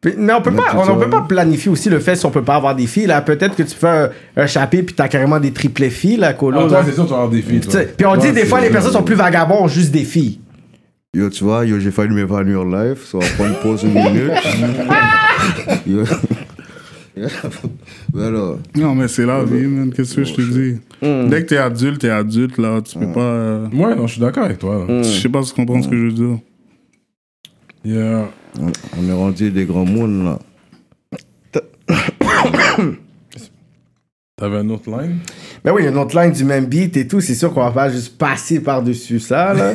S7: Puis- Mais on peut
S6: Mais
S7: pas,
S6: tu
S7: on, on
S6: vois,
S7: peut pas
S6: oui.
S7: planifier aussi le fait si on peut pas avoir des filles là. Peut-être que tu fais un, un chapitre puis t'as carrément des triplets filles là, colo.
S3: Ah,
S7: là.
S3: toi, c'est sûr, tu vas avoir des filles.
S7: Tu
S3: toi.
S7: sais, Puis on dit
S3: Toi,
S7: des fois
S3: c'est-
S7: les personnes sont plus vagabonds, ont juste des filles.
S6: Yo, tu vois, yo, j'ai failli m'évanouir live. Ça va prendre une pause une minute. yo. Mais alors,
S5: Non, mais c'est la vie, man. Qu'est-ce que je
S7: Oh,
S5: te dis?
S7: Mm.
S5: Dès que t'es adulte, t'es adulte, là. Tu peux pas. euh,
S3: Ouais, non, je suis d'accord avec toi. là.
S5: Je sais pas si tu comprends
S7: Mm.
S5: ce que je veux dire.
S3: Yeah.
S6: on, on est rendu des grands mondes, là.
S3: T'avais un autre line?
S7: Ben oui, il y a une autre ligne du même beat et tout. C'est sûr qu'on va pas juste passer par-dessus ça, là.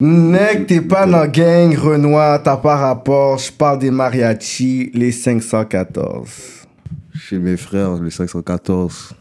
S7: Nec, t'es pas dans gang, Renoir, t'as pas rapport. Je parle des mariachis, les 514.
S6: Chez mes frères, le 514.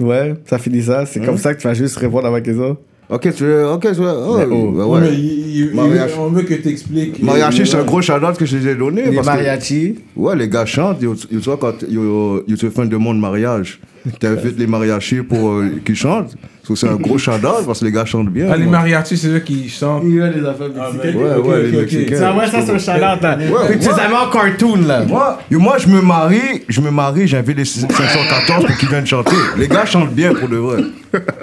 S7: Ouais, ça finit ça. C'est comme ça que tu vas juste répondre avec les autres.
S6: Ok, tu veux. Ok, tu veux. Oh,
S7: Mais oh.
S6: bah
S3: Ouais, mais
S6: ouais.
S3: il- il- il-
S6: Mariachi.
S3: on veut que t'expliques.
S6: Mariachi, c'est un
S3: Ouais.
S6: gros shout que je les ai donné.
S7: Les
S6: parce que-
S7: mariachis.
S6: Ouais, les gars chantent. Yo- yo- Toi, quand euh, yo- yo- tu fais une demande de mariage, t'invites les mariachis pour euh, qu'ils chantent. Parce que c'est un gros shout parce que les gars chantent bien.
S3: Ah, les
S6: moi.
S3: mariachis, c'est eux qui chantent.
S7: Il y a des affaires
S3: Ok,
S6: Ah, ouais,
S3: ok,
S6: ouais, les
S3: ok, ok.
S6: Mexicains.
S7: Ah ouais, ça c'est un shout-out là.
S6: ouais.
S7: Tu les avais en cartoon là.
S6: Moi, yo, moi, je me marie, je me marie, j'invite les 514 pour qu'ils viennent chanter. Les gars chantent bien pour de vrai.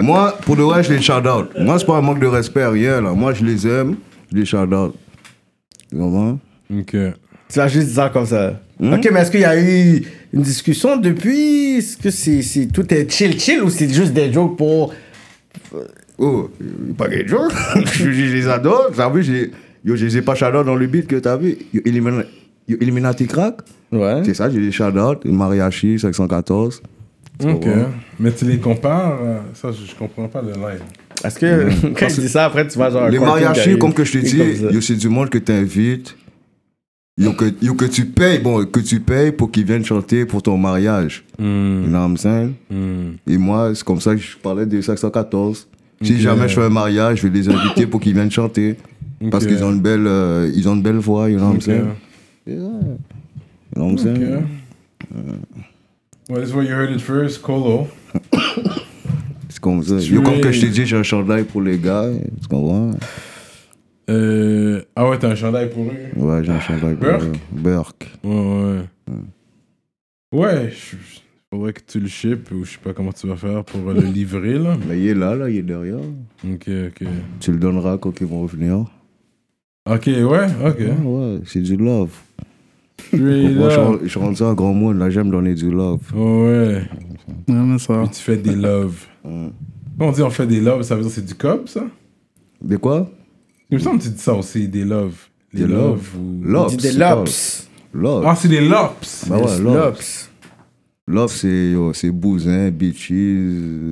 S6: Moi, pour de vrai, je les shout out. Moi, c'est pas un manque de respect, rien là. Moi, je les aime, je les shout out. Tu comprends?
S3: Ok.
S7: Tu l'as juste dit ça comme ça. Ok, mais est-ce qu'il y a eu une discussion depuis Est-ce que c'est c'est- tout est chill-chill ou c'est juste des jokes pour.
S6: Oh, euh, pas des gens. je, je les adore. T'as vu, je les, yo, je les ai pas shout out dans le beat que t'as vu. Yo, Illumina- yo, Illuminati crack.
S7: Ouais.
S6: C'est ça, j'ai les shout out. Mariachi, 514.
S3: Ok. Mais tu les compares, euh, ça, je je comprends pas le live.
S7: Est-ce que Hmm. quand je dis ça, après tu vas genre. un
S6: Les
S7: cartoon qui
S6: mariachis,
S7: arrive.
S6: comme que je te
S7: Et
S6: dis,
S7: comme ça.
S6: yo, c'est du monde que tu invites, yo, que, yo, que tu payes, bon, que tu payes pour qu'ils viennent chanter pour ton mariage.
S3: Hmm.
S6: You know what I'm saying? Et moi, c'est comme ça que je parlais des 514. Si jamais je fais un mariage, je vais les inviter pour qu'ils viennent chanter. Parce
S3: Ok.
S6: qu'ils ont une belle, euh, ils ont une belle voix, you know what I'm
S3: Ok.
S6: saying? You know what I'm saying?
S3: euh, Ok.
S6: Euh.
S3: Well, this is where you heard it first, Colo.
S6: C'est comme ça.
S3: Tu
S6: Yo, comme
S3: es-
S6: que je t'ai dit, j'ai un chandail pour les gars, tu comprends?
S3: Euh, ah ouais, t'as un chandail pour eux.
S6: Ouais, j'ai un chandail pour
S3: Burke?
S6: eux. Burke.
S3: Ouais, ouais. Ouais, je- je- faudrait que tu le ships ou je sais pas comment tu vas faire pour euh, le livrer là.
S6: Mais il est là, là, il est derrière.
S3: Ok, ok.
S6: Tu le donneras quand ils vont revenir. Ah
S3: Ok, ouais, ok.
S6: Ouais, ouais, c'est du love.
S3: Straight
S6: Moi, je,
S3: up.
S6: rends- je rends ça à grand monde, là, j'aime donner du love.
S3: Ouais,
S5: Ouais, mais ça.
S3: tu fais des loves.
S6: Mm.
S3: Quand on dit on fait des loves, ça veut dire que c'est du cop ça
S6: De quoi
S3: Il me semble que tu dis ça aussi, des loves. Des,
S6: Des
S3: loves ou.
S6: Love.
S7: Tu dis des
S6: c'est pas-
S7: lops.
S6: Love.
S3: Ah, c'est des lops
S6: Bah ouais, love. Love,
S7: Lops.
S6: c'est, yo, c'est bousin, bitches,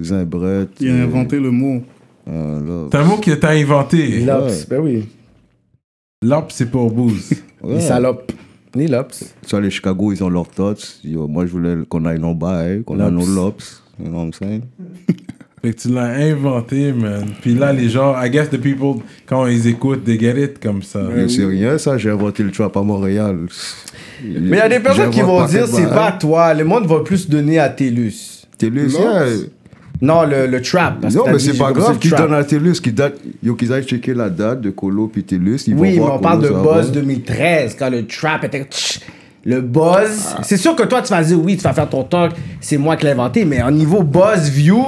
S6: zimbrette.
S5: Il
S7: Mm.
S5: a inventé le mot.
S6: Ah, love.
S3: C'est un mot que t'as inventé.
S7: Lops. Ben oui.
S3: Lops, c'est pour booze.
S6: Ouais.
S7: Les salopes. Les lops.
S6: Tu vois, les Chicago, ils ont leurs tots. Yo, moi, je voulais qu'on aille nos bails, qu'on aille nos lobs. You know what I'm saying?
S3: fait que tu l'as inventé, man. Puis là, les gens, I guess the people, quand ils écoutent, they get it comme ça.
S6: Mais c'est rien, ça, j'ai inventé le trap à Montréal.
S7: Mais il y a des personnes qui vont dire c'est
S6: bah,
S7: pas bah, hein. toi. Le monde va plus donner à Télus.
S5: Lobs.
S6: Télus, yeah.
S7: Non, le, le trap. parce que
S6: non,
S7: t'as
S6: mais
S7: dit,
S6: c'est
S7: j'ai
S6: pas
S7: commencé
S6: grave.
S7: le
S6: Qui
S7: trap.
S6: donne à TELUS, qui date, yo, qu'ils aillent checker la date de Colo puis TELUS. Ils
S7: Oui, mais
S6: vont voir
S7: on parle de
S6: Colo, ça va.
S7: buzz 2013, quand le trap était. tch, Le buzz.
S6: Ah.
S7: C'est sûr que toi, tu vas dire oui, tu vas faire ton talk, c'est moi qui l'ai inventé, mais au niveau buzz, views,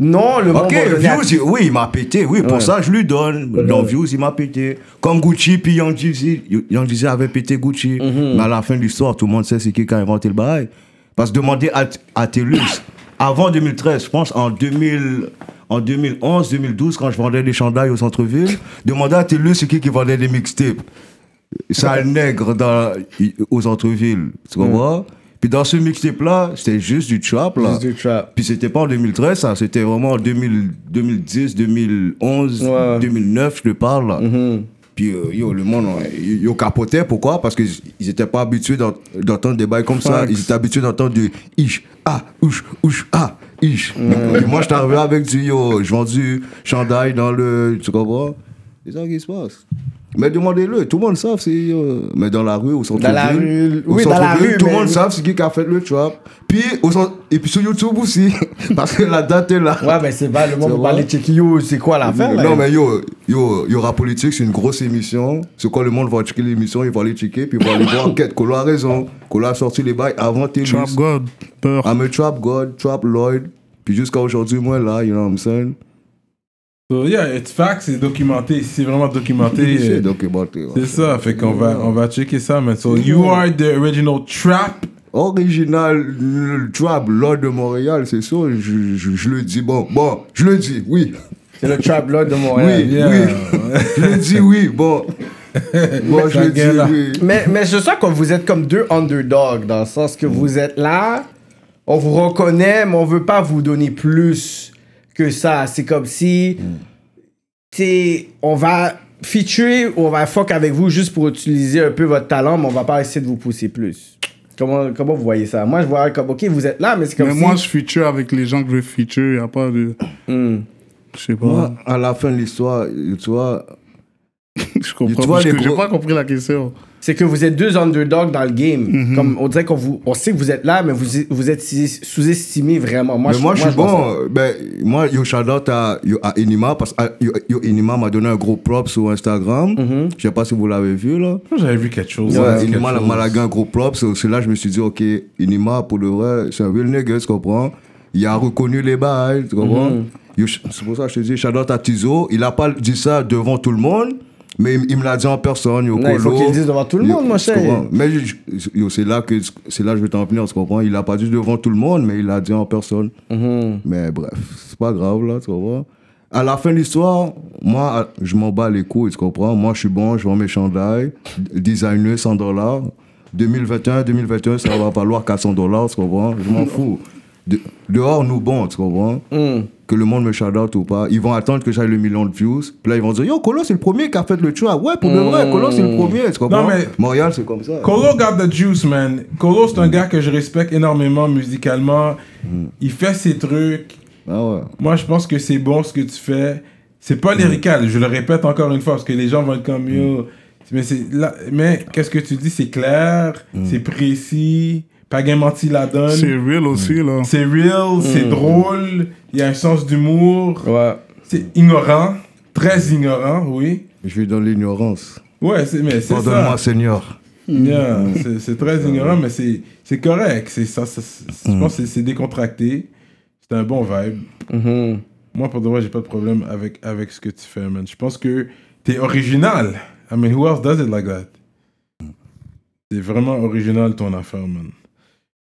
S7: non, le monde
S9: Ok,
S7: va donner à-
S9: Views, il- oui, il m'a pété. Oui, pour ça, je lui donne. Dans Views, il m'a pété. Comme Gucci, puis Young Jeezy. Young Jeezy avait pété Gucci.
S7: Mhm.
S9: Mais à la fin de l'histoire, tout le monde sait c'est qui qui a inventé le bail. Parce que demander à, à Telus, avant 2013, je pense en 2000... En 2011, 2012, quand je vendais des chandails au centre-ville, demander à Telus c'est qui qui vendait des mixtapes. C'est un nègre dans, aux centres-villes. Tu
S7: Mhm.
S9: comprends? Puis dans ce mixtape-là, c'était juste du trap, là.
S7: Juste du trap.
S9: Puis c'était pas en 2013, ça. C'était vraiment en 2000, 2010, 2011,
S7: Ouais. Mm-hmm.
S9: 2009, je te parle. là.
S6: Puis euh, yo, le monde, euh, yo, yo, capotait. Pourquoi Parce qu'ils ils étaient pas habitués d'ent- d'entendre des bails comme ça. Ils étaient habitués d'entendre du ish, ah, ouch, ouch, ah, ish. Et moi, je suis arrivé avec du yo, je vends du chandail dans le. Tu comprends C'est ça qui se passe. Mais demandez-le, tout le monde savent, c'est. yo. Mais dans la rue, au centre-ville.
S7: la rue,
S6: au
S7: oui, dans la
S6: centre-ville,
S7: rue,
S6: Tout le
S7: mais-
S6: monde savent c'est qui qui a fait le trap. Puis, au centre- Et puis sur YouTube aussi. parce que la date est là.
S7: Ouais, mais c'est pas le monde
S6: Ça
S7: va
S6: va?
S7: parler de check you, c'est quoi l'affaire là?
S6: Non, mais yo, yo, Yora Politique, c'est une grosse émission. C'est quoi, le monde va checker l'émission, il va aller checker, puis il va aller voir quête. Colo a raison. Colo a sorti les bails avant Télus.
S5: Trap God. Peur.
S6: I'm a Trap God, Trap Lloyd. Puis jusqu'à aujourd'hui, moi, là, you know what I'm saying?
S3: So, yeah, it's fact, c'est documenté. C'est vraiment documenté.
S6: C'est
S3: euh,
S6: documenté.
S3: C'est ça, fait qu'on va, on va checker ça, man. So, you are the original trap.
S6: Original, le Trap Lloyd de Montréal, c'est ça, je, je- je le dis. Bon, bon, je le dis, oui.
S7: C'est le trap là de Montréal.
S6: Oui,
S3: Yeah.
S6: oui. je le dis, oui, bon. Bon, je le
S3: gueule, là.
S6: dis, oui.
S7: Mais, mais je sens que vous êtes comme deux underdogs, dans le sens que vous êtes là, on vous reconnaît, mais on veut pas vous donner plus que ça. C'est comme si, tu sais, on va featurer ou on va fuck avec vous juste pour utiliser un peu votre talent, mais on va pas essayer de vous pousser plus. Comment, comment vous voyez ça? Moi, je vois comme, OK, vous êtes là, mais c'est comme
S5: Mais
S7: si...
S5: moi, je feature avec les gens que je feature, il n'y a pas de.
S7: Mm.
S5: Je sais pas.
S6: Moi, à la fin de l'histoire, tu vois,
S5: je comprends.
S6: tu vois,
S5: parce
S6: les
S5: que J'ai
S6: gros-
S5: pas compris la question.
S7: c'est que vous êtes deux underdogs dans le game.
S6: Mhm.
S7: Comme on dirait qu'on vous, on sait que vous êtes là, mais vous, vous êtes sous-estimé vraiment. Moi,
S6: mais moi, je suis
S7: pense
S6: bon. Ben, moi, yo, shout out à, yo, à Inima, parce que ah, yo, yo, Inima m'a donné un gros prop sur Instagram. Je sais pas si vous l'avez vu, là.
S3: J'avais vu quelque chose. hein,
S6: Ouais,
S3: quelque
S6: Inima
S3: chose.
S6: m'a lagué un gros prop. C'est c'est là que je me suis dit, OK, Inima, pour le vrai, c'est un real nigga, tu comprends? Il a reconnu les bails, tu comprends?
S7: Mhm.
S6: Yo, ch- C'est pour ça que je te dis, shout out à Tizo. Il a pas dit ça devant tout le monde, mais il, il me l'a dit en personne. Yo,
S7: Non, il faut
S6: Colo.
S7: qu'il le dise devant tout le
S6: Yo,
S7: monde, mon
S6: tu
S7: cher.
S6: comprends? Mais je- je- yo, c'est là que c'est là que je vais t'en venir, tu comprends? Il l'a pas dit devant tout le monde, mais il l'a dit en personne. Mais bref, c'est pas grave là, tu comprends? À la fin de l'histoire, moi, je m'en bats les couilles, tu comprends? Moi, je suis bon, je vends mes chandails, designer 100 dollars. 2021, 2021, ça va valoir 400 dollars, tu comprends? Je m'en fous. De- dehors, nous bon, tu comprends? Que le monde me shout out ou pas. Ils vont attendre que j'aille le million de views. Puis là, ils vont dire, yo, Colo, c'est le premier qui a fait le choix. Ouais, pour de vrai, Colo, c'est le premier, tu comprends?
S3: mais-
S6: Montréal, c'est comme ça.
S3: Colo got the juice, man. Colo, c'est un gars que je respecte énormément musicalement. Il fait ses trucs.
S6: Ah ouais.
S3: Moi, je pense que c'est bon ce que tu fais. C'est pas lyrical, je le répète encore une fois, parce que les gens vont être comme yo. Mais, c'est là- mais qu'est-ce que tu dis C'est clair, c'est précis, pas gain menti la
S5: C'est
S3: donne.
S5: real aussi, là.
S3: C'est real, c'est drôle, il y a un sens d'humour.
S7: Ouais.
S3: C'est ignorant, très ignorant, oui.
S6: Je vais dans l'ignorance.
S3: Ouais, c'est- mais c'est ça.
S6: Pardonne-moi, Seigneur.
S3: Yeah, c'est- c'est très ignorant, mais c'est c'est correct. C'est ça, ça- c'est- je pense que c'est- c'est décontracté. C'est un bon vibe. Moi, pour de vrai, j'ai pas de problème avec, avec ce que tu fais, man. Je pense que t'es original. I mean, who else does it like that? C'est vraiment original ton affaire, man.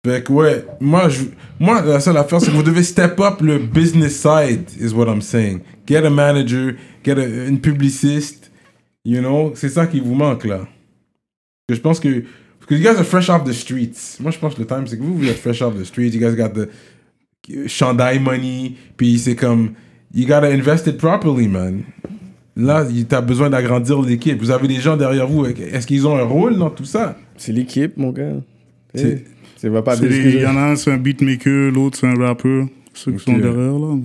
S3: Fait que, ouais, moi, je, moi la seule affaire, c'est que vous devez step up le business side, is what I'm saying. Get a manager, get a- une publiciste, you know, c'est ça qui vous manque, là. Que je pense que. Parce que you guys are fresh off the streets. Moi, je pense que le time, c'est que vous, vous êtes fresh off the streets. You guys got the Shandai money. Puis c'est comme. You gotta invest it properly, man. Là, y- t'as besoin d'agrandir l'équipe. Vous avez des gens derrière vous. Est-ce qu'ils ont un rôle dans tout ça?
S7: C'est l'équipe, mon gars.
S3: C'est-
S7: Ça va pas
S5: C'est les- Il y en a un, c'est un beatmaker, l'autre, c'est un rappeur. Ceux qui sont derrière, là.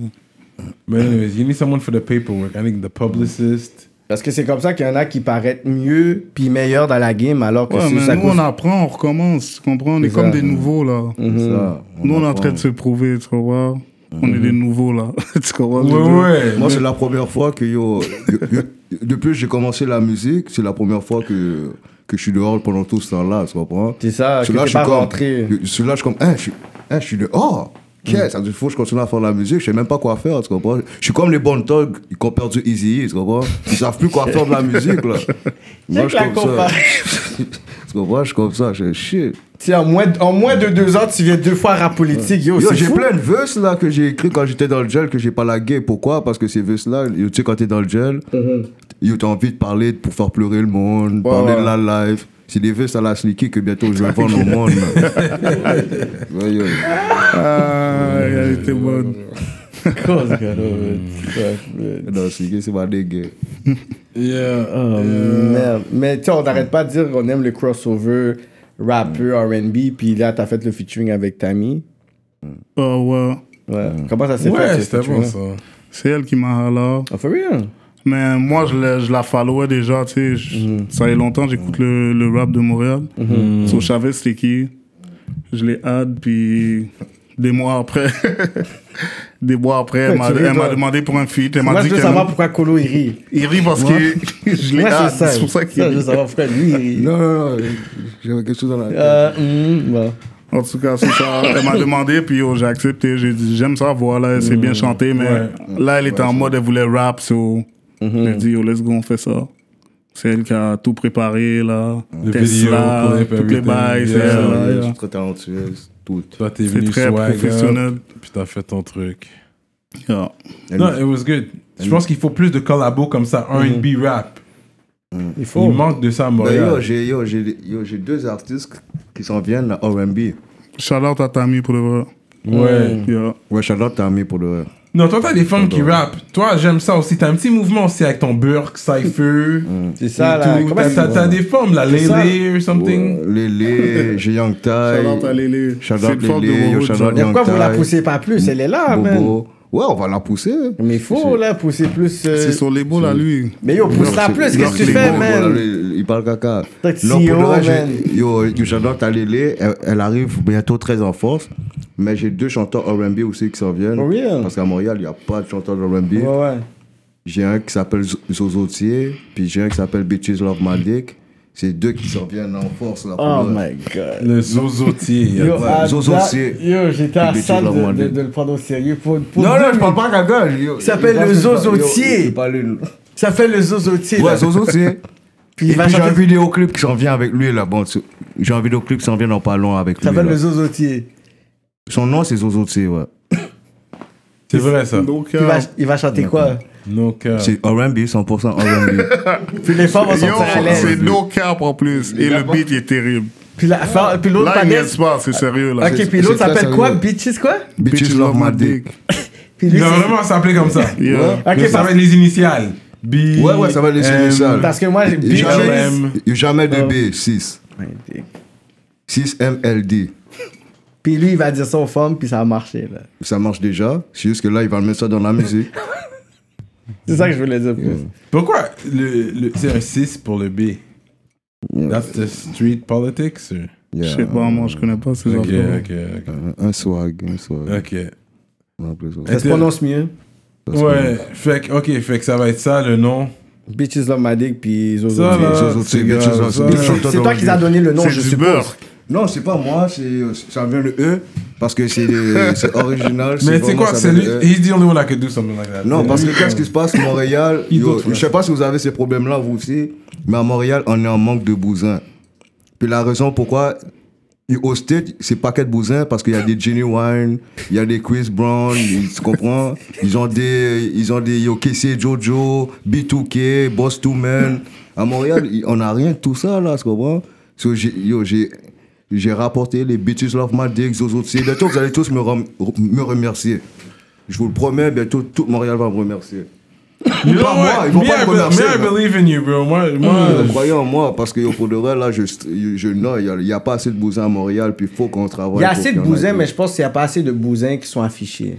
S3: But anyways, you need someone for the paperwork. I think the publicist.
S7: Parce que c'est comme ça qu'il y en a qui paraissent mieux puis meilleurs dans la game, alors que
S5: Ouais,
S7: c'est
S5: mais
S7: ça
S5: nous, on apprend, on recommence. Tu comprends? On est
S7: C'est
S5: comme
S7: ça. Mhm.
S5: des nouveaux, là.
S7: Mm.
S6: Ça,
S5: Nous, on est en
S6: apprend.
S5: train de se prouver, tu vois. On est des nouveaux, là. tu comprends? ce
S3: Ouais,
S5: que je veux dire?
S7: Mm.
S3: ouais.
S6: Moi, c'est la première fois que yo. yo- yo- depuis que j'ai commencé la musique, c'est la première fois que, que je suis dehors pendant tout ce temps-là, tu comprends?
S7: C'est ça, que
S6: Celui-là,
S7: t'es
S6: je suis
S7: pas
S6: comme-
S7: rentré. Mm.
S6: je- celui-là, je suis comme, hein, je suis- hein, je suis dehors. Qu'est-ce? Ça veut dire, faut que je continue à faire la musique, je sais même pas quoi faire, tu comprends? Je suis comme les bonnes thugs qui ont perdu Easy, tu comprends? Ils savent plus quoi faire de la musique, là. Moi, je suis comme ça. tu comprends? Je suis comme ça, je shit.
S7: Tu sais, en moins, en moins de deux ans, tu viens deux fois à rap politique, yo,
S6: Yo,
S7: c'est
S6: j'ai
S7: fou.
S6: plein de verses là que j'ai écrit quand j'étais dans le gel que j'ai pas lagué. Pourquoi Parce que ces verses là, yo, tu sais, quand t'es dans le gel, yo, t'as envie de parler pour faire pleurer le monde, parler de la live. C'est des verses à la slicky que bientôt je vais vendre au monde. man. Ouais, yo.
S5: Ah, elle était bonne.
S6: Non, slicky, c'est pas dégueu.
S3: Yeah.
S7: Euh,
S6: Euh.
S7: Merde. Mais tu sais, on n'arrête pas de dire qu'on aime le crossover rappeur, R&B, puis là, t'as fait le featuring avec Tammy.
S5: Ah, ouais.
S7: Ouais. Comment ça s'est fait?
S3: Ouais,
S7: ce
S3: c'était bon
S7: featuring-là?
S3: ça.
S5: C'est elle qui m'a halal.
S7: Ah, for real?
S5: Mais moi, je la, je la followais déjà, tu sais. je-
S7: Mhm.
S5: Ça fait longtemps, j'écoute le, le rap de Montréal. So, je savais c'était qui. Je l'ai add, puis des mois après, des mois après, elle m'a
S7: tu
S5: elle
S7: ris,
S5: m'a
S7: toi.
S5: demandé pour un feat. Elle
S7: Moi,
S5: m'a
S7: je
S5: dit
S7: veux
S5: qu'elle
S7: savoir pourquoi Colo, il rit.
S5: il rit parce que je l'ai
S7: Moi,
S5: add.
S7: c'est ça.
S5: ah, C'est pour ça qu'il
S7: Je veux
S5: rit.
S7: savoir pourquoi lui, il rit.
S6: Non, non, non, j'avais quelque chose dans la tête.
S7: Euh, hum, bon.
S5: En tout cas, c'est ça. Elle m'a demandé, puis oh, j'ai accepté. J'ai dit, j'aime ça, voilà, c'est
S3: Mm.
S5: bien chanté, mais là, elle était en mode, elle voulait rap, so.
S3: Mm-hmm.
S5: J'ai dit, yo, let's go, on fait ça. C'est elle qui a tout préparé, là.
S3: Le
S5: Tesla,
S3: vidéo, clip,
S5: toutes les
S3: everything.
S5: bails, c'est
S3: Yeah.
S5: elle, là,
S6: Je
S5: yeah.
S6: suis très talentueuse, toute.
S3: Toi, t'es
S5: C'est
S3: venu
S5: très
S3: swag up,
S5: professionnel.
S3: Puis t'as fait ton truc.
S5: Yeah.
S6: euh,
S3: Non, it was good. Je pense qu'il faut plus de collabos comme ça,
S5: Mhm.
S3: R&B rap. Il, manque de ça à
S6: Ben, yo,
S3: Montréal.
S6: j'ai yo, j'ai- yo, j'ai deux artistes qui s'en viennent à RB.
S5: Shout out à Tammy pour le vrai.
S3: Ouais.
S5: Yeah.
S6: Ouais, Charlotte t'as mis pour le vrai.
S3: Non, toi, t'as des femmes qui rappent. Toi, j'aime ça aussi. T'as un petit mouvement aussi avec ton Burke, Cypher.
S7: C'est ça, là.
S3: tout.
S7: Comment
S3: T'as-
S7: c'est-
S3: T'as t'as des formes, là, Lele or something.
S6: Ouais, Lélé, j'ai Yang Tai.
S5: Shout-out à Lélé.
S6: Shout-out
S5: C'est une forme de
S6: Lélé, yo,
S5: Bobo
S6: shout-out
S5: Jordan.
S7: Mais
S6: Yang
S7: pourquoi vous la
S6: Tai,
S7: poussez pas plus Elle est là, man.
S6: Bobo. Ouais, on va la pousser.
S7: Mais il faut, là, pousser plus. euh,
S5: C'est sur les boules à lui.
S7: Mais yo, pousse-la
S6: Non,
S7: plus,
S6: c'est-
S7: qu'est-ce que tu
S6: non,
S7: fais,
S6: c'est- voilà,
S7: man
S6: le- Il parle caca.
S7: T'as que
S6: Non, pour
S7: CEO,
S6: le reste,
S7: man.
S6: j'ai- yo, yo, j'adore ta Lélé. Elle, elle arrive bientôt très en force. Mais j'ai deux chanteurs R&B aussi qui s'en viennent.
S7: Oh, yeah.
S6: Parce qu'à Montréal, il n'y a pas de chanteurs R&B.
S7: Ouais, ouais.
S6: J'ai un qui s'appelle Zo- Zozotier, puis j'ai un qui s'appelle Bitches Love My Dick. C'est deux qui s'en viennent en force. Là, pour
S7: Oh
S6: le-
S7: my god.
S3: Le zozotier.
S7: Yo,
S6: Ouais,
S7: à
S6: Zozo,
S7: date-
S6: c'est-
S7: yo, j'étais à
S6: Bitches
S7: ça de,
S6: love one
S7: de-
S6: dick.
S7: de le prendre au sérieux. Pour, pour
S6: Non,
S7: deux
S6: non, je parle
S7: minutes.
S6: pas caca. Il
S7: s'appelle le Zozotier. Ça fait le zozotier.
S6: Ouais,
S7: là.
S6: Zozotier.
S7: Puis
S6: Et
S7: il va
S6: puis j'ai un
S7: chanter.
S6: vidéoclip qui s'en vient avec lui là. Bon, c'est- j'ai un vidéoclip qui s'en vient dans pas long avec
S7: Ça
S6: lui.
S7: s'appelle
S6: là.
S7: le zozotier.
S6: Son nom c'est Zozotier, ouais.
S3: C'est vrai, ça.
S5: Donc,
S7: Il
S5: euh,
S7: va, il va chanter quoi
S3: Donc, euh,
S6: C'est R&B, 100% R&B.
S7: Puis les femmes vont
S5: Yo,
S7: sortir à
S5: c'est
S7: l'aise.
S5: no cap en plus. Et le beat il est terrible.
S7: Puis la- enfin, puis l'autre
S5: Là, il niaise
S7: s'appelle.
S5: pas, c'est sérieux. Là.
S7: Ok,
S5: C'est-
S7: puis l'autre
S6: c'est très
S7: s'appelle quoi
S6: sérieux.
S7: Bitches quoi
S6: Bitches Love My Dick.
S7: Puis lui,
S3: il va
S7: c'est-
S3: vraiment s'appeler comme ça.
S5: Yeah.
S7: Ok,
S3: Mais
S7: parce-
S3: ça va être les initiales. B.
S6: Ouais, ouais, ça va les
S3: M,
S6: initiales.
S7: Parce que moi, j'ai
S6: Il y a
S7: Bitches.
S6: jamais- il y a jamais de B, 6. 6 MLD.
S7: Puis lui, il va dire ça aux femmes, puis ça a marché. Là.
S6: Ça marche déjà. C'est juste que là, il va mettre ça dans la musique.
S7: C'est ça que je voulais dire plus.
S3: Pourquoi le, le- c'est un 6 pour le B That's the street politics or-
S6: Yeah.
S5: Je sais pas, moi, je connais pas ces
S3: Ok,
S5: affaires.
S3: ok, ok.
S6: Euh, Un swag, un swag.
S3: Ok.
S6: On appelle ça.
S7: Ça se prononce mieux.
S3: Ouais, fait que, ok, fait que ça va être ça le nom.
S7: Bitches Love My Dick, puis Zozo.
S3: Ça, là,
S6: Zozo,
S3: c'est
S6: c'est
S3: grave,
S6: Zozo,
S3: ça.
S6: c'est Zozo.
S7: Ah, C'est toi qui as donné le nom, je
S5: C'est du
S7: suppose.
S5: beurre.
S6: Non, c'est pas moi, c'est euh, ça vient de E parce que c'est euh, c'est original.
S3: Mais c'est
S6: vraiment,
S3: quoi,
S6: ça
S3: c'est
S6: vient
S3: lui,
S6: de E. eux.
S3: he's the only one that could do something like that.
S6: Non,
S3: C'est
S6: parce
S3: lui.
S6: que qu'est-ce qui se passe à Montréal
S3: Il
S6: yo,
S3: doit, ouais.
S6: Je sais pas si vous avez ces problèmes-là vous aussi, mais à Montréal, on est en manque de bousins. Puis la raison pourquoi ils hostent ces paquets de bousins parce qu'il y a des Genuine, il y a des Chris Brown, ils- tu comprends Ils ont des ils ont des Yokessi, Jojo, B2K, Boss to Men. À Montréal, il- on a rien de tout ça là, tu comprends So, j'ai- yo, j'ai j'ai rapporté les Bitches Love My Dick, Zozo Tse. Bientôt, vous allez tous me, rem- me remercier. Je vous le promets, bientôt, tout Montréal va me remercier.
S3: You know
S6: pas moi,
S3: what?
S6: ils vont
S3: Me,
S6: pas
S3: I
S6: me
S3: be-
S6: remercier,
S3: me, I
S6: là. Mm.
S3: believe in you, bro. Moi,
S7: Ah.
S3: moi,
S6: Euh, Croyez Croyant en moi, parce que yo, pour de vrai, là, je, je, non, il n'y a, pas assez de bousins à Montréal, puis il faut qu'on travaille.
S7: Il y a
S6: pour
S7: assez
S6: qu'il
S7: de
S6: en ait
S7: bousins,
S6: plus.
S7: mais je pense qu'il n'y a pas assez de bousins qui sont affichés.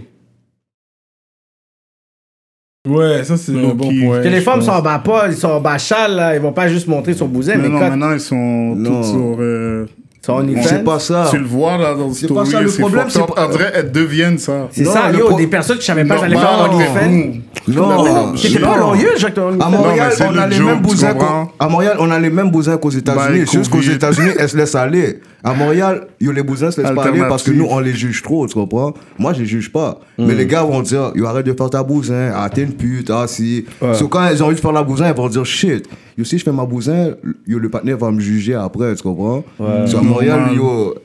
S3: ouais, ça c'est un
S5: Ok.
S3: bon point.
S7: que les
S3: je
S7: femmes
S3: pense.
S7: sont en bas pas, ils sont en bas châle, là. Ils vont pas juste montrer son bousin, mais
S5: Mais non,
S7: quand
S5: maintenant, ils sont
S6: Non.
S5: tous sur. euh,
S7: ils sont en
S6: C'est pas ça.
S5: Tu le vois là dans le
S6: C'est
S5: story.
S6: pas ça, le
S5: c'est
S6: problème,
S5: fucked
S6: c'est
S5: up.
S6: pas-
S5: On dirait, elles deviennent ça.
S7: C'est
S6: Non,
S7: ça,
S6: le
S7: yo,
S6: pro-
S7: des personnes que je savais pas que j'allais faire en
S5: Normal.
S7: OnlyFans.
S6: Non,
S7: T'étais pas
S6: non. Ah,
S7: glorieux, Jacques, ton
S6: À
S7: OnlyFans.
S5: Non,
S6: Montréal,
S5: mais c'est
S6: on
S5: le
S6: a les
S5: joke,
S6: mêmes
S5: tu
S6: bousins
S5: comprends?
S6: qu'aux- à Montréal, on a les mêmes bousins qu'aux États-Unis.
S5: Bah,
S6: C'est juste qu'aux
S5: Covid.
S6: États-Unis, elles se laissent aller. À Montréal, yo, les bousins se laissent pas aller parce que nous, on les juge trop, tu comprends? Moi, je les juge pas. Mais les gars vont dire, yo, arrête de faire ta bousin. Ah, t'es une pute. Ah, si. So, quand elles ont envie de faire la bousin, elles vont dire, shit. Yo, si je fais ma bousin, yo, le partenaire va me juger après, tu comprends? So, à Montréal, yo,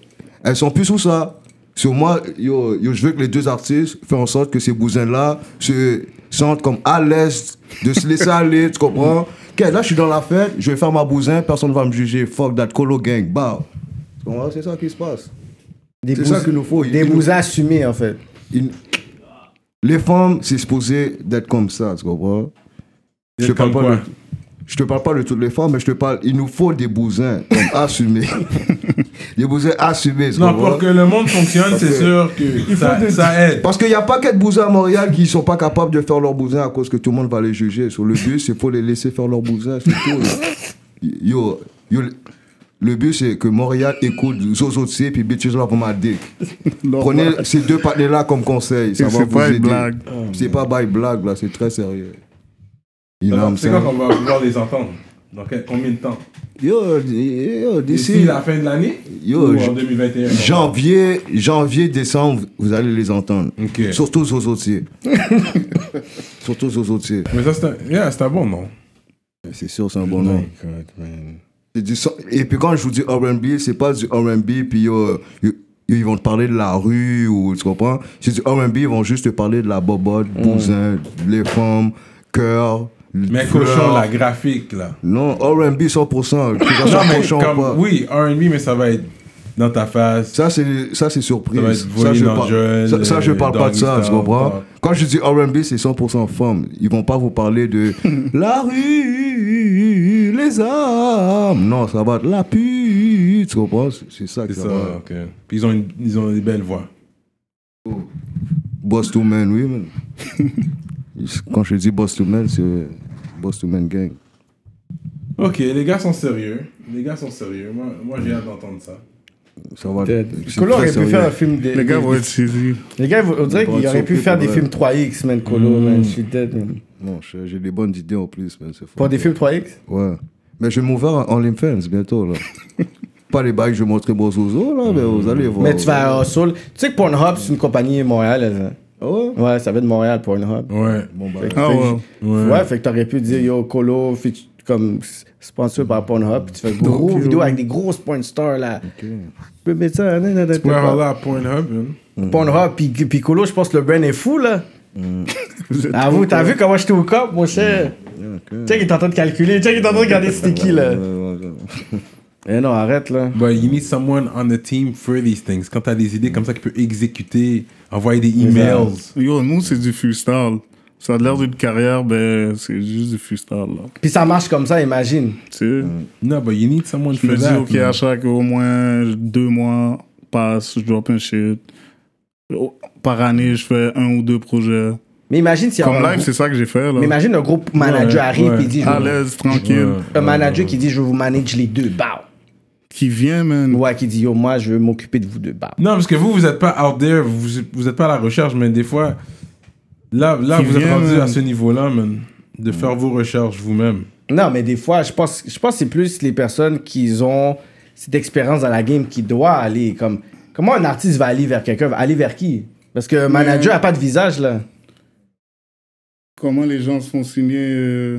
S6: elles sont plus sous ça. Sur moi, yo, yo, je veux que les deux artistes fassent en sorte que ces bousins-là se sentent comme à l'aise de se laisser aller, tu comprends? Ok, là, je suis dans la fête, je vais faire ma bousin, personne ne va me juger. Fuck that, colo gang, bah. Tu comprends? C'est ça qui se passe.
S7: Des
S6: C'est ça
S7: bous-
S6: qu'il nous faut.
S7: Des
S6: Il nous-
S7: bousins assumés, en fait.
S6: Une- Les femmes, c'est supposé d'être comme ça, tu comprends? Je te, parle
S3: Comme
S6: pas
S3: quoi.
S6: de, je te parle pas de toutes les femmes, mais je te parle, il nous faut des bousins comme assumés. des bousins assumés, tu
S3: Non,
S6: comprends?
S3: pour que le monde fonctionne, c'est
S6: que-
S3: sûr que ça, ça aide.
S6: Parce qu'il n'y a pas qu'être bousins à Montréal qui ne sont pas capables de faire leur bousin à cause que tout le monde va les juger. Sur le but, c'est faut les laisser faire leur bousin, c'est tout. là. Yo, yo, le but, c'est que Montréal écoute Zozo Tse puis Bitches Love My Dick. Prenez ces deux partenaires-là comme conseil. Ça
S5: Et
S6: va
S5: c'est
S6: vous
S5: pas une
S6: aider.
S5: blague.
S6: C'est pas by blague, là, c'est très sérieux. You know what
S3: Alors,
S6: I'm
S3: C'est quand qu'on
S6: saying?
S3: va pouvoir les entendre Dans quel- combien de temps
S6: Yo, yo,
S3: D'ici
S6: d'ici
S3: la fin de l'année
S6: Yo,
S3: Ou
S6: je-
S3: en 2021
S6: janvier, janvier, décembre, vous allez les entendre.
S3: Ok.
S6: Surtout Zozo Tse. Surtout Zozo Tse.
S3: Mais ça, c'est un, yeah, c'est un bon nom.
S6: C'est sûr, c'est un bon nom. C'est du son- Et puis quand je vous dis R&B, c'est pas du R&B, puis euh, ils- ils vont te parler de la rue, ou tu comprends C'est du R&B, ils vont juste te parler de la bobotte, bousin, les femmes, cœur,
S3: Mais
S6: fleurs.
S3: cochon, la graphique, là.
S6: Non, R&B 100%, que ça soit
S3: Non, mais
S6: cochon ou
S3: comme-
S6: pas.
S3: oui, R&B, mais ça va être dans ta face.
S6: Ça, c'est, ça, c'est surprise.
S3: Ça va être
S6: Ça,
S3: Volley
S6: je,
S3: Angel,
S6: ça- ça, je
S3: euh,
S6: parle pas de ça,
S3: Doggy
S6: tu
S3: Style,
S6: comprends?
S3: ça.
S6: Quand je dis R&B, c'est 100% femme. Ils vont pas vous parler de la rue, les armes. Non, ça va être la pute, tu comprends? C'est- C'est ça que
S3: C'est
S6: ça,
S3: ça,
S6: va.
S3: ok. Puis ils ont, une- ils ont des belles voix.
S6: Boss to man, oui, man. Quand je dis boss to man, c'est boss to man gang.
S3: Ok, les gars sont sérieux. Les gars sont sérieux. Moi, moi j'ai hâte d'entendre ça.
S6: Ça va. c'est
S7: Colo
S6: très
S7: aurait pu
S6: sérieux.
S7: faire un film. des-
S5: Les gars
S7: des-
S5: vont être saisis.
S7: Les gars, on dirait
S6: Ils vont
S7: qu'il
S6: être
S7: aurait pu
S6: surpris,
S7: faire des
S6: ouais.
S7: films 3X, man, Colo,
S6: Mm.
S7: man. Je suis dead, man.
S6: Non, je- j'ai des bonnes idées en plus, man. c'est
S7: Pour
S6: fort.
S7: des films 3X
S6: Ouais. Mais je vais m'ouvrir en OnlyFans bientôt, là. Pas les bails que je vais montrer mon zozo, là, mais vous allez voir.
S7: Mais tu vas à Soul. Tu sais que Pornhub, c'est une compagnie montréalaise.
S6: Ah ouais?
S7: hein. Ouais, ça va de Montréal, Pornhub.
S3: Ouais.
S6: Bon, bah,
S5: Ah ouais.
S7: Ouais. fait que t'aurais pu dire yo Colo fit- comme s- sponsor par Pornhub puis tu fais une grosse vidéo avec des grosses porn stars là. Tu peux mettre ça, hein, nan, nan, nan,
S3: Ouais,
S7: nan,
S3: voilà, à Pornhub. hein.
S7: nan. Pornhub puis puis Colo, je pense que le brand est fou là. Avoue, t'as vu comment j'étais au cop, mon cher? Tiens, il est en train de calculer, tiens, il est en train de regarder c'était qui là. Eh non, arrête là.
S3: But you need someone on the team for these things. Quand t'as des idées comme ça qui peut exécuter, envoyer des emails.
S5: Yo, nous, c'est du freestyle. Ça a l'air d'une carrière, ben, c'est juste du freestyle, là.
S7: Puis ça marche comme ça, imagine.
S5: Tu sais,
S6: Mm.
S3: Non, but you need someone
S5: je
S3: for
S5: me dis,
S3: that.
S5: OK,
S3: man.
S5: à chaque au moins deux mois, passe, je drop un shit. Oh, Par année, je fais un ou deux projets.
S7: Mais imagine s'il y a
S5: Comme
S7: un
S5: live, c'est ça que j'ai fait,
S7: mais
S5: là.
S7: imagine un gros manager
S3: Ouais,
S7: arrive
S3: ouais.
S7: puis il dit je
S5: À
S7: veux-
S5: l'aise, tranquille.
S7: un manager qui dit je veux vous manage les deux, bah.
S5: Qui vient, man.
S7: Ouais, qui dit yo moi je veux m'occuper de vous deux, bah.
S3: Non, parce que vous, vous êtes pas out there, vous, vous êtes pas à la recherche, mais des fois, là, là
S5: Qui
S3: vous êtes
S5: vient,
S3: rendu
S5: man.
S3: à ce niveau-là, man, de faire vos recherches vous-même.
S7: Non, mais des fois, je pense, je pense que c'est plus les personnes qui ont cette expérience dans la game qui doit aller. Comme, comment un artiste va aller vers quelqu'un Va Aller vers qui Parce que manager a pas de visage, là.
S5: Comment les gens se font signer euh,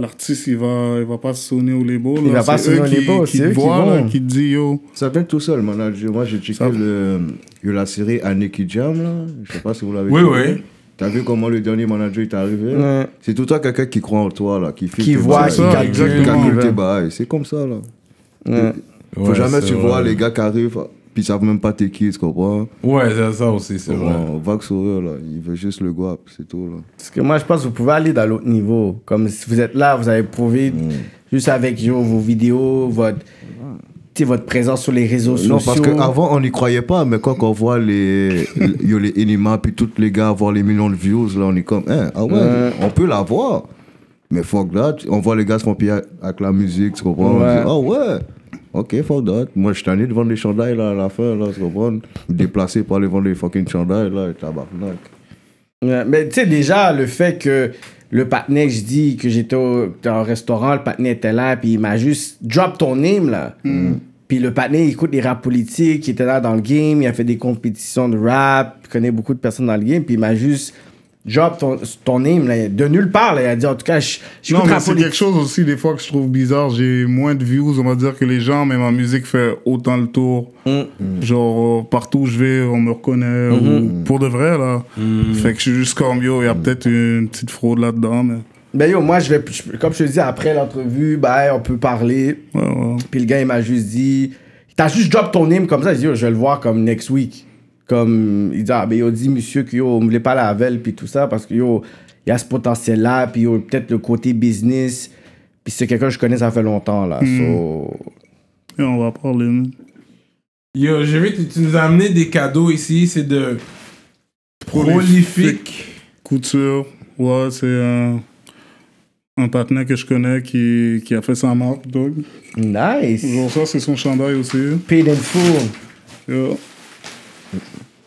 S5: L'artiste, il va, il va pas se sonner au label.
S7: Il
S5: là.
S7: va pas
S5: C'est
S7: sonner
S5: eux
S7: au label,
S5: qui- qui
S7: c'est
S5: te
S7: eux qui
S5: voient, là,
S7: vont.
S5: qui te dit yo.
S6: Ça vient tout seul, man. J'ai- Moi, j'ai checké
S5: Ça-
S6: le, il y a la série Annie qui Jam, là. Je sais pas si vous l'avez
S3: Oui,
S6: vu.
S3: oui.
S6: T'as vu comment le dernier manager est arrivé?
S7: Ouais.
S6: C'est tout le temps quelqu'un qui croit en toi, là, qui filme
S7: Qui
S6: tes
S7: voit,
S6: bails,
S7: qui
S5: ça,
S7: calcule.
S5: exactement.
S6: qui calcule tes bails. C'est comme ça, là. Faut
S3: Ouais,
S6: jamais,
S3: c'est
S6: tu vois,
S3: vrai.
S6: les gars qui arrivent, puis ils savent même pas t'es qui, tu comprends?
S3: Ouais, c'est ça aussi, c'est vrai.
S6: Ouais, Vague sourire, là. Il veut juste le guap, c'est tout, là.
S7: Parce que moi, je pense que vous pouvez aller dans l'autre niveau. Comme si vous êtes là, vous avez prouvé juste avec yo, vos vidéos, votre, tu sais, votre présence sur les réseaux
S6: Non, parce
S7: sociaux.
S6: qu'avant, on n'y croyait pas, mais quand on voit les, il y a les Inima, puis tous les gars avoir les millions de views, là, on est comme, hein, ah ouais, on peut l'avoir. Mais fuck that, on voit les gars se font piller avec la musique, tu comprends? On
S7: Ouais.
S6: dit, ah ouais, ok, fuck that. Moi, je suis tanné de vendre des chandails, là, à la fin, là, tu comprends? Déplacé pour aller vendre des fucking chandails, là, et tabarnak.
S7: Ouais, mais tu sais, déjà, le fait que le patinet, je dis que j'étais au- dans un restaurant, le patinet était là, puis il m'a juste drop ton name, là.
S5: Mm.
S7: Puis le patinet, il écoute les rap politiques, il était là dans le game, il a fait des compétitions de rap, il connaît beaucoup de personnes dans le game, puis il m'a juste drop ton, ton name, là, de nulle part, là. Il a dit, en tout cas, je-
S5: Non,
S7: j'écoute
S5: mais
S7: rap
S5: c'est quelque
S7: politique.
S5: chose aussi, des fois, que je trouve bizarre. J'ai moins de views, on va dire, que les gens, mais ma musique fait autant le tour. Genre, euh, partout où je vais, on me reconnaît. ou- pour de vrai, là. Fait que je suis juste comme, yo, il y a peut-être une petite fraude là-dedans, mais...
S7: Ben yo, moi, je vais, je- comme je te dis, après l'entrevue, ben, on peut parler.
S5: Ouais, ouais.
S7: Puis le gars, il m'a juste dit, t'as juste drop ton name comme ça. J'ai dit, Yo, je vais le voir comme next week. Comme, il dit, ah, ben, yo, dit monsieur que yo, on voulait pas la velle, puis tout ça, parce que yo, il y a ce potentiel-là, puis yo, peut-être le côté business. Puis c'est quelqu'un que je connais, ça fait longtemps, là.
S3: Hmm.
S7: So,
S5: Et on va parler, man.
S3: Yo, j'ai vu, tu, tu nous as amené des cadeaux ici, c'est de prolifique.
S5: Couture, ouais, c'est un... Un partenaire que je connais qui, qui a fait sa marque, donc.
S7: nice.
S3: Hmm.
S5: Genre, ça, c'est son chandail aussi.
S7: Paid in full.
S5: Yeah.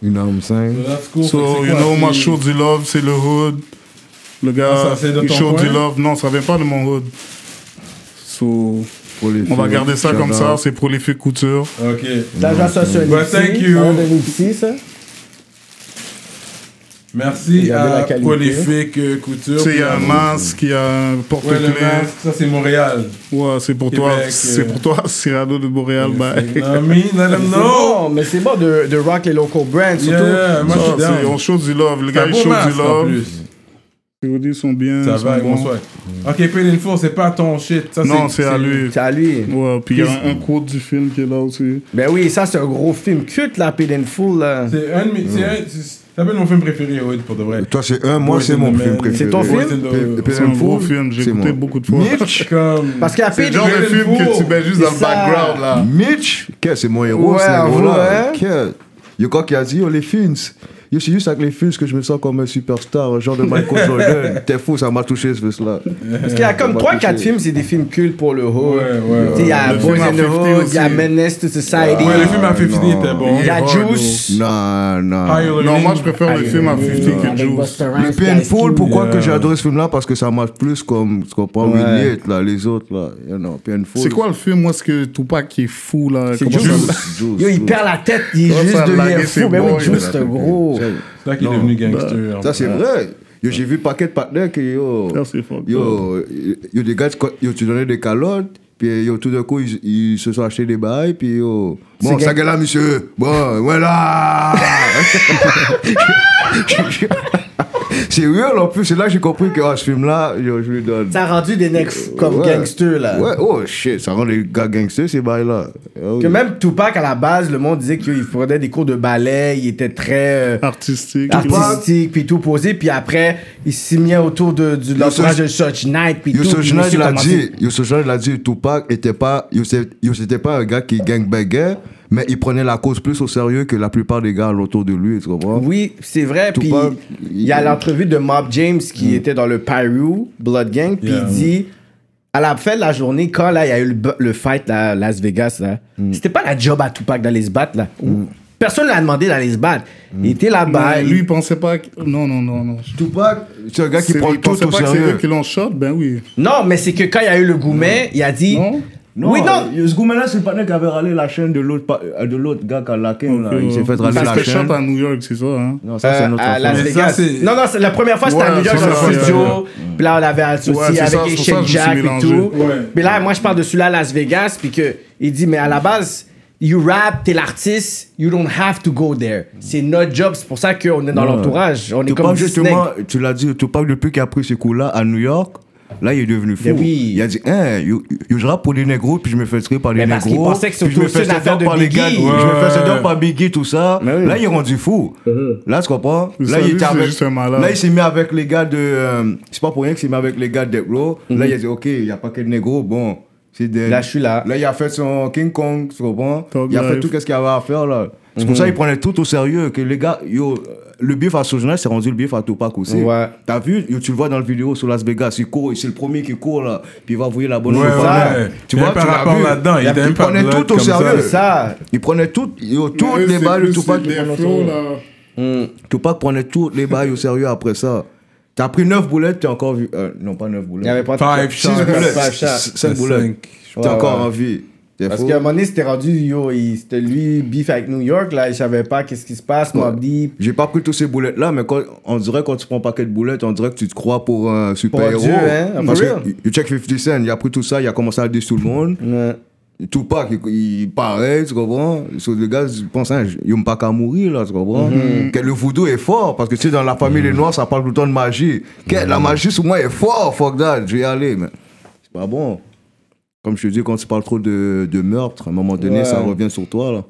S6: Une arme 5.
S3: That's cool.
S5: So,
S3: Fait que c'est
S5: you
S3: quoi,
S5: know,
S3: c'est-
S5: moi, je show du love, c'est le hood. Le
S3: Ah,
S5: gars,
S3: ça, c'est de
S5: il
S3: ton
S5: show
S3: coin?
S5: du love. Non, ça vient pas de mon hood. So, on va garder ça comme ça, c'est prolifique couture.
S3: Ok.
S7: Là, je vois ça sur un
S3: Bah,
S7: Ipsy.
S3: thank you.
S7: Ça va donner Ipsy, ça.
S3: Merci
S7: Regardez la
S3: à
S7: qualité.
S3: Prolifique euh, Couture.
S5: Tu sais, il y a un
S3: Puis,
S5: masque, il y a un
S3: Ouais, le
S5: porte-clés.
S3: masque, ça c'est Montréal.
S5: Ouais, c'est pour
S3: Québec,
S5: toi, c'est
S3: euh,
S5: pour toi, Cyrano de Boréal. Bye.
S3: Non, me, let
S7: Mais
S3: them
S7: c'est
S3: know.
S7: bon, mais c'est bon de, de rock les local brands, surtout.
S3: Yeah, moi je
S5: Ça,
S3: suis
S5: c'est-
S3: down.
S5: on show du love, le
S3: C'est
S5: gars,
S3: un
S5: il
S3: beau
S5: show
S3: masque
S5: du
S3: en
S5: love.
S3: plus.
S5: POD sont bien.
S3: Ça
S5: ils
S3: va,
S5: sont bons.
S3: bonsoir. Ok, Paid in Full, c'est pas ton shit. Ça,
S5: Non, c'est à lui.
S7: C'est à lui.
S5: Ouais, puis il y a un, un quote du film qui est là aussi.
S7: Ben oui, ça, c'est un gros film culte, la Paid in Full. là.
S3: C'est un de mes. c'est un- c'est- Ça peut être mon film préféré, Hood, pour de vrai.
S4: Toi, c'est un, moi,
S3: Boys
S4: c'est
S3: in
S4: mon
S3: the
S4: film
S3: Man.
S4: préféré.
S7: C'est ton film?
S4: Boys in the-
S5: C'est un gros film, j'ai
S4: c'est
S5: écouté
S4: moi.
S5: beaucoup de fois.
S3: Comme.
S7: Parce que la
S4: C'est
S7: Paid
S4: le genre de
S3: Paid in
S4: film que
S3: Full.
S4: tu mets juste dans le
S7: C'est ça.
S4: background, là.
S6: Mitch, qu'est-ce que c'est mon héros,
S7: Ah. Ouais,
S6: ce
S7: ouais.
S6: héros-là. Qu'est-ce Yo, quand il a dit, oh, les Fins. Yo, c'est juste avec les Fins que je me sens comme un superstar, un genre de Michael Jordan. T'es fou, ça m'a touché, ce fils-là.
S7: Parce qu'il y a comme
S6: On va
S7: 3-4
S6: toucher.
S7: films, c'est des films cultes pour le hood.
S3: Ouais, ouais,
S7: Tu sais, Il y a
S5: Le
S7: Boys
S5: film
S7: in
S5: à
S7: the
S5: 50
S7: Hood, il y a
S5: aussi.
S7: Menace to Society,
S3: Ouais, le film à 50
S6: non.
S3: était bon.
S7: il y a Juice.
S6: Non,
S3: High
S6: non.
S3: Learning.
S5: Non, moi je préfère le film à 50 que
S11: Avec
S5: Juice.
S11: Busta
S6: Le
S11: Rhymes,
S6: Painful,
S11: Ice
S6: pourquoi
S3: Yeah.
S6: que j'ai adoré ce film-là Parce que ça marche plus comme ce qu'on prend Winnet, là, les autres, là. You know, Painful.
S5: C'est quoi le film, moi, ce que Tupac qui est fou là
S7: C'est
S5: comment ça
S7: Juice.
S6: Juice,
S7: Yo, il
S6: Juice.
S7: perd la tête, il
S5: Ça,
S7: est
S5: ça
S7: juste
S5: a
S7: devenu
S5: lagué ses
S7: fou. Mais oui,
S5: boys,
S7: Juice,
S5: là.
S7: c'est un gros.
S6: Ça,
S3: C'est là qu'il est devenu gangster.
S6: c'est vrai. Yo, j'ai vu paquet de partenaires que yo.
S5: Ah, c'est fucked
S7: Oh.
S6: Yo, yo, des gars, quoi, yo, tu donnais des calottes, puis yo, tout d'un coup, ils, ils se sont achetés des bails, puis yo. Bon,
S7: C'est
S6: ça gueule là, monsieur. Bon, voilà. c'est real en plus, c'est là que j'ai compris que ah, ce film-là, yo, je lui donne.
S7: Ça a rendu des necks comme
S6: Ouais.
S7: gangsters, là.
S6: Ouais, oh shit, ça rend les gars gangsters ces bails-là. Oh,
S7: Que même Tupac, à la base, le monde disait qu'il prenait des cours de ballet, il était très euh,
S5: Ah, Artistique.
S7: artistique, puis tout posé, puis après, il s'y mis autour de, du- de l'entourage de Such Knight, puis tout.
S6: Youssef
S7: puis
S6: Jonas
S7: monsieur
S6: l'a
S7: commençait-
S6: dit, Youssef Jonas l'a dit, Tupac était pas, Youssef, Youssef était pas un gars qui gangbanguait, mais il prenait la cause plus au sérieux que la plupart des gars autour de lui, tu comprends?
S7: Oui, c'est vrai. Puis
S6: Tupac,
S7: il y a
S6: il-
S7: l'entrevue de Mob James qui était dans le Pyru Blood Gang. Puis
S3: Yeah.
S7: il dit à la fin de la journée, quand là, il y a eu le, bu- le fight là, à Las Vegas, là, c'était pas la job à Tupac d'aller se battre. Là. Personne ne l'a demandé d'aller se battre. Il était là-bas.
S5: Mais lui,
S7: il-
S5: il pensait pas que. Non, non, non, non.
S6: Tupac, c'est un gars qui
S5: C'est-
S6: prend
S5: il
S6: tout
S5: pensait
S6: au
S5: pas que c'est eux
S6: sérieux.
S5: qui l'ont shot, ben oui.
S7: Non, mais c'est que quand il y a eu le gourmet, il a dit.
S5: Non?
S7: oui, non.
S9: Ce gourmet-là, c'est le partenaire qui avait râlé la chaîne de l'autre pa- euh, de l'autre gars qui a laqué. là.
S5: Euh,
S9: Il s'est fait râler
S5: parce
S9: la
S5: que shot
S9: chaîne.
S5: à New York, c'est ça, hein.
S9: Non, ça, c'est
S7: euh,
S9: notre
S7: à Las
S9: affaire.
S3: Mais ça,
S7: Vegas.
S3: c'est-
S7: non, non, c'est la première fois, c'était à
S5: Ouais,
S7: New York
S5: c'est
S7: dans
S5: ça,
S7: le
S5: ouais,
S7: studio. Puis là, on l'avait associé
S5: Ouais, c'est ça,
S7: avec
S5: c'est pour
S7: Shake
S5: ça que je me
S7: Jack
S5: suis
S7: et
S5: mélangé.
S7: tout.
S3: Ouais.
S7: Mais là, moi, je parle de celui-là à Las Vegas. Puis que, il dit, mais à la base, you rap, t'es l'artiste, you don't have to go there. C'est notre job, c'est pour ça qu'on est dans l'entourage. On est
S9: Tupac,
S7: comme du
S9: justement,
S7: snake.
S9: tu l'as dit, Tupac, depuis qu'il a pris ce coup-là à New York, là, il est devenu fou.
S7: Mais oui.
S9: Il a dit, hein, yo, yo, je rappe pour les négros, puis je me fais tirer par les
S7: Mais parce
S9: négros.
S7: qu'il pensait que
S9: puis je
S7: c'était
S9: me
S7: aussi
S9: fais
S7: une
S9: set
S7: affaire
S9: up
S7: de
S9: par les gars,
S7: Biggie.
S9: Je me fais set
S3: Ouais.
S9: up par Biggie, tout ça. Là, il est rendu fou. Là, tu comprends?
S5: Mais
S9: Là,
S5: ça,
S9: il
S5: lui,
S9: était
S5: c'est
S9: avec-
S5: juste un malade.
S9: Là, il s'est mis avec les gars de. euh, c'est pas pour rien qu'il s'est mis avec les gars de Death Row. Là, il a dit, OK, il n'y a pas que de négros, bon. c'est des-
S7: Là, je suis là.
S9: Là, il a fait son King Kong, tu comprends?
S5: Thug
S9: Il a fait
S5: Life.
S9: tout ce qu'il avait à faire, là. C'est pour ça qu'il prenait tout au sérieux. Que les gars, yo, le bif à Sojourner, c'est rendu le bif à Tupac aussi.
S7: Ouais.
S9: T'as vu, yo, tu le vois dans le vidéo sur Las Vegas, il court, c'est le premier qui court, là. Puis il va envoyer la bonne
S3: Ouais,
S9: nouvelle.
S3: ouais.
S9: Tu
S3: Il y a
S9: vois,
S3: un par
S9: tu l'as
S3: rapport
S9: vu.
S3: là-dedans, il y a un
S9: il
S3: par
S9: prenait
S3: là-dedans
S9: tout au
S3: comme ça.
S9: sérieux.
S7: Ça,
S9: Il prenait tout, yo, toutes
S5: Eux,
S9: les
S5: c'est
S9: balles de
S5: plus
S9: Tupac.
S5: les flows, là.
S9: Tupac prenait toutes les bails au sérieux après ça. T'as pris 9 boulettes, t'es encore vu. euh, non, pas 9
S7: il
S9: boulettes.
S7: n'y avait pas
S3: Five shots.
S7: Six
S9: boulettes.
S7: Five shots.
S9: 5 boulettes.
S3: Cinq.
S9: T'es encore
S7: ouais.
S9: en vie. T'es
S7: Parce
S9: fou.
S7: qu'à un moment donné, c'était rendu, yo, il- c'était lui, beef avec New York, là, il savait pas qu'est-ce qui se passe, Mob Deep.
S9: J'ai pas pris tous ces boulettes là, mais quand, on dirait quand tu prends un paquet de boulettes, on dirait que tu te crois pour un super héros.
S7: Dieu, hein,
S9: Parce
S7: for
S9: que you check 50 Cent, il a pris tout ça, il a commencé à dire tout le monde.
S7: Ouais.
S9: Tupac, il, il paraît, tu comprends? Sur le gars, il pense, hein, il n'y a pas qu'à mourir, là, tu comprends?
S7: Mhm.
S9: Que le voodoo est fort, parce que tu sais, dans la famille des Noirs, ça parle tout le temps de magie. Que
S7: Mhm.
S9: la magie, sur moi, est fort, fuck that, je vais y aller, mais c'est pas bon. Comme je te dis, quand tu parles trop de, de meurtre, à un moment donné,
S7: Ouais.
S9: ça revient sur toi, là.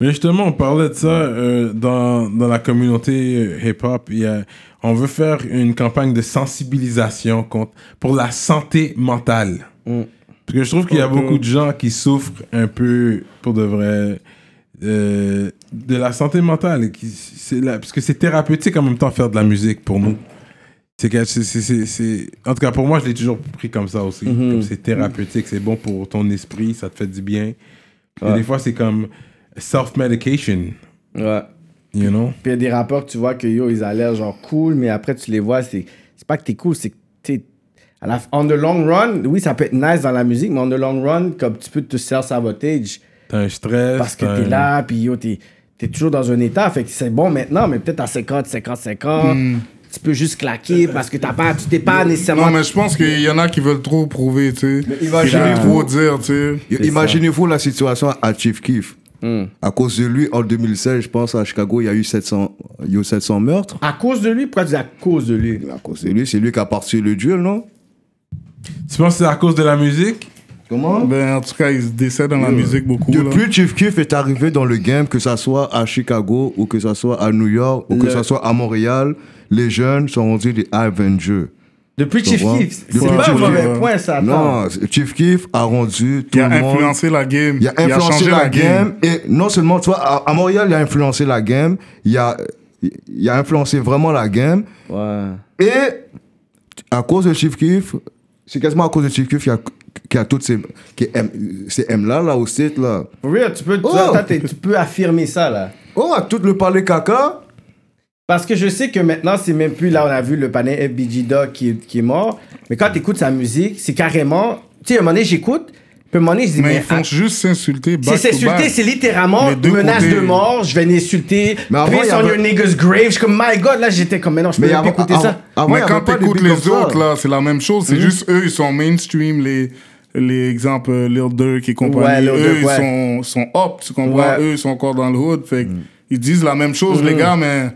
S3: Mais justement, on parlait de ça euh, dans, dans la communauté euh, hip-hop. Il y a- On veut faire une campagne de sensibilisation contre, pour la santé mentale. Parce que je trouve qu'il y a beaucoup de gens qui souffrent un peu, pour de vrai, euh, de la santé mentale. et Qui, c'est la- parce que c'est thérapeutique en même temps faire de la musique pour nous. C'est que c'est- c'est- c'est- c'est- En tout cas, pour moi, je l'ai toujours pris comme ça aussi. Comme c'est thérapeutique, c'est bon pour ton esprit, ça te fait du bien. Et des fois, c'est comme self-medication,
S7: Ouais.
S3: you know?
S7: Puis il y a des rappeurs que tu vois que yo, ils allaient genre cool, mais après tu les vois, c'est c'est pas que t'es cool, c'est que t'es. à la- On the long run, oui, ça peut être nice dans la musique, mais on the long run, comme tu peux te self-sabotage
S3: T'as un stress.
S7: parce que
S3: t'as
S7: t'es
S3: un-
S7: là, puis yo, t'es es toujours dans un état. Fait que c'est bon maintenant, mais peut-être à 50, 50, 50, tu peux juste claquer parce que t'as pas, tu t'es pas nécessairement.
S5: Hmm. Non, mais je pense qu'il y en a qui veulent trop prouver, tu sais.
S9: il va
S5: Ils veulent
S9: gérer
S5: trop dire, tu sais.
S9: Imaginez-vous la situation à Chief Keef.
S5: Hmm.
S6: À cause de lui, en 2016, je pense, à Chicago, il y a eu 700, il y a eu 700 meurtres.
S7: À cause de lui, pourquoi tu dis à cause de lui
S6: À cause de lui, c'est lui qui a parti le duel, non
S3: Tu penses que c'est à cause de la musique
S6: Comment
S5: Ben, en tout cas, il se décède dans la musique beaucoup. là.
S6: Depuis Chief Keef est arrivé dans le game, que ça soit à Chicago ou que ça soit à New York ou que ça soit à Montréal, les jeunes sont rendus des Avengers.
S7: Depuis
S6: Tu
S7: Chief
S6: vois?
S7: Keef, c'est
S6: Depuis
S7: pas un
S6: Chief
S7: mauvais
S5: Keef.
S7: point ça. attends.
S6: Non, Chief Keef a rendu tout
S5: Il a
S6: le monde.
S5: influencé la game.
S6: Il a influencé
S5: changé
S6: la, game. Et non seulement, tu vois, à, à Montréal, il a influencé la game. Il a, il a influencé vraiment la game.
S7: Ouais.
S6: Et à cause de Chief Keef, c'est quasiment à cause de Chief Keef qu'il y a, qu'il y a toutes ces, qui ces M-là, là, au site, là.
S7: For real, tu peux, tu,
S6: Oh.
S7: toi, t'es- tu peux affirmer ça là.
S6: Oh, à tout le parler caca.
S7: Parce que je sais que maintenant, c'est même plus là, on a vu le panel FBG Dog qui, est- qui est mort. Mais quand t'écoutes sa musique, c'est carrément. Tu sais, à un moment donné, j'écoute. Puis à un moment donné, je dis,
S5: Mais
S7: mais.
S5: ils font
S7: à-
S5: juste s'insulter.
S7: c'est
S5: back to
S7: s'insulter,
S5: back.
S7: c'est littéralement
S5: Mais deux
S7: menace
S5: côtés.
S7: de mort, je vais l'insulter.
S6: Mais avant, il y
S7: Peace on
S6: avait-
S7: your niggas grave. Je suis comme, my god, là, j'étais comme, mais non, je peux
S6: Mais
S7: même pas
S6: avant-
S7: écouter
S6: avant-
S7: ça.
S6: avant, il y
S5: mais
S6: avait
S5: quand
S6: pas des
S5: t'écoutes
S6: beats
S5: les
S6: comme ça. Mhm.
S5: autres, là, c'est la même chose. C'est juste eux, ils sont mainstream, les, les exemples euh, Lil Durk et compagnie.
S7: Ouais, Lil
S5: eux,
S7: Durk,
S5: ils
S7: ouais.
S5: sont, sont up, tu comprends?
S7: Ouais. Mhm.
S5: Eux, ils sont encore dans le hood. Fait que ils disent la même chose, les gars, mais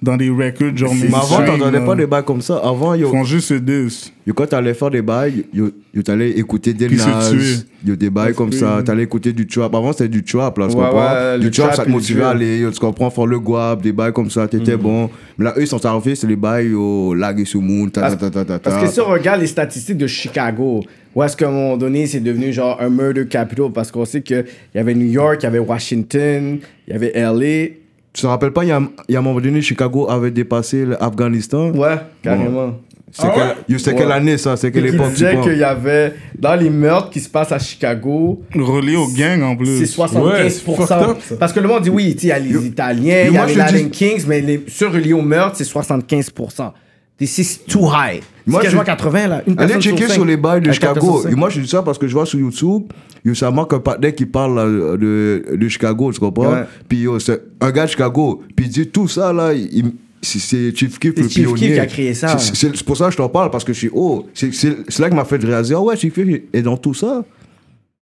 S5: dans des records, genre,
S6: Mais avant,
S5: mainstream,
S6: t'entendais
S5: là.
S6: pas des bails comme ça. Avant,
S5: Ils
S6: yo,
S5: font juste ce deux.
S6: yo, quand t'allais faire des bails, yo, yo, t'allais écouter des
S5: Puis se
S6: Nas,
S5: tuer.
S6: yo, des bails comme ça. T'allais écouter du trap. Avant, c'était du trap, là, tu
S7: Ouais,
S6: comprends?
S7: ouais,
S6: du
S7: le
S6: trap,
S7: trap
S6: ça
S7: et
S6: te
S7: le Mhm.
S6: motivait à
S7: trap.
S6: aller, yo, tu comprends? Faire le guap, des bails comme ça, t'étais bon. Mais là, eux, ils sont arrivés, c'est les bails, yo, laguer sous moon, ta ta ta ta ta.
S7: Parce que si on regarde les statistiques de Chicago, où est-ce qu'à un moment donné, c'est devenu genre un murder capital? Parce qu'on sait qu'il y avait New York, il y avait Washington, il y avait LA.
S6: Tu te rappelles pas, il y a, il y a un moment donné, Chicago avait dépassé l'Afghanistan.
S7: Ouais, carrément.
S6: C'est
S3: Ah
S6: que-
S3: ouais?
S6: yo, c'est quelle
S7: Ouais.
S6: année, ça? C'est quelle
S7: Qui
S6: époque, tu
S7: disait
S6: penses?
S7: qu'il y avait, dans les meurtres qui se passent à Chicago,
S5: Relié au gang, en
S6: Euh,
S5: plus.
S7: c'est 75%.
S3: Ouais, c'est fucked up, ça.
S7: parce que le monde dit oui, tu sais, il y a les Italiens,
S6: yo,
S7: il y
S6: moi,
S7: a les
S6: je dis-
S7: Latin Kings, mais les, ceux reliés au meurtre, c'est 75%. This is too high.
S6: Moi,
S7: Moi,
S6: je-
S7: je vois 80 là. Une
S6: Allez
S7: personne
S6: checker
S7: cinq.
S6: sur les bails de
S7: Euh,
S6: Chicago.
S7: 4
S6: Et moi, je dis ça parce que je vois sur YouTube, yo, ça marque un partenaire qui parle là, de, de Chicago, tu comprends?
S7: Ouais.
S6: Puis yo, c'est un gars de Chicago. Puis il dit tout ça, là, il- c'est- c'est Chief Keef
S7: C'est
S6: le
S7: Chief Keef
S6: pionnier.
S7: qui a créé ça.
S6: C'est- C'est c'est pour ça que je t'en parle, parce que je suis, oh, c'est c'est- c'est là que m'a fait réaliser, ah ouais, Chief Keef est dans tout ça.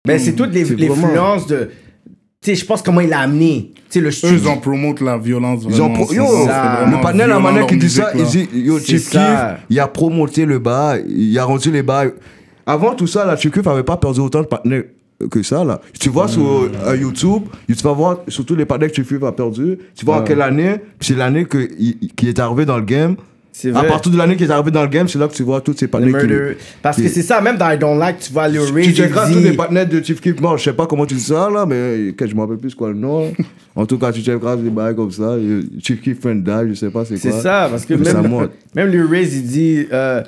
S7: Ben, c'est toutes les
S6: c'est
S7: les
S6: vraiment-
S7: influences de. Tu sais, je pense comment il a amené. Tu sais, le
S5: Eux, ils
S7: studio.
S5: en promotent la violence.
S6: Ils ont
S5: vraiment,
S6: pro-
S5: c'est-
S6: yo,
S5: c'est vraiment
S6: le panel à
S5: violent,
S6: Manet
S5: leur
S6: qui dit ça, il
S5: musique, là.
S6: dit Yo,
S7: C'est
S6: Chief
S7: ça.
S6: Keef, il a promoté le bail, il a rendu les bails. Avant tout ça, là, Chief Keef n'avait pas perdu autant de partenaires que ça. Là. Tu vois sur euh, YouTube, tu vas voir surtout les partenaires que Chief Keef a perdu. Tu vois en quelle année, puis c'est l'année que il- il- qu'il est arrivé dans le game.
S7: C'est
S6: À
S7: vrai.
S6: partir de l'année qu'il est arrivé dans le game, c'est là que tu vois tous ces
S7: Les
S6: partenaires. qui-
S7: murder- Parce
S6: qui-
S7: que c'est ça, même dans I Don't Like, tu vois, le Ray.
S6: tu checkeras tous les partenaires de Chief Keef mort. Je sais pas comment tu dis ça, là, mais que je me rappelle plus quoi le nom. en tout cas, tu checkeras des bails comme ça. euh, Chief Keef Friend Die, je sais pas c'est quoi.
S7: C'est ça, parce que
S6: Mais ça
S7: même,
S6: monte.
S7: même le Riz, il dit, euh,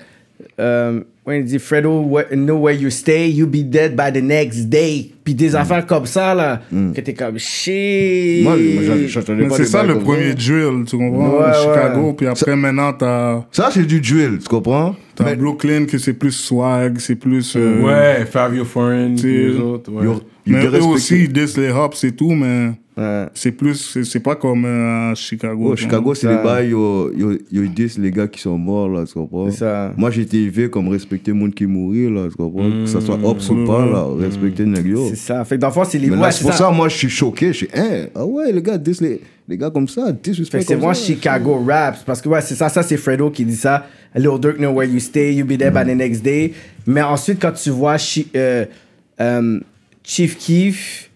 S7: euh, ouais, il dit, Fredo, wh- know where you stay, you be dead by the next day. Puis
S6: Mm.
S7: des affaires comme ça, là, que t'es comme shit.
S6: Moi, je- j'entendais
S5: Mais
S6: pas
S5: c'est
S6: des
S5: ça
S6: bails
S5: le
S6: comme
S5: premier duel, tu comprends?
S7: Ouais,
S5: Chicago,
S7: ouais.
S5: puis après, maintenant, t'as.
S6: Ça, c'est du duel, tu comprends
S5: T'as Brooklyn que c'est plus swag, c'est plus. euh,
S3: Ouais, Fabio Foreign,
S5: C'est-
S3: les autres. Ouais.
S6: Yo, il
S5: Mais
S6: est
S5: eux
S6: respecté.
S5: aussi, ils disent les hops et tout, mais
S7: Ouais.
S5: c'est plus. c'est- C'est pas comme euh, à Chicago.
S6: Oh, Chicago, c'est
S7: Ça-
S6: les bails, yo, yo, yo, ils disent les gars qui sont morts, là, tu comprends
S7: C'est ça.
S6: Moi, j'étais élevé comme respecter le monde qui mourit, là, tu comprends Que ça soit ops ou pas, là, respecter les gars.
S7: Mm. C'est ça. Fait que dans le fond, c'est les
S6: Mais là,
S7: ouais,
S6: c'est pour ça. moi, je suis choqué. Je suis, hein, ah ouais, les gars, disent les, les gars comme ça,
S7: Fait
S6: disrespect
S7: que c'est
S6: comme
S7: moi
S6: ça.
S7: Chicago Raps. Parce que ouais, c'est ça, ça c'est Fredo qui dit ça. Little Dirk know where you stay, you be there by the next day. Mais ensuite, quand tu vois Chi- euh, euh, Chief Keef,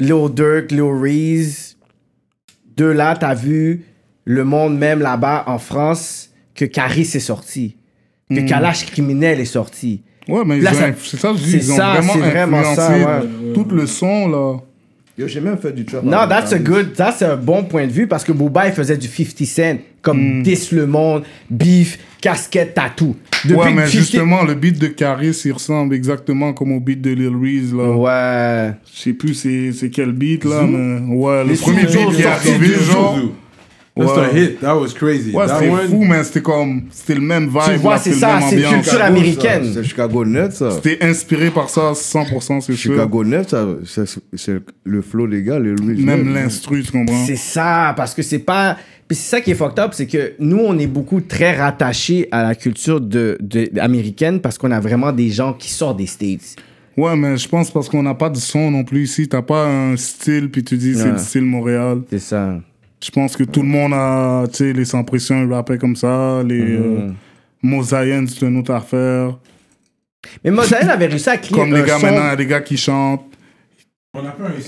S7: Little Dirk, Lil Reese, de là, t'as vu le monde même là-bas en France que Caris est sorti. Que Kalash criminel est sorti.
S5: Ouais, mais ils
S7: Là,
S5: ont
S7: ça-
S5: inf- c'est ça, je dis,
S7: c'est
S5: ils ont
S7: ça,
S5: vraiment
S7: c'est vraiment
S5: influencé
S7: ça, ouais.
S5: tout le son, là.
S6: Yo, j'ai même fait du trap.
S7: Non,
S6: avec
S7: that's a
S6: Caris.
S7: good, ça c'est un bon point de vue parce que Booba il faisait du 50 Cent comme diss le monde, beef, casquette, tatou. Depuis
S5: ouais,
S7: que
S5: mais
S7: 50
S5: justement, le beat de Caris, il ressemble exactement comme au beat de Lil Reese, là.
S7: Ouais.
S5: Je sais plus c'est c'est quel beat, là, mais. Ouais, le
S7: Les
S5: premier
S7: Zouzous
S5: beat qui est
S7: sortis
S5: arrivé,
S3: Zouzou.
S5: genre.
S3: That's
S5: Ouais.
S3: a hit. That was crazy.
S5: Ouais,
S3: That
S5: c'était
S3: one-
S5: fou, mais c'était comme. C'était le même vibe.
S7: Tu vois,
S5: là,
S7: c'est
S5: c'était
S7: ça,
S5: le même
S7: c'est
S5: ambiance.
S7: culture
S6: Chicago,
S7: américaine.
S6: ça, C'est Chicago net, ça.
S5: C'était inspiré par ça 100%, c'est sûr.
S6: Chicago net, ça, c'est- c'est le flow des gars, les Louis.
S5: Même l'instru, tu comprends.
S7: C'est ça, parce que c'est pas. Puis c'est ça qui est fucked up, c'est que nous, on est beaucoup très rattachés à la culture de, de- américaine parce qu'on a vraiment des gens qui sortent des States.
S5: Ouais, mais je pense parce qu'on n'a pas de son non plus ici. T'as pas un style, puis tu dis c'est
S7: Ouais.
S5: le style Montréal.
S7: C'est ça.
S5: Je pense que tout le monde a, tu sais, les sans pression, ils rappaient comme ça. Les
S7: Mhm.
S5: euh, Mosaïens, c'est une autre affaire.
S7: Mais Mosaïen avait réussi à créer
S5: Comme
S7: un
S5: les gars
S7: son-
S5: maintenant, il y a des gars qui chantent.
S3: On n'a pas un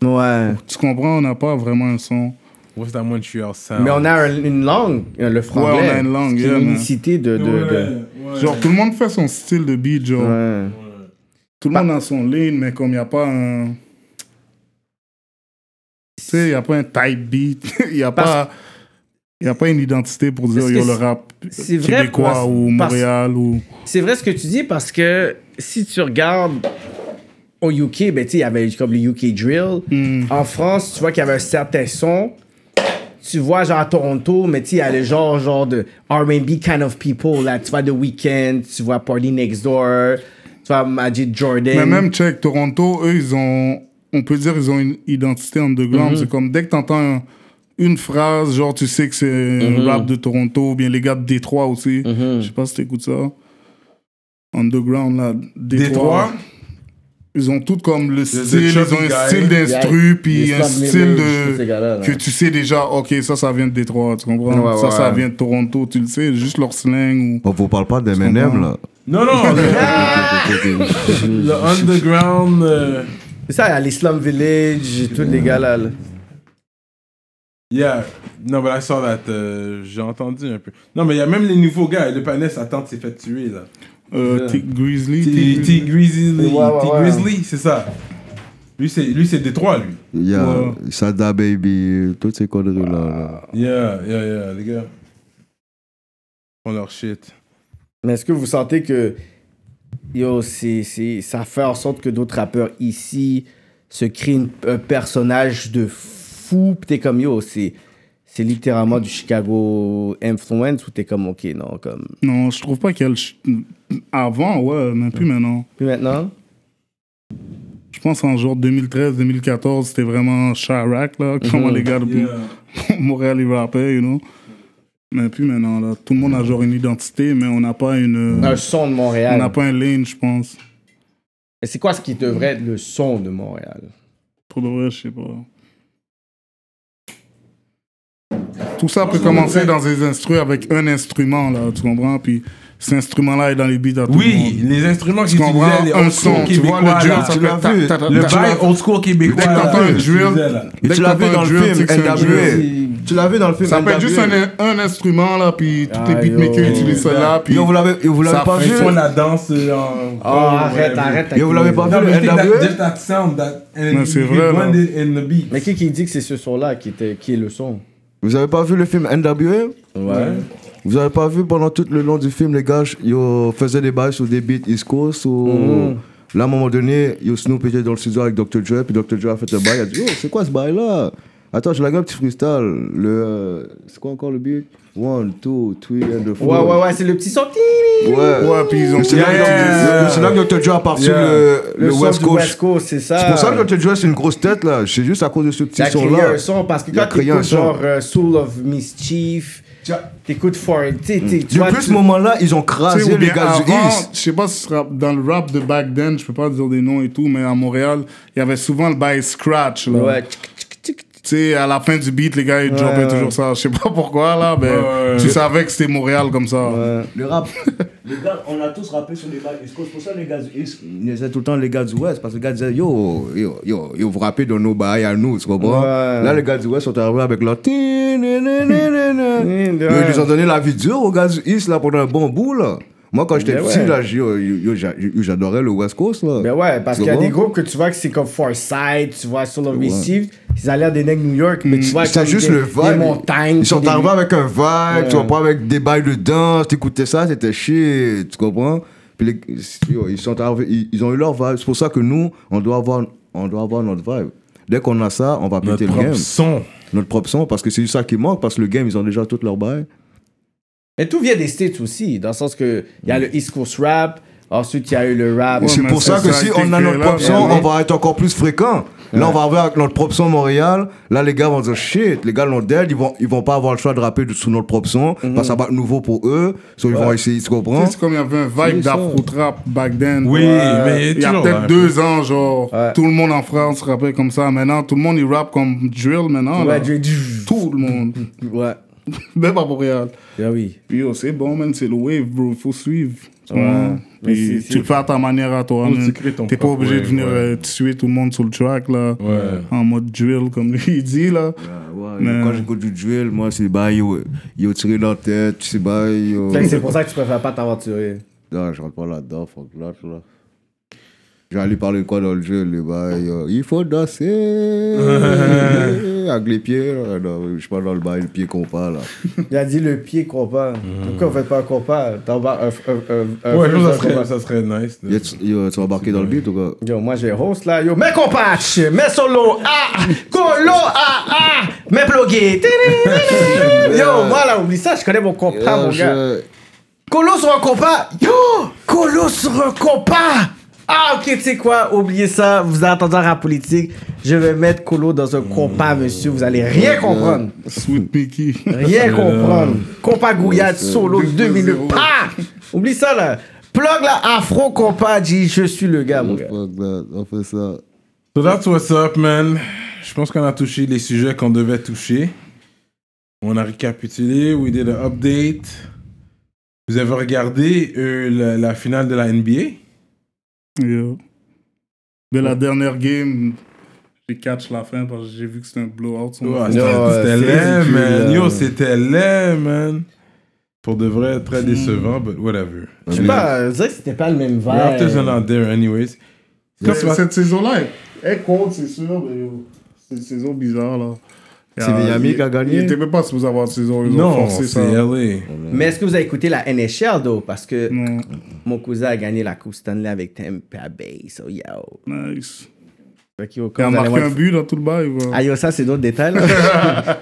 S3: son.
S7: Ouais.
S5: Tu comprends, on n'a pas vraiment un son.
S3: What's that Montreal sound?
S7: Mais on a un- une langue, euh, le franglais.
S5: on a une langue, euh,
S7: C'est
S5: yeah, man.
S7: une unicité de... de, de...
S5: Genre, tout le monde fait son style de beat, genre.
S7: Ouais.
S5: Tout
S7: Bah
S5: le monde a son lean, mais comme il n'y a pas un. Tu sais, il n'y a pas un type beat. Il n'y a,
S7: Parce-
S5: pas- y a pas une identité pour
S7: Parce
S5: dire
S7: que
S5: yo, le
S7: c'est-
S5: rap
S7: c'est vrai,
S5: québécois
S7: parce-
S5: ou
S7: parce-
S5: Montréal ou.
S7: C'est vrai ce que tu dis parce que si tu regardes au UK, ben, tu sais, il y avait comme le UK Drill.
S5: Mm.
S7: En France, tu vois qu'il y avait un certain son. Tu vois, genre à Toronto, mais tu sais, il y a le genre, genre de RB kind of people. Là. Tu vois The Weeknd, tu vois Party Next Door, tu vois Magic Jordan.
S5: Mais même check, Toronto, eux, ils ont. On peut dire ils ont une identité underground.
S7: Mm-hmm.
S5: C'est comme dès que tu entends une phrase, genre tu sais que c'est
S7: Mm-hmm.
S5: un rap de Toronto, ou bien les gars de Détroit aussi. Je sais pas si t'écoutes ça. Underground, là.
S3: Détroit?
S5: Ils ont tout comme le style,
S3: chubby
S5: hein. ils ont
S3: guy.
S5: un style
S7: Yeah,
S5: d'instru, puis
S7: des
S5: un
S7: slap
S5: style
S7: memories, ces gars-là,
S5: de.
S7: là.
S5: Que tu sais déjà, ok, ça, ça vient de Détroit, tu comprends?
S7: Ouais,
S5: ça,
S7: ouais,
S5: ça
S7: ouais.
S5: vient de Toronto, tu le sais, juste leur slang ou.
S6: On vous parle pas d'Eminem, là.
S3: Non, non, le, le underground. euh,
S7: C'est ça, il y a les Slum Village, tous les gars là. là.
S3: yeah. Non, mais I saw that. euh, J'ai entendu un peu. Non, mais il y a même les nouveaux gars. Le panel, sa tante s'est fait tuer, là.
S5: Euh, T- Grizzly.
S3: T-
S5: T-
S3: T. Grizzly.
S7: Ouais, ouais,
S3: T.
S7: ouais.
S3: Grizzly, c'est ça. Lui, c'est lui, c'est Détroit, lui.
S6: Il y
S5: Ouais.
S6: a Sada Baby, toutes ces conneries-là. là.
S3: Yeah, yeah, yeah, les gars. Ils font leur shit.
S7: Mais est-ce que vous sentez que yo, c'est, c'est- ça fait en sorte que d'autres rappeurs ici se créent une- un personnage de fou, pis t'es comme yo, c'est, c'est littéralement du Chicago influence, ou t'es comme ok, non, comme.
S5: Non, je trouve pas qu'elle. Avant, ouais, mais plus maintenant.
S7: Puis maintenant,
S5: Je pense en genre 2013-2014, c'était vraiment Chirac, là,
S7: Mhm.
S5: comment les gars de Montréal, ils rappaient, you know. Mais plus maintenant, là, tout le monde a genre une identité, mais on n'a pas une.
S7: un son de
S5: on n'a
S7: Montréal.
S5: pas un lane, je pense.
S7: Et c'est quoi ce qui devrait être le son de Montréal
S5: Pour le vrai, je sais pas. Tout ça peut commencer dans des instruments avec un instrument, là, tu comprends? Puis cet instrument-là est dans les beats à tout le monde.
S3: Oui, les instruments qu'ils
S5: Tu comprends?
S3: utilisaient, les
S5: Un
S3: old school
S5: son, tu vois,
S3: québécois,
S5: le drill,
S3: là.
S5: ça fait
S6: l'as
S5: tac,
S6: vu.
S5: tac, tac,
S3: Le
S5: tac,
S3: bail
S5: tac.
S3: old school québécois,
S5: Dès que
S3: là.
S5: t'entends un
S3: qu'ils
S5: drill,
S3: utilisaient, là.
S6: Et
S5: Dès
S6: tu
S5: que
S6: l'as
S5: t'entends
S6: vu dans
S5: un
S6: le
S5: drill,
S6: film,
S5: tu sais que c'est un drill.
S6: NWA. Tu l'as vu dans le film,
S5: Ça peut être juste
S6: NWA.
S5: un, un instrument, là, puis tous
S7: Ah,
S5: les beatmakers
S7: yo.
S5: utilisent celle-là, puis...
S6: Yo, vous l'avez vous l'avez
S5: Ça
S6: pas
S5: fait
S3: Ils
S6: vu
S3: font la danse euh, en.
S7: Oh, arrête, arrête. avec
S6: Yo, vous
S7: les-
S6: l'avez pas
S3: Non,
S6: vu,
S3: mais
S6: le
S3: you think that, just
S6: NWA
S3: that sound, that
S5: Non, c'est vrai, là.
S3: in the beat.
S7: Mais qui qui dit que c'est ce son-là qui, était, qui est le son
S6: Vous avez pas vu le film NWA
S7: Ouais.
S6: Vous avez pas vu pendant tout le long du film, les gars, ils faisaient des bails sur des beats East Coast ou... Là, à un moment donné, yo, Snoop était dans le studio avec Dr. Dre, puis Dr. Dre a fait le bail, il a dit « Oh, c'est quoi ce bail-là » Attends, je l'ai un petit freestyle. Le, euh, c'est quoi encore le beat One, two, three, and the four.
S7: Ouais, ouais, ouais, c'est le petit son.
S6: ouais.
S5: Ouais, puis ils ont...
S6: Et C'est là que
S3: Yeah.
S6: Dr. C'est là que Dr. Dre a parti
S3: Yeah.
S6: le, le
S7: Le, son
S6: West
S7: du
S6: Coast.
S7: West Coast, c'est ça.
S6: C'est pour ça que Dr. Dre, c'est une grosse tête, là. C'est juste à cause de ce
S7: Il a
S6: petit
S7: créé
S6: son-là.
S7: un son parce que
S6: Il a
S7: quand
S6: créé un
S7: t'écoutes
S6: son.
S7: genre euh, Soul of Mischief, t'écoutes For It, t'sais, t'sais, tu vois,
S6: Depuis
S7: tu-
S6: ce moment-là, ils ont
S5: Tu sais,
S6: crasé
S5: ou
S6: les
S5: bien
S6: gars du
S5: avant,
S6: East.
S5: Je sais pas si ce sera dans le rap de back then, je peux pas dire des noms et tout, mais à Montréal, il y avait souvent le bail scratch. Là.
S7: Ouais.
S5: Tu sais, à la fin du beat, les gars, ils dropaient toujours ça. Je sais pas pourquoi, là, mais tu savais que c'était Montréal comme ça.
S9: Le rap. les gars, on a tous rappé sur les gars East Coast. Pour ça, les gars du East, ils étaient tout le temps les gars du West. Parce que les gars disaient, yo,
S6: Yo, yo, yo, vous rappelez de nos bails à nous, tu comprends? Là, les gars du West sont arrivés avec leur. ti- ni- ni- ni- ni- ni. Yo, Ils nous ont donné la vie dure aux gars du East là, pendant un bon bout. là. Moi, quand j'étais
S7: Ben
S6: petit,
S7: ouais.
S6: là, j'ai- yo, yo, j'a- yo, j'adorais le West Coast. Là.
S7: Ben ouais, parce
S6: Tu
S7: qu'il y a
S6: comprends?
S7: des groupes que tu vois que c'est comme For Side, tu vois Soul of Mischief, ils ont l'air des nègres New York, mais tu vois
S6: C'était
S7: comme
S6: juste
S7: des,
S6: Mm. le
S7: des
S6: vibe.
S7: montagnes.
S6: Ils sont
S7: des-
S6: arrivés avec un vibe, tu comprends, avec des bails de danse, t'écoutais ça, c'était shit, tu comprends? Puis les- yo, ils sont arrivés, ils, ils ont eu leur vibe. C'est pour ça que nous, on doit avoir, on doit avoir notre vibe. Dès qu'on a ça, on va
S3: Notre
S6: péter le game.
S3: propre son.
S6: Notre propre son, parce que c'est ça qui manque, parce que le game, ils ont déjà tout leur bail.
S7: Mais tout vient des States aussi, dans le sens que il y a le East Coast rap, ensuite il y a eu le rap.
S5: Ouais,
S6: c'est
S5: mais
S6: pour
S5: ça,
S6: ça que
S5: ça a
S6: si
S5: été
S6: on a
S5: créé
S6: notre
S5: là,
S6: propre son,
S7: mais-
S6: on va être encore plus fréquent. Là, on va arriver avec notre propre son Montréal. Là, les gars vont dire shit, les gars l'ont dead, ils vont, ils vont pas avoir le choix de rapper sous notre propre son, parce que ça va être nouveau pour eux. So, ils vont essayer, tu
S5: Tu
S6: comprends?
S5: sais, C'est comme il y avait un vibe d'afro-trap back then.
S3: Oui, mais
S5: il y a
S3: toujours, ouais.
S5: peut-être deux ans, genre, tout le monde en France rappait comme ça. Maintenant, tout le monde, il rappe comme drill maintenant. là.
S7: Ouais, drill, drill.
S5: Tout le monde.
S7: Ouais.
S5: Même à Montréal.
S7: Ah oui.
S5: Puis oh, c'est bon, man, c'est le wave, bro. Il faut suivre. Tu vois. Puis
S7: Mais c'est-
S5: tu le fais à ta manière à toi.
S3: Faut
S5: man.
S3: se créer ton
S5: T'es pas
S3: propre
S5: obligé de
S3: wave,
S5: venir
S3: ouais.
S5: euh, tuer tout le monde sur le track, là.
S3: Ouais.
S5: En mode drill, comme lui, il dit, là.
S6: Ah, Ouais, Quand j'écoute du duel, moi, c'est bah, yo, yo tiré dans la tête, tu sais, bah, yo.
S7: Fait que C'est pour ça que tu préfères pas t'aventurer.
S6: Non, je rentre pas là-dedans, fuck l'autre, là. J'allais parler de quoi dans le jeu, les bails yo. Il faut danser avec les pieds. là. Non, je suis pas dans le bail, le pied qu'on parle, là.
S7: Il a dit le pied compas. Pourquoi vous faites pas un compas T'en vas un. un- un- un-
S3: Hmm. Ouais,
S7: un-
S3: je pense Euh, que
S7: un
S3: ça serait,
S7: compas.
S3: ça serait nice. de-
S6: Yo, tu yo, tu vas embarquer dans le beat ou quoi
S7: Yo, moi j'ai host là. Yo, mes compatch, mes solo, ah, colo, ah, ah, mes plugués. Yo, moi là, oublie ça, je connais mon compas,
S6: Yo,
S7: Ah, mon
S6: je-
S7: gars. Colo sur un compas. Yo, colo sur un compas. Ah, ok, tu sais quoi, oubliez ça, vous attendez à la politique. Je vais mettre colo dans un compas,
S3: Hmm.
S7: monsieur, vous allez rien comprendre.
S5: Sweet Mickey.
S7: Rien comprendre. Compas Gouillade solo, deux minutes. Ah! Oublie ça là. Plug là, Afro Compas dit Je suis le gars, mon gars.
S6: Fuck that, on fait ça.
S3: So that's what's up, man. Je pense qu'on a touché les sujets qu'on devait toucher. On a récapitulé, we did an update. Vous avez regardé euh, la, la finale de la NBA?
S5: Yeah. Mais la dernière game, j'ai catch la fin parce que j'ai vu que c'était un blowout. son
S3: Ouais,
S5: affaire.
S3: c'était c'était laid,
S7: ridicule,
S3: man.
S7: là.
S3: Yo, c'était laid, man. Pour de vrai, très décevant, but whatever.
S7: Je sais pas, je dirais que c'était pas le même
S3: Raptors are
S7: vibe.
S3: not there anyways.
S5: Cette-
S3: Qu'est-ce que-
S5: cette saison-là, elle elle compte, c'est sûr, mais euh, c'est une saison bizarre, là.
S6: C'est
S5: Euh,
S6: Miami
S5: il-
S6: qui a gagné?
S5: Il était même pas supposé avoir de saison, ils ont
S3: Non,
S5: forcé ça.
S3: c'est LA.
S7: Mais est-ce que vous avez écouté la NHL, though? Parce que
S5: Non,
S7: mon cousin a gagné la Coupe Stanley avec Tampa Bay. So yo.
S5: nice.
S7: Fait que, yo,
S5: Il a
S7: quand vous allez
S5: marqué
S7: voir-
S5: un but dans tout le bail, ouais.
S7: Ah yo, ça c'est d'autres détails. là.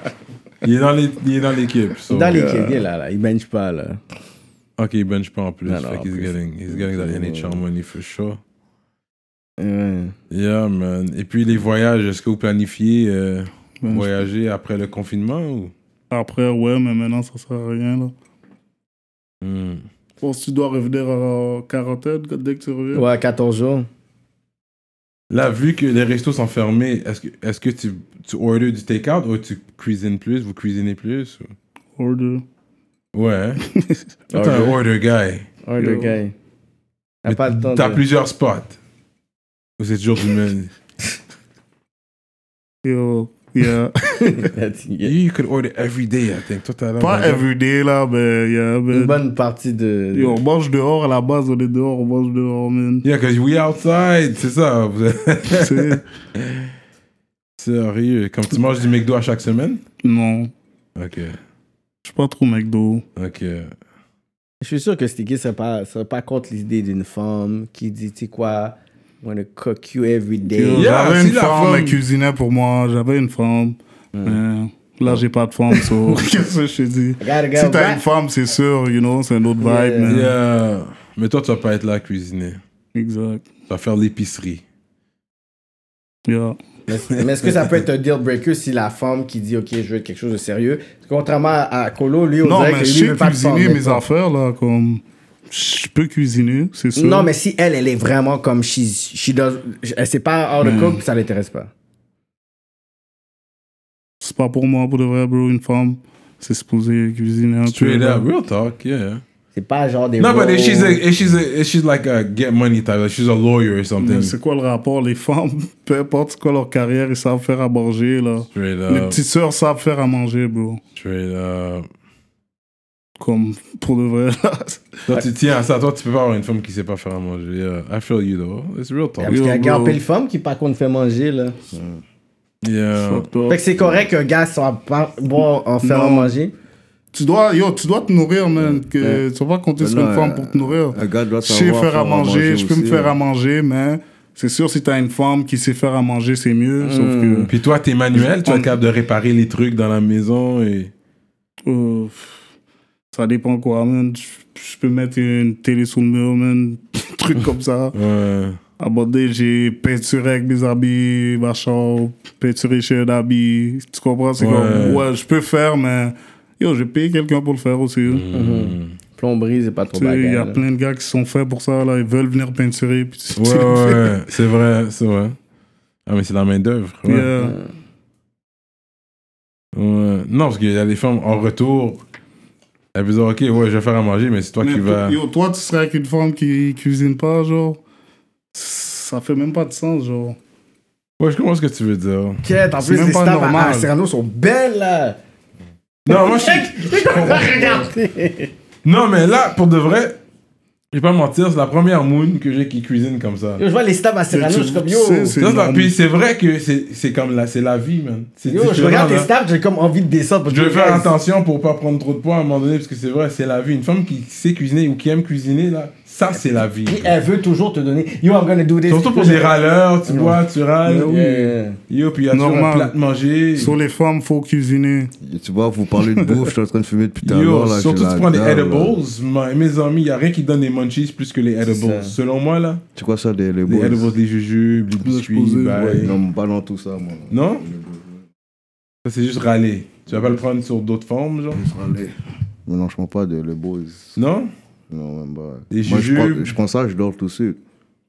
S3: Il est dans les- il est dans l'équipe. so-
S7: Dans les Kevin là, là, il bench pas là.
S3: Ok, il bench pas en plus.
S7: Non, non,
S3: fait
S7: en
S3: he's
S7: plus.
S3: getting, he's getting that NHL money for sure.
S7: Ouais.
S3: Yeah, man. Et puis les voyages, est-ce que vous planifiez euh,
S7: Ben,
S3: voyager après le confinement ou
S5: Après, ouais, mais maintenant, ça sert à rien, là.
S3: Hmm.
S5: Je pense que tu dois revenir en quarantaine dès que tu reviens.
S7: Ouais, 14 jours.
S3: Là, vu que les restos sont fermés, est-ce que, est que tu, tu orders du take-out ou tu cuisines plus Vous cuisinez plus ou-
S5: Order.
S3: Ouais. hein? Toi, T'es un order guy.
S7: Un le
S5: Yo.
S7: gars. T'as
S3: Mais
S7: pas le temps.
S3: T'as
S7: de-
S3: plusieurs spots. Ou c'est toujours du même.
S5: Yo, yeah.
S3: You, you could order every day, I think. Toi, t'as l'air
S5: pas
S3: d'un gars-
S5: everyday, là, mais yeah, mais...
S7: Une bonne partie de.
S5: Yo, on mange dehors, à la base, on est dehors, on mange dehors, man.
S3: Yeah, cause we outside. C'est ça. vous êtes-
S5: Tu sais?
S3: Sérieux. Comme tu manges du McDo à chaque semaine
S5: Non,
S3: Ok.
S5: je suis pas trop McDo.
S3: Ok.
S7: Je suis sûr que Sticky serait pas, serait pas contre l'idée d'une femme qui dit, tu sais quoi, I'm gonna cook you every day.
S5: Yo,
S3: Yeah,
S5: j'avais
S3: si
S5: une
S3: la
S5: femme,
S3: femme-
S5: elle cuisinait pour moi, j'avais une femme.
S7: Hmm.
S5: Mais là, j'ai pas de femme, so qu'est-ce que je te dis?
S7: Gotta go
S5: Si t'as
S7: back.
S5: une femme, c'est sûr, you know, c'est un autre vibe.
S7: Yeah.
S5: man.
S3: Yeah. Mais toi, tu vas pas être là à cuisiner.
S5: Exact.
S3: Tu vas faire l'épicerie.
S5: Yeah.
S7: Mais, mais est-ce que ça peut être un deal breaker si la femme qui dit, OK, je veux être quelque chose de sérieux Parce que Contrairement à Colo, lui, on
S5: Non,
S7: dirait que
S5: mais
S7: lui,
S5: je
S7: veut
S5: sais
S7: pas de femme,
S5: cuisiner mes
S7: mettons.
S5: affaires, là, comme. Je peux cuisiner, c'est sûr.
S7: Non, mais si elle, elle est vraiment comme she's, she does, elle sait pas how
S5: Hmm.
S7: to cook, ça l'intéresse pas.
S5: C'est pas pour moi, pour de vrai, bro, une femme. C'est supposé cuisiner un peu.
S3: Straight
S5: là.
S3: up, real talk, yeah.
S7: C'est pas genre des.
S3: No, but if
S7: roles.
S3: she's a, if she's a, if she's like a get money type, like she's a lawyer or something.
S5: Mais C'est quoi le rapport? Les femmes, peu importe c'est quoi leur carrière, ils savent faire à manger, là.
S3: Straight
S6: Euh.
S5: Mes
S3: up,
S5: petites sœurs savent faire à manger, bro.
S3: straight up.
S5: Comme, pour de vrai, là.
S3: Toi, tu tiens à ça. Toi, tu peux pas avoir une femme qui sait pas faire à manger. Yeah. I feel you though. It's real talk.
S7: Parce qu'il y a
S5: Oh, Yo,
S7: gars
S5: bro.
S7: pile femme qui, par contre, fait manger, là.
S6: Ah.
S3: Yeah.
S5: Fuck toi.
S7: Fait que c'est correct qu'un gars soit pas bon en faisant
S5: Non.
S7: manger.
S5: Tu dois, yo, tu dois te nourrir, man. Que, Tu vas pas compter sur
S6: Non,
S5: une femme
S6: un-
S5: pour te nourrir.
S6: un gars doit
S5: Je sais
S6: savoir
S5: faire à manger, je peux me
S6: aussi,
S5: faire
S6: hein.
S5: à manger, mais c'est sûr, si t'as une femme qui sait faire à manger, c'est mieux. Sauf
S6: Hmm.
S5: que.
S3: Puis toi, t'es manuel, tu es
S5: On-
S3: capable de réparer les trucs dans la maison et.
S5: euh, pff, ça dépend quoi, man. Je je peux mettre une télé sous le mur, man. Un truc comme ça.
S3: Ouais.
S5: Abordé, j'ai peinturé avec mes habits, machin, peinturé chez un habit. Tu comprends? C'est
S3: Ouais.
S5: comme, ouais, je peux faire, mais yo, j'ai payé quelqu'un pour le faire aussi.
S3: Mm. Mmh.
S5: là.
S7: Plomberie, c'est pas trop
S5: Tu sais, il y a
S7: bagarre. là.
S5: plein de gars qui sont faits pour ça, là. Ils veulent venir peinturer. Puis tu-
S3: Ouais, ouais, c'est vrai, c'est vrai. Ah, mais c'est la main-d'œuvre.
S5: Puis,
S3: Ouais.
S5: euh,
S3: Ouais. Non, parce qu'il y a des femmes en retour. Elles peuvent dire, ok, ouais, je vais faire à manger, mais c'est toi
S5: mais
S3: qui
S5: toi-
S3: vas.
S5: Yo, toi, tu serais avec une femme qui cuisine pas, genre. Ça fait même pas de sens, genre.
S3: Ouais, je comprends ce que tu veux dire.
S7: Quête, en
S5: C'est
S7: plus,
S5: même
S7: les
S5: pas
S7: stars à
S5: normal.
S7: à Cyrano sont belles, là.
S3: Non, moi, je suis- Non, mais là, pour de vrai, je vais pas mentir, c'est la première moon que j'ai qui cuisine comme ça.
S7: Yo, je vois les stabs à Cyrano,
S5: Tu-
S7: je suis comme
S5: tu
S7: yo.
S5: sais, c'est
S3: Ça, ça-
S5: énorme.
S3: puis c'est vrai que c'est c'est comme la, c'est la vie, man. C'est
S7: Yo, je
S3: différent,
S7: regarde
S3: là.
S7: tes stabs, j'ai comme envie de descendre. parce
S3: Je vais
S7: que,
S3: faire
S7: guys,
S3: attention pour pas prendre trop de poids à un moment donné, parce que c'est vrai, c'est la vie. Une femme qui sait cuisiner ou qui aime cuisiner, là, ça, c'est la vie.
S7: Puis elle veut toujours te donner. Yo, I'm gonna do this.
S3: Surtout pour des râleurs, tu vois, tu
S7: Ben
S3: râles.
S7: Yeah.
S3: Yo, puis il y a toujours un
S5: Normal.
S3: plat de manger.
S5: Sur les femmes, faut cuisiner.
S6: Tu vois, vous parlez de bouffe, je suis en train de fumer depuis tout à
S3: Yo,
S6: l'heure. là,
S3: surtout
S6: j'ai
S3: tu
S6: la
S3: prends des
S6: dalle, là.
S3: edibles. ma- mes amis, il y a rien qui donne des munchies plus que les edibles.
S7: ça.
S3: Selon moi, là,
S6: Tu crois ça, des
S3: les
S6: edibles
S3: edibles, les jujubes, les biscuits,
S5: posé,
S3: bah,
S6: Ouais, non, pas dans tout ça, moi.
S3: Non Ça, c'est juste râler. Tu vas pas le prendre sur d'autres formes, genre
S6: Mélange-moi pas de edibles.
S3: Non
S6: Non, même pas.
S3: Des
S6: Moi, je prends,
S3: jujubes.
S6: je prends ça, je dors tout de suite.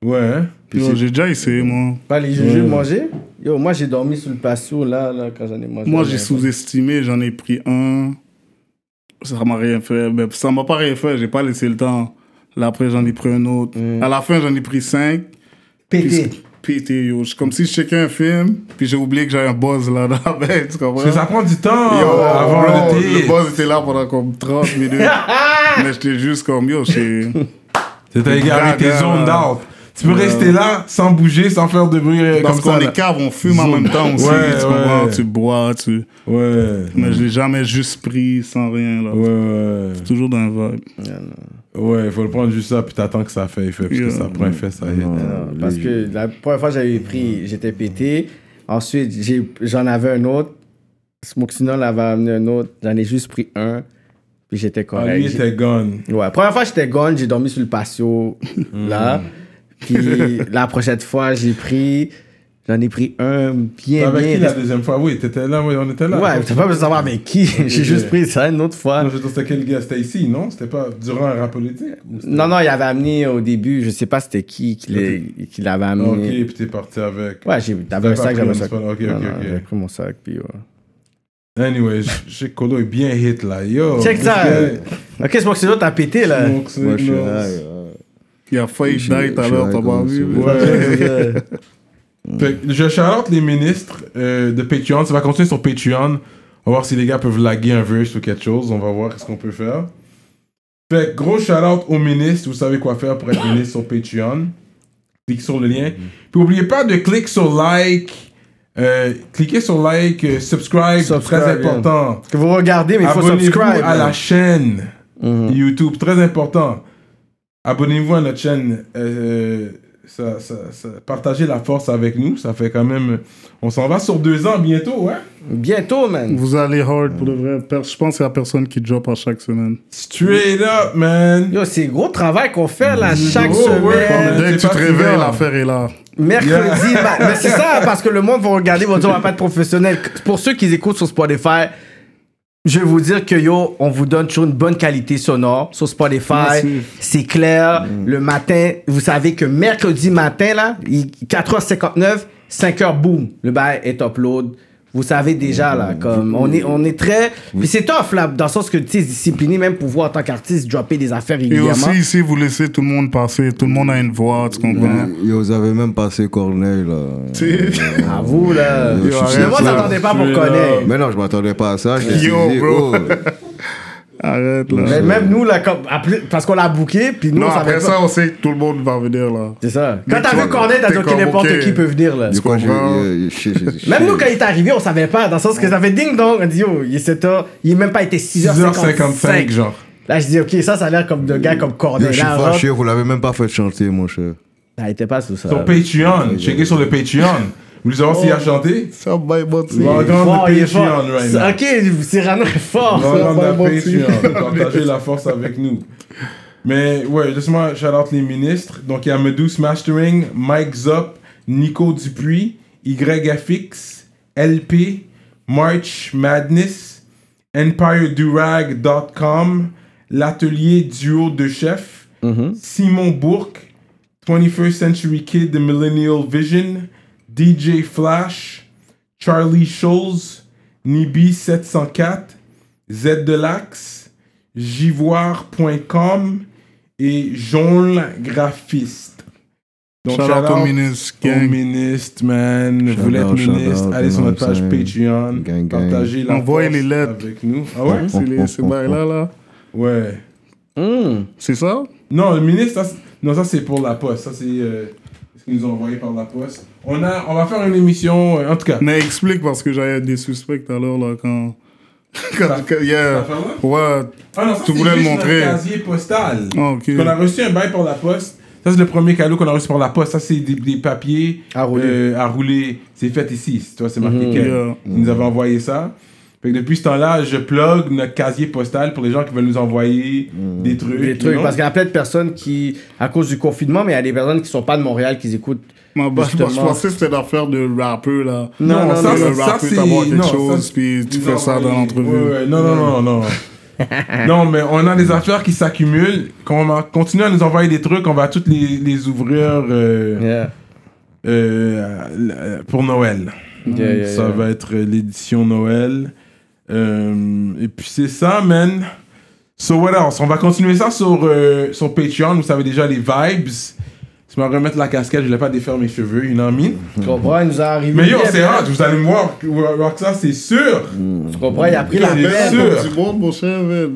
S3: Ouais. hein?
S6: Puis
S5: Yo,
S6: c'est-
S5: J'ai déjà essayé, moi.
S7: Pas les jujubes manger. Yo, moi, j'ai dormi sur le patio, là, là, quand j'en ai mangé.
S5: Moi,
S7: la
S5: j'ai
S7: dernière fois.
S5: sous-estimé, j'en ai pris un. Ça m'a rien fait. Mais ça m'a pas rien fait, j'ai pas laissé le temps. Là, après, j'en ai pris un autre.
S3: Mm.
S5: À la fin, j'en ai pris cinq. Puis
S7: Pété.
S5: c'est Pété, yo. C'est comme si je checkais un film, puis j'ai oublié que j'avais un buzz là dans la bête, tu comprends?
S3: Parce que ça prend du temps
S5: Yo,
S3: avant
S5: bro,
S3: le
S5: le
S3: thé.
S5: buzz était là pendant comme 30 minutes. mais j'étais juste comme, yo, c'est...
S3: C'est à égarer tes
S5: Gaga,
S3: zones
S5: là.
S3: d'art. Tu peux rester là, sans bouger, sans faire de bruit, euh,
S5: Parce
S3: comme ça.
S5: qu'on
S3: là.
S5: est cave, on fume en même temps aussi,
S3: Ouais,
S5: tu comprends?
S3: ouais.
S5: Tu bois, tu...
S3: Ouais.
S5: Mais je l'ai jamais juste pris sans rien, là.
S3: Ouais, ouais.
S5: Toujours dans le vibe.
S3: Ouais, faut le prendre juste ça, puis t'attends que ça fait effet, parce que
S5: Yeah.
S3: ça prend effet, ça y est. Ah,
S7: Non, parce que la première fois que j'avais pris, j'étais pété. Ensuite, j'ai- j'en avais un autre. Smoxinol avait amené un autre. J'en ai juste pris un. Puis j'étais
S3: Ah,
S7: correct.
S3: lui, il était gone.
S7: J'ai- ouais, première fois, j'étais gone. J'ai dormi sur le patio,
S3: Hmm.
S7: là. Puis la prochaine fois, j'ai pris. J'en ai pris un bien,
S3: Avec qui
S7: bien.
S3: la deuxième fois Oui, t'étais là, oui, on était là.
S7: Ouais, t'as pas besoin de savoir avec qui. J'ai juste pris ça une autre fois.
S3: Non, je veux dire, c'était quel gars C'était ici, non C'était pas durant un rap politique ou c'était-
S7: Non, non, il avait amené au début, je sais pas c'était qui qui l'est- qui l'avait
S3: Ah, Ok,
S7: amené.
S3: puis t'es parti avec.
S7: Ouais, j'ai- j'avais un
S3: pas
S7: sac,
S3: pris
S7: j'avais un
S3: une
S7: sac.
S3: semaine, ok,
S7: Non,
S3: ok,
S7: non,
S3: ok.
S7: J'avais pris mon sac, puis ouais.
S3: Anyway, je sais que Colo est bien hit là. Yo.
S7: Check ça! Ok, c'est moi que c'est l'autre, t'as pété là!
S3: Donc, c'est-
S6: Moi, je suis
S3: non.
S6: high, ouais.
S5: Il a failli
S6: Je-
S5: die tout à
S6: je
S5: l'heure, t'as pas
S6: raconte,
S5: vu?
S6: ouais.
S3: Ouais. Fait que je chalote les ministres euh, de Patreon. Ça va continuer sur Patreon. On va voir si les gars peuvent laguer un verse ou quelque chose. On va voir ce qu'on peut faire. Fait que gros shout-out aux ministres. Vous savez quoi faire pour être ministre sur Patreon. Cliquez sur le lien.
S7: Mhm.
S3: Puis n'oubliez pas de cliquer sur like. euh, cliquez sur like, euh, subscribe,
S7: Subscribe,
S3: très
S7: yeah.
S3: important.
S7: Que vous regardez, mais il faut
S3: Abonnez-vous
S7: subscribe!
S3: à la
S7: là.
S3: chaîne
S7: Mhm.
S3: YouTube, très important. Abonnez-vous à notre chaîne. euh, ça- ça- ça- partagez la force avec nous. Ça fait quand même. On s'en va sur deux ans bientôt, hein?
S7: Bientôt, man!
S5: Vous allez hard pour de vrai. Per- Je pense qu'il y a personne qui drop à chaque semaine.
S3: Straight up, man!
S7: Yo, c'est gros travail qu'on fait là chaque
S3: gros
S7: semaine!
S3: work, man.
S5: Dès que
S3: Euh, c'est
S5: tu te
S3: fatigant.
S5: réveilles, l'affaire est là.
S7: Mercredi, ma- mais c'est ça, parce que le monde va regarder, va dire on va pas être professionnel. Pour ceux qui écoutent sur Spotify, je vais vous dire que yo, on vous donne toujours une bonne qualité sonore sur Spotify.
S5: Merci.
S7: C'est clair. Le matin, vous savez que mercredi matin, là, il- 4h59, 5h, boum, le bail est upload. Vous savez déjà, là, comme on est, on est très. Puis c'est tough, là, dans le sens que tu sais, discipliné, même pour vous en tant qu'artiste, dropper des affaires
S5: Et
S7: régulièrement.
S5: aussi, ici, vous laissez tout le monde passer. Tout le monde a une voix, tu comprends?
S6: Yo, vous avez même passé Corneille, là.
S5: Tu sais?
S7: À vous, là.
S6: Yo, je suis
S7: Je ne
S6: sûr.
S7: m'attendais pas pour
S3: Celui-là.
S7: connaître.
S6: Mais non, je m'attendais pas à ça. Je me suis
S5: Yo,
S6: dit,
S5: bro.
S6: oh.
S5: Arrête, là.
S7: Mais même nous, là, comme, après- parce qu'on l'a booké, puis nous,
S5: non,
S7: on savait
S5: après
S7: pas.
S5: ça, on sait que tout le monde va venir, là.
S7: C'est ça.
S5: Mais
S7: Quand t'as
S5: tu
S7: vu
S5: vois,
S7: Cornet, t'as dit,
S5: t'es
S7: ok,
S5: comme,
S7: n'importe
S5: ok.
S7: qui peut venir, là.
S6: Du coup, j'ai-
S5: comprends?
S6: euh, shit, j'ai- j'ai-
S7: Même nous, quand il est arrivé, on savait pas, dans le sens que ça fait ding dong. On dit, yo, il est 7 heures, il est même pas été
S3: 6h55,
S7: 6h55.
S3: genre.
S7: Là, je dis, ok, ça, ça a l'air comme de gars comme
S6: Yo,
S7: Cornet.
S6: je suis
S7: Là,
S6: fâché, vous l'avez même pas fait chanter, mon cher.
S7: il était pas sous ça.
S3: Sur Patreon. Checkez sur le Patreon. Vous voulez savoir s'il a chanté?
S5: Ça, bye, bye.
S3: Welcome
S7: Fort,
S3: to
S7: il est fort.
S3: Patreon right now.
S7: C'est- Ok, Cyrano est fort.
S3: Welcome
S5: ça,
S3: to
S5: bon, bon,
S3: Patreon. Partagez la force avec nous. Mais ouais, justement, shout out les ministres. Donc il y a Medus Mastering, Mike Zop, Nico Dupuis, YFX, LP, March Madness, EmpireDurag.com, L'Atelier Duo de Chef, Simon Bourque, 21st Century Kid, The Millennial Vision, DJ Flash, Charlie Scholes, Nibi704, Z de l'Axe, Jivoire.com et Jonle Graphiste. Donc,
S5: Shout out au ministre,
S3: au
S5: gang.
S3: ministre, man. Vous
S6: Shout
S3: voulez être
S6: out, shout
S3: ministre,
S6: out,
S3: allez
S6: you
S3: sur
S6: know
S3: notre
S6: what
S3: page
S6: I'm
S3: Patreon.
S6: Gang, gang.
S3: Partagez la
S5: Envoyez
S3: force
S5: les lettres.
S3: avec nous. Ah ouais?
S5: hein,
S6: Oh,
S5: C'est les- ces bails-là, là.
S3: Ouais.
S5: C'est ça?
S3: Non, le ministre, ça, c'est- non, ça c'est pour la poste. Ça c'est euh, ce qu'ils nous ont envoyé par la poste. On, a, on va faire une émission, euh, en tout cas.
S5: Mais explique parce que j'avais des suspects tout à l'heure, là, quand. quand,
S3: Ça-
S5: quand- yeah.
S3: ça fait
S5: Ouais.
S3: Ah non, ça,
S5: Tu
S3: c'est
S5: voulais le
S3: juste
S5: montrer.
S3: Notre casier postal.
S5: Ah, ok.
S3: Parce qu'on a reçu un bail par la poste. Ça, c'est le premier cadeau qu'on a reçu par la poste. Ça, c'est des, des papiers
S7: À rouler. Mm-hmm.
S3: euh, à rouler. C'est fait ici. Tu vois, c'est marqué qu'elle.
S5: Yeah.
S3: Ils nous avaient envoyé ça. Fait que depuis ce temps-là, je plug notre casier postal pour les gens qui veulent nous envoyer des trucs.
S7: Mm. Des trucs,
S3: non?
S7: parce qu'il y a plein de personnes qui, à cause du confinement, mais il y a des personnes qui sont pas de Montréal qui écoutent.
S5: Ma base, je
S7: Justement.
S5: pensais que c'était l'affaire de rappeur, là.
S3: non,
S7: non,
S3: ça,
S5: non,
S3: ça,
S5: le
S3: ça,
S5: rap peut
S3: c'est.
S5: t'avoir quelque
S3: non, ça,
S5: chose,
S3: c'est-
S5: puis tu
S3: ils
S5: fais
S3: ont
S5: ça dans
S3: envoyé.
S5: l'entrevue.
S3: Ouais, ouais, Non, non, non, non. non, mais on a des affaires qui s'accumulent. Quand on va- continue à nous envoyer des trucs, on va toutes les, les ouvrir. euh,
S7: Yeah.
S3: euh, pour Noël.
S7: Yeah, yeah,
S3: ça
S7: yeah.
S3: va être l'édition Noël. Euh, et puis c'est ça, man. So what else? On va continuer ça sur, euh, sur Patreon. Vous savez déjà les vibes. Tu vas remettre la casquette, je ne l'ai pas défaire mes cheveux, you know what I mean?
S7: Tu comprends? Il nous a arrivé.
S3: Mais yo, c'est
S7: bien.
S3: hot, vous allez me voir, rock ça, c'est sûr!
S7: Tu comprends? Il a pris la
S3: Il est
S7: peine.
S3: sûr.
S5: Du monde, mon cher, man.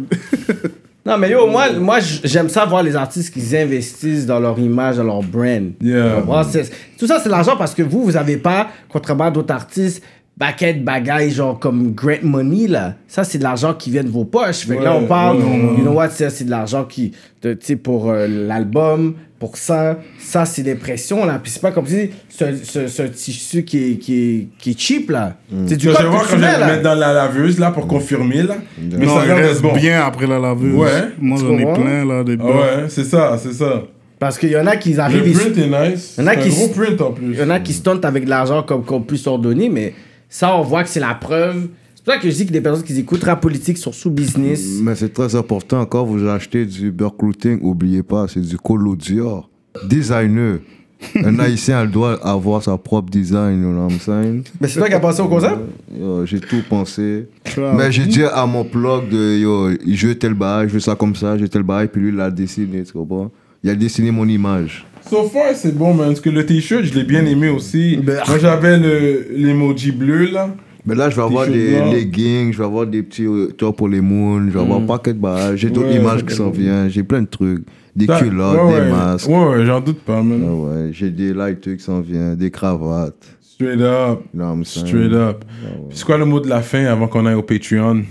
S7: Non, mais yo, moi, moi j- j'aime ça voir les artistes qui investissent dans leur image, dans leur brand.
S3: Yeah.
S7: Tu comprends? C'est- Tout ça, c'est l'argent parce que vous, vous avez pas, contrairement à d'autres artistes, baquette, bagaille, genre comme Great Money, là. Ça, c'est de l'argent qui vient de vos poches. Fait que là,
S3: Ouais,
S7: on parle,
S3: ouais, ouais, ouais.
S7: you know what, c'est c'est de l'argent qui, de- tu sais, pour euh, l'album, pour ça. Ça, c'est des pressions, là. Puis c'est pas comme si c'est c'est- c'est un tissu qui est, qui est, qui est cheap, là. C'est du
S3: Mm. Je vais
S7: code
S3: voir quand je vais
S7: culturel,
S3: le
S7: là. Mm.
S3: mettre dans la laveuse, là, pour confirmer, là. Mais
S5: Non,
S3: ça a
S5: il
S3: l'air
S5: reste
S3: d'être bon.
S5: bien après la laveuse.
S3: Ouais.
S5: Moi,
S7: Tu
S5: j'en ai
S7: comprends?
S5: plein, là, des
S3: Ah ouais, c'est ça, c'est ça.
S7: Parce qu'il y en a qui
S3: Le
S7: arrivent ils-
S3: print est nice.
S7: Ah, Il y en a
S3: C'est un
S7: qui-
S3: gros print en plus.
S7: Il y en a qui stuntent avec de l'argent comme qu'on peut s'en donner, mais ça, on voit que c'est la preuve. C'est pour ça que je dis que des personnes qui écoutent rap politique sont sous business.
S6: Mais c'est très important. Quand vous achetez du Burkrouting, n'oubliez pas, c'est du Colo Dior. Designer. Un haïtien, elle doit avoir sa propre design, you know what I'm saying?
S7: Mais c'est toi qui as pensé au concept
S6: Yo, j'ai tout pensé.
S5: Wow.
S6: Mais j'ai dit à mon blog de yo, je veux tel bail, je veux ça comme ça, je veux tel bail, puis lui, il l'a dessiné, tu comprends? Il a dessiné mon image.
S3: So far, c'est bon, man. Parce que le t-shirt, je l'ai bien aimé aussi.
S6: Ben,
S3: Moi, j'avais le- l'emoji bleu, là.
S6: Mais là, je vais avoir
S3: choses
S6: des
S3: noires.
S6: leggings, je vais avoir des petits euh, tops pour les moons, je vais avoir un paquet de bails, j'ai d'autres
S3: Mm. Ouais,
S6: images
S3: ça,
S6: qui
S3: c'est
S6: s'en
S3: bon.
S6: viennent, j'ai plein de trucs. Des
S3: Ça-
S6: culottes,
S3: ouais, ouais.
S6: des masques.
S3: Ouais, ouais, j'en doute pas, man.
S6: Ah ouais, j'ai des lighters qui s'en viennent, des cravates.
S3: Straight up.
S6: You know what I'm saying?
S3: Straight up. Puis C'est quoi le mot de la fin avant qu'on aille au Patreon?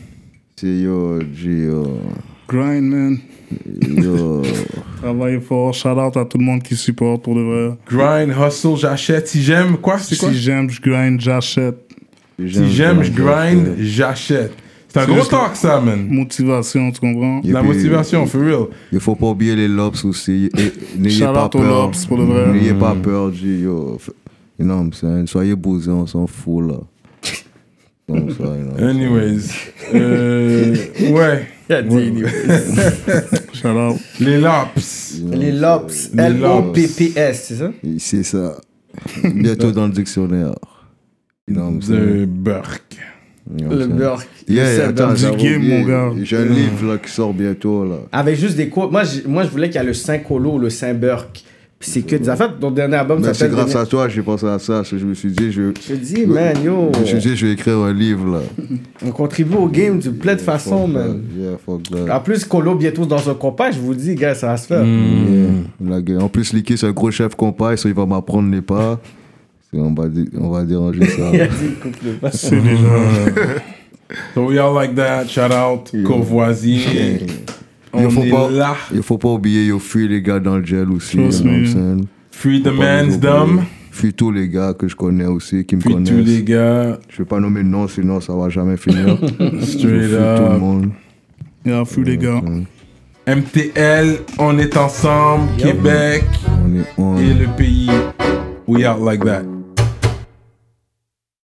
S6: C'est yo, j'ai yo,
S5: Grind, man.
S6: yo.
S5: Travaille fort. Shout out à tout le monde qui supporte pour de vrai.
S3: Grind, hustle, j'achète. Si j'aime, quoi? C'est quoi?
S5: Si j'aime, je grind, j'achète.
S3: Si j'aime, je grind, j'achète. C'est un gros
S5: juste-
S3: talk, ça, man.
S5: Motivation, tu comprends?
S6: Mm. Et
S3: La
S6: puis-
S3: motivation, for real.
S6: Il faut pas oublier les lobs aussi. Et N'ayez
S5: Shout
S6: pas
S5: out aux
S6: peur.
S5: lobs, pour de vrai. Mm.
S6: N'ayez pas peur, j'ai yo. f- You know what I'm saying? Soyez bousés, on s'en fout là. Comme ça, you know.
S3: Anyways. Euh, ouais.
S5: Shout out.
S3: Les laps.
S7: Les LOPS.
S3: Les
S7: L-O-P-P-S, c'est ça
S6: Et C'est ça. Bientôt dans le dictionnaire. You know what I'm saying?
S3: De Burke.
S6: You know what I'm
S7: Le
S6: saying?
S7: Burk.
S6: Yeah, yeah, attends,
S5: Du
S6: j'avais
S5: game,
S6: oublié,
S5: mon gars.
S6: J'ai un livre là qui sort bientôt là.
S7: Avec juste des cours. Moi, j'ai- moi je voulais qu'il y a le Saint-Colo, le Saint-Burk. Puis c'est que des affaires. Ton dernier album
S6: Mais c'est
S7: s'appelle.
S6: grâce à toi, j'ai pensé à ça. parce que Je me suis dit, je,
S7: Je te dis, man, yo.
S6: je me suis dit, je vais écrire un livre là.
S7: On contribue au game de plein de façons,
S6: Fuck
S7: man.
S6: that. Yeah, fuck
S7: En
S6: that.
S7: plus, Colo bientôt dans un compas, je vous le dis, gars, ça va se faire.
S6: Yeah. Mm. La gueule. En plus, Licky, c'est un gros chef compas, ça, il va m'apprendre les pas. C'est- On va, dé- on va déranger ça.
S7: Il a dit, coupe-le pas.
S5: C'est déjà.
S3: Mm. So we all like that. Shout out Courvoisier.
S6: Il
S3: On
S6: Mm. faut
S3: est
S6: pas-
S3: là.
S6: Il faut pas oublier, yo, fuis les gars dans le gel aussi.
S5: Trust
S6: you know
S5: me.
S6: what I'm saying?
S3: Free the
S6: Faut pas les
S3: man's
S6: oublier.
S3: dumb.
S6: Fuis tous les gars que je connais aussi, qui me
S3: Free tous les
S6: connaissent.
S3: gars.
S6: Je vais pas nommer de nom, sinon ça va jamais finir. Je
S3: Straight
S6: fuis tout le
S3: up.
S6: monde.
S5: Yeah, fou les gars.
S3: MTL, on est ensemble, Québec
S6: On est- on-
S3: et le pays. We out like that.